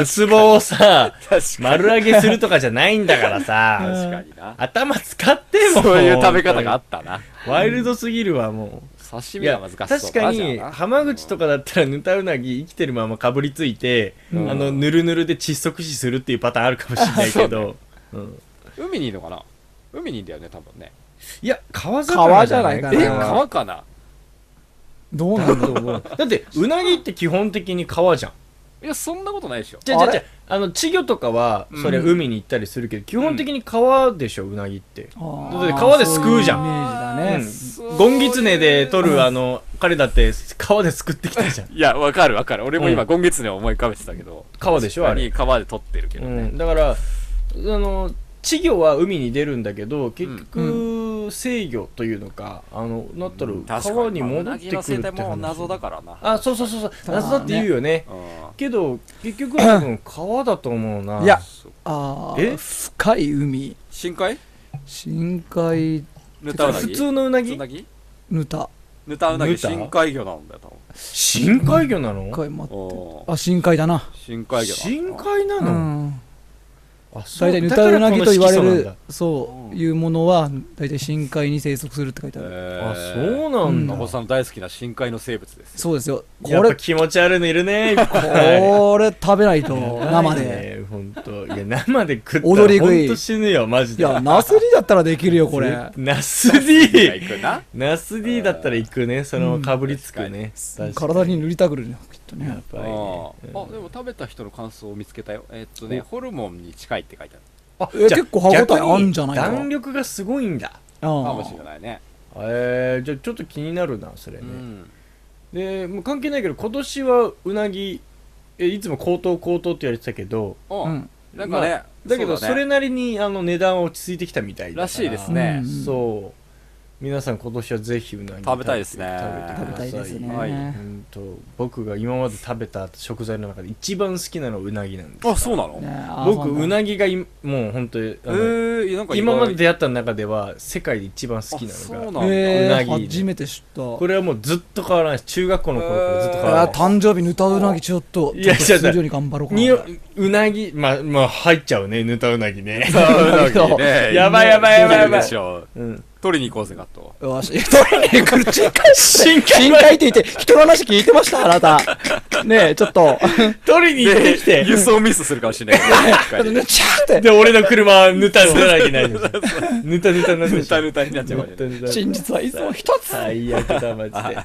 薄棒をさ丸揚げするとかじゃないんだから
確か
さ
にな
頭使っても
そういう食べ方があったな
ワイルドすぎるわもう
刺
い
身
や
が難しそう
確かに浜口とかだったらぬたうなぎ生きてるままかぶりついて、あのぬるぬるで窒息死するっていうパターンあるかもしれな いけど、うん
海にいるのかな海にいるんだよね多分ね
いや川
川
魚
じ
じ
ゃ
ゃ
な
ないい
か
か
な
な
え
うん
川かな
どうなんだろう
だってうなぎって基本的に川じゃん
いやそんなことないでしょ
じゃあじゃ
あれ
あじゃああの稚魚とかは
うん
それ海に行ったりするけど、基本的に川でしょうなぎって、
あ
だ
ー
って川ですくうじゃん
そういうイメージだね
そう
ゴンギツネで取るあの彼だって川ですくってきたじゃん
いやわかるわかる俺も今
うん
ゴンギツネを思い浮かべてたけど
川でしょあれ
確かに川で取ってるけど
う
ね
ん、だからあの稚魚は海に出るんだけど結局、制魚というのかあのなったら川に戻って
うな
くるって
ぎの生態も
話
謎だからな
あそうそうそうそう
うだね
謎だって言うよね
うん
けど結局は多分川だと思う ない
や
そう
あ
え
ー深い海
深海
深海
ぬたうなぎ
普通のうな
普通
ぎ
なぎ
ぬた
ぬたうなぎ
ぬた
深海魚なんだよ
深海魚なの
深い待
多
って
分
あ深海だな
深海魚
深海な
う
の、
ん
あそう
大体ぬたうなぎと言われ
だからこの色素な
る
ん
そういうものは大体深海に生息するって書いてある
だあ
え
そうなん
う
だ、
ナホさんの大好きな深海の生物です
そうですよこ
やっぱ
れ
気持ち悪いのいるねいっ ぱい
これ食べ ないと生
やばい
で
ねほんといや生で食った
踊り食
らほ
い
んと死ぬよマジ
い
で
やナスリだったらできるよこれ
ナス
いや
D
行くな
ナス D だったら行くねそのかぶりつくね確か
体に塗りたくるねきっと
やっ
ね
ぱ
あ
りね
ーあでも食べた人の感想を見つけたよえっとねホルモンに近いって書いてある
あ
え
じゃ
結構歯応え
逆に
あんじゃないかな
弾力がすごいんだ
か
あ
もしれないね
えーじゃあちょっと気になるなそれ
う
ね
ん
でもう関係ないけど今年はうなぎえいつも高騰高騰って言われてたけど
あ
う
うんん
なんか
ま
ね
だけど
う
そ
ね
れなりにあの値段は落ち着いてきたみたいだから
らしいですね
うん
そう皆さん今年はぜひうなぎ
食べたいですね
食べてください
食べたいですね
はいうんと僕が今まで食べた食材の中で一番好きなのはうなぎなんです
あそうなの
ねあ
僕う
ぎ
なぎがいもう本当に
え
あの
ーなんか意外
今まで出会った中では世界で一番好きな
あそうな
の
ん
が
だ
うな
え
ぎ
ー初めて知った
これはもうずっと変わらないです中学校の頃からずっと変わら
あ
ない
ー誕生日ぬたうなぎちょっと
いや
ちょっと
い
す
や
るように頑張ろうかな
にうなぎまあまあ入っちゃうねぬたうなぎね
そう
ね
やばいやばいやばいやばい
でしょ
うん
取りに行こうぜガット
よし、取りに来る深海
深
深海って言って、人の話聞いてましたあな た。ねえ、ちょっと。
取りに行ってきて
輸送ミスするかもし れないけど
ぬちゃーって。
で俺の車はぬたうなぎになるぬたぬたになるで
ぬ
しょ
たぬたになっちゃうかもしれない
ぬたぬた
真実はいつも一つ。
最悪だマジで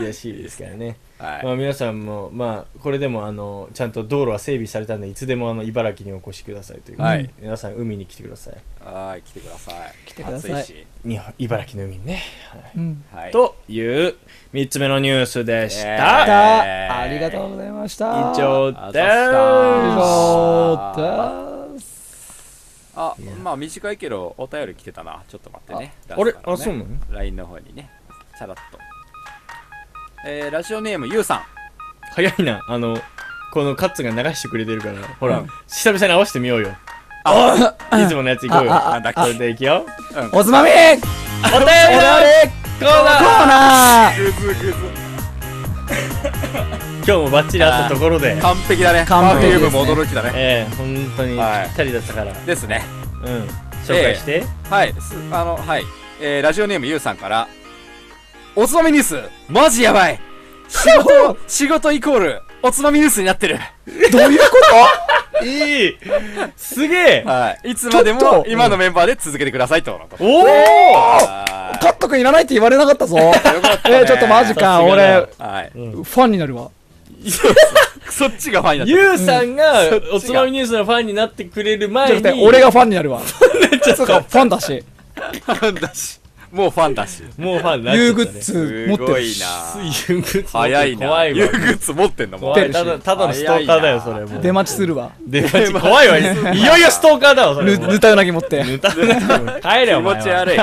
癒やしいですからね
はい
まあ、皆さんも、まあ、これでもあのちゃんと道路は整備されたんでいつでもあの茨城にお越しくださいということで、
はい
皆さん海に来てください
はい、来てください。来
てください
暑いし。
日本茨城の海にね、はい
うん
はい。
という3つ目のニュースでし
えー
た。
だありがとうございました
以上
あ
で
ざし
以
た
上です
あ、まあ短いけどお便り来てたな。ちょっと待ってね。
あれ
出すからね
あそうなの
LINE の方にね、さらっと。えー、ラジオネーム、ゆうさん。
早いな。あの、このカッツが流してくれてるから、ほら、久々に合わせてみようよ。いつものやついこうよ。
なんだっけ
それでいくよ。
おつまみ
お便り
おだれ
コー
コ
ナー
ーナー
今日もバッチリあったところで、
完璧だね。
完璧ですね
Perfume も驚きだね。
ええ本当にぴ
はい
ったりだったから、
ですね。
うん。紹介して。
はい。すあの、はい。えー、ラジオネーム、ゆうさんから、おつまみニュース、マジやばい仕事、仕事イコール、おつまみニュースになってる。
どういうこ
いいすげ え
はい。いつまで
ちょっ
も
と
今のメンバーで続けてくださいってことだと。
おお
とカット君いらないって言われなか ったぞえーちょっとマジか
さすがだ
俺
はい。
ファンになるわ
そっちがファンになってる。
ゆうさんが
うんそっちが
おつまみニュースのファンになってくれる
じゃ
前
なくて
に
俺がファンにな るわそうかファンだし
ファンだし。もうファンだし。
もうファンになっちゃ
ユ
っ
ー
た
グ
ね
ッズ持ってるし
すごいな
ユーグッズ
早いな。
怖い
ユ
わ
ーグッズ持ってんのもう
怖
持ってる
い
した
だただのストーカーだよそれもう
出待ちするわ
出待ち怖いわいよいよストーカーだわそれ
ぬ
もう
ぬたうなぎ持っ て
ぬたぬた帰れ
気
よお前
持
は
ち悪い。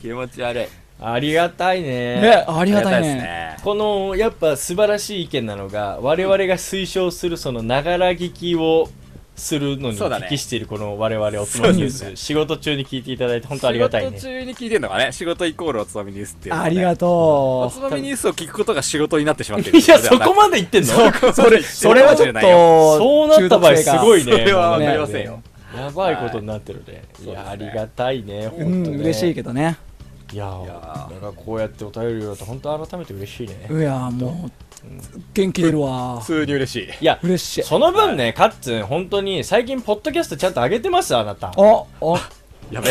気持ち悪い。
ありがたい
ね
ね
ありがたいね
あ
このやっぱ素晴らしい意見なのが我々が推奨するそのながら聞きをするのに
そうだね
適しているこの我々おつまみニュース、仕事中に聞いていただいて本当あり
り
が
が
た
たい
い
ね。
ね
仕事中に聞いてんのかね。仕事イコールおつまみニュースっていうのが
あ
ね。
りが
お
と
つ まみニュースを聞くことが仕事になってしまってる。
いやそこまで言ってんのそう
まで。
うそれはちょっと
なった場合すごいね
それは
もうね
わかりま
せんよ
やばいことになってるね、いやありがたいね本
う
当
ん
ね
嬉しいけどね
いや
いや
なんかこうやってお便りをと本当改めて嬉しいね
いやーもう元気出るわ
普通に嬉しい。
いや
嬉しい
その分ねカッツン本当に最近ポッドキャストちゃんと上げてますあなた
おお
やべ。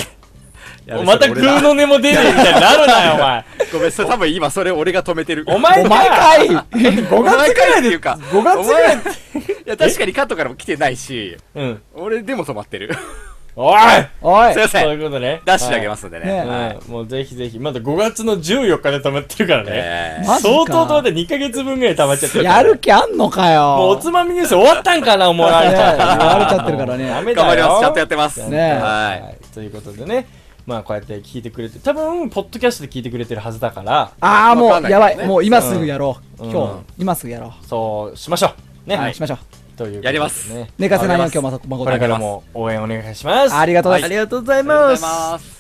やべ
また
そ
グ
れ俺だ
ーの音も出ねえみたいになるな よお前
ごめん、それ多分今それ俺が止めてる。
お前
お
か
前かい5
お前
月
かいっていうか。
5月ぐらい
いや、確かにカットからも来てないし、
うん。
俺でも止まってる。
おい
おい
すいませ。
そうんいうことね。
ダッシュであげますんで
ね
ね。
はい。うん。もうぜひぜひ。まだ5月の14日で溜まってるからね。
え
マジか
相当溜まって2ヶ月分ぐらい溜まっちゃってるから。
やる気あんのかよ
もうおつまみニュース終わったんかな思われ
ね
ち
言
ゃった
われちゃってるから
ダ
ね
メ
ー頑張
だ
り
よ。
ます。ちゃんとやってます。
ねえ
は
はい。ということでね。まあこうやって聞いてくれて、多分、ポッドキャストで聞いてくれてるはずだから、
ああ
わ
も
かん
う
ない
やば
けど
い
ね
もう今すぐやろう
うんう
今
ん
日今すぐやろ
そうしましょう。
う
ね。
はいしましょう
ということでね
やります
寝かせないよ今日まさ
こ
こ
れ
で
からも応援お願いします。
ありがとうございま
あ
す
りがとうござい
い。ありがとう
ま
ご
す
ざい。ます。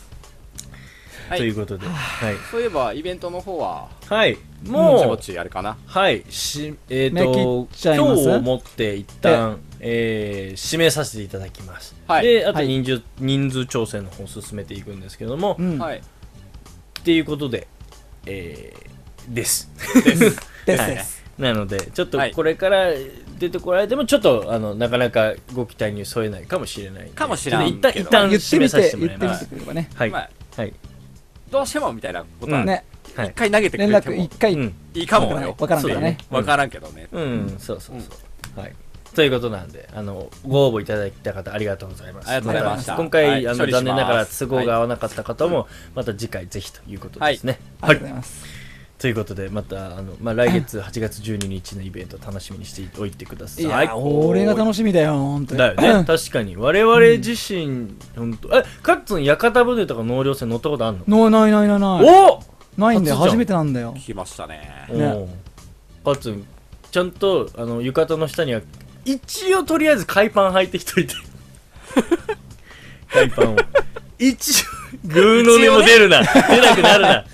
はい
ということではい
そういえば、イベントの方は、
はい
もち
も
ぼ
う
ちあれかな。
はいしえっ
め
と
切っちゃ
今
い
日
ます
をもって一旦えー締めさせていただきます
はい
であと
はい
人数人数調整の方進めていくんですけども
うん
はい。
っていうことでえーです
です
はい
です
なのでちょっと
はい
これから出てこられてもちょっとあのなかなかご期待に添えないかもしれない
かもしれん
ちょっと一旦
けど
一旦
言って
締め
み
させ
て
てもら
言って
い
み
ま
て
す
くれればね
はい
まあ
はい
どうしてもみたいなことは、
うん
ね
はい
一回投げてく
連
れても
絡一回
うん
いいかもよ。
わからん
からね
そうだわからんけどね。
うんそうそうそうはいということなんであのご応募いただいた方ありがとうございます
ありがとうございました
今回、
はい
あ
処
の
理しま
残
す
念ながら都合が合わなかった方も、また次回ぜひということですね
ありがとうございます
ということでまたあの、まあ、来月8月12日のイベント楽しみにしておいてください
いやー俺が楽しみだよ本当に
だよね確かに我々自身本当えカッツン屋形船とか納涼船乗ったことあんの
うんないないないないない
お
ないんだよ
初じゃん
初めてなんだよ
来ましたね。
ね
おうカッツンちゃんとあの浴衣の下には一応とりあえず海パン履いてきといて海パンを一応グーの音も出るな、出なくなるな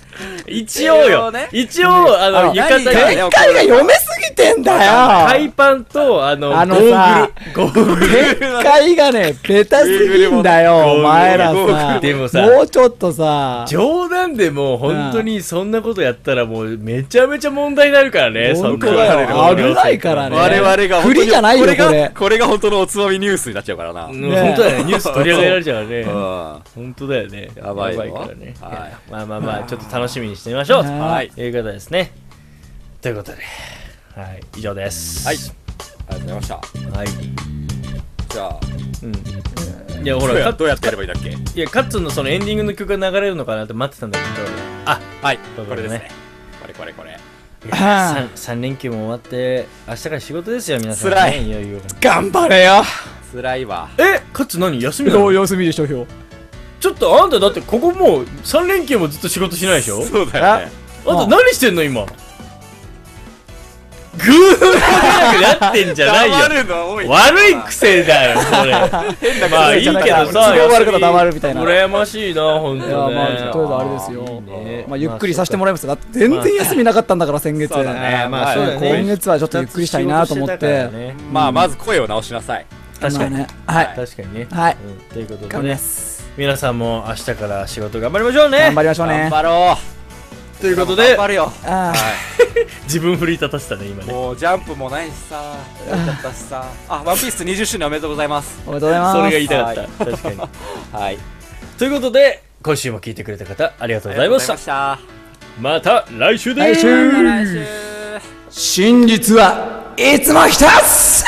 一応よ一応,、あの
あ
浴衣
何が
に
ね
展開が読めすぎてんだ
海
よ
パンとあの
あの
ゴー
さ
グルゴーグル
展開がねベタすぎんだよお前らさ
でもさ
もうちょっとさ
冗談でもう本当にそんなことやったらもうめちゃめちゃ問題になるからね、そん
本
な
当だよ危ないから ね
我々が本当に
振りじゃないよ
これ
こ
が
れ
これが本当のおつまみニュースになっちゃうからな。う
う
んん。
ね
本当だよねニュース取り上げられちゃうね
は
本当だよね
やばいよ
からね
はい
まあまあまあちょっと楽しみにしてみましょう
はい
ということですねということで、はい、以上です。
はいありがとうございました
はい。
じゃあ
いや、
ど
ほ
う
ら、
や
カ
どうやってやればいいんだっけ
いや、カッツンのそのエンディングの曲が流れるのかなって待ってたんだけど、あ、
はい
そうだね
これですねこれこれこれ
あ
3, 三連休も終わって、明日から仕事ですよ、皆さん、ね。
辛い
いよいよ。
頑張れよ
辛いわ
え、カッツン何休みな
ど
の
う様子見でしょ票
ちょっとあんただってここもう3連休もずっと仕事しないでしょ
そうだよね
あんた何してんの今グーグーなってんじゃないよ
黙るの多い
悪い癖 だよそれまあいいけど
都
さ
合悪いこと黙るみたいな
羨ましいな本当
い
ね
やまあとりあえずあれですよ
いいね
まあゆっくりさせてもらいますだって全然休みなかったんだから先月
そうだねまあそうだ
今月はちょっとゆっくりしたいなと思って
まあまず声を直しなさい
確かに
まあねはい
確かにね
はい
うんということで
頑張りま
ね
す
皆さんも明日から仕事頑張りましょうね
頑張りましょうね
頑張ろ
ということ
う頑
で
張るよ
あー
自分振り立たせたね今ね
もうジャンプもないしさやっちゃったしさあワンピース20周年おめでとうございます
おめでとうございます
それが言いたかった確かに
はい
ということで今週も聞いてくれた方ありがとうございましたま
た
た来週です
来週
来週
真実はいつも一つ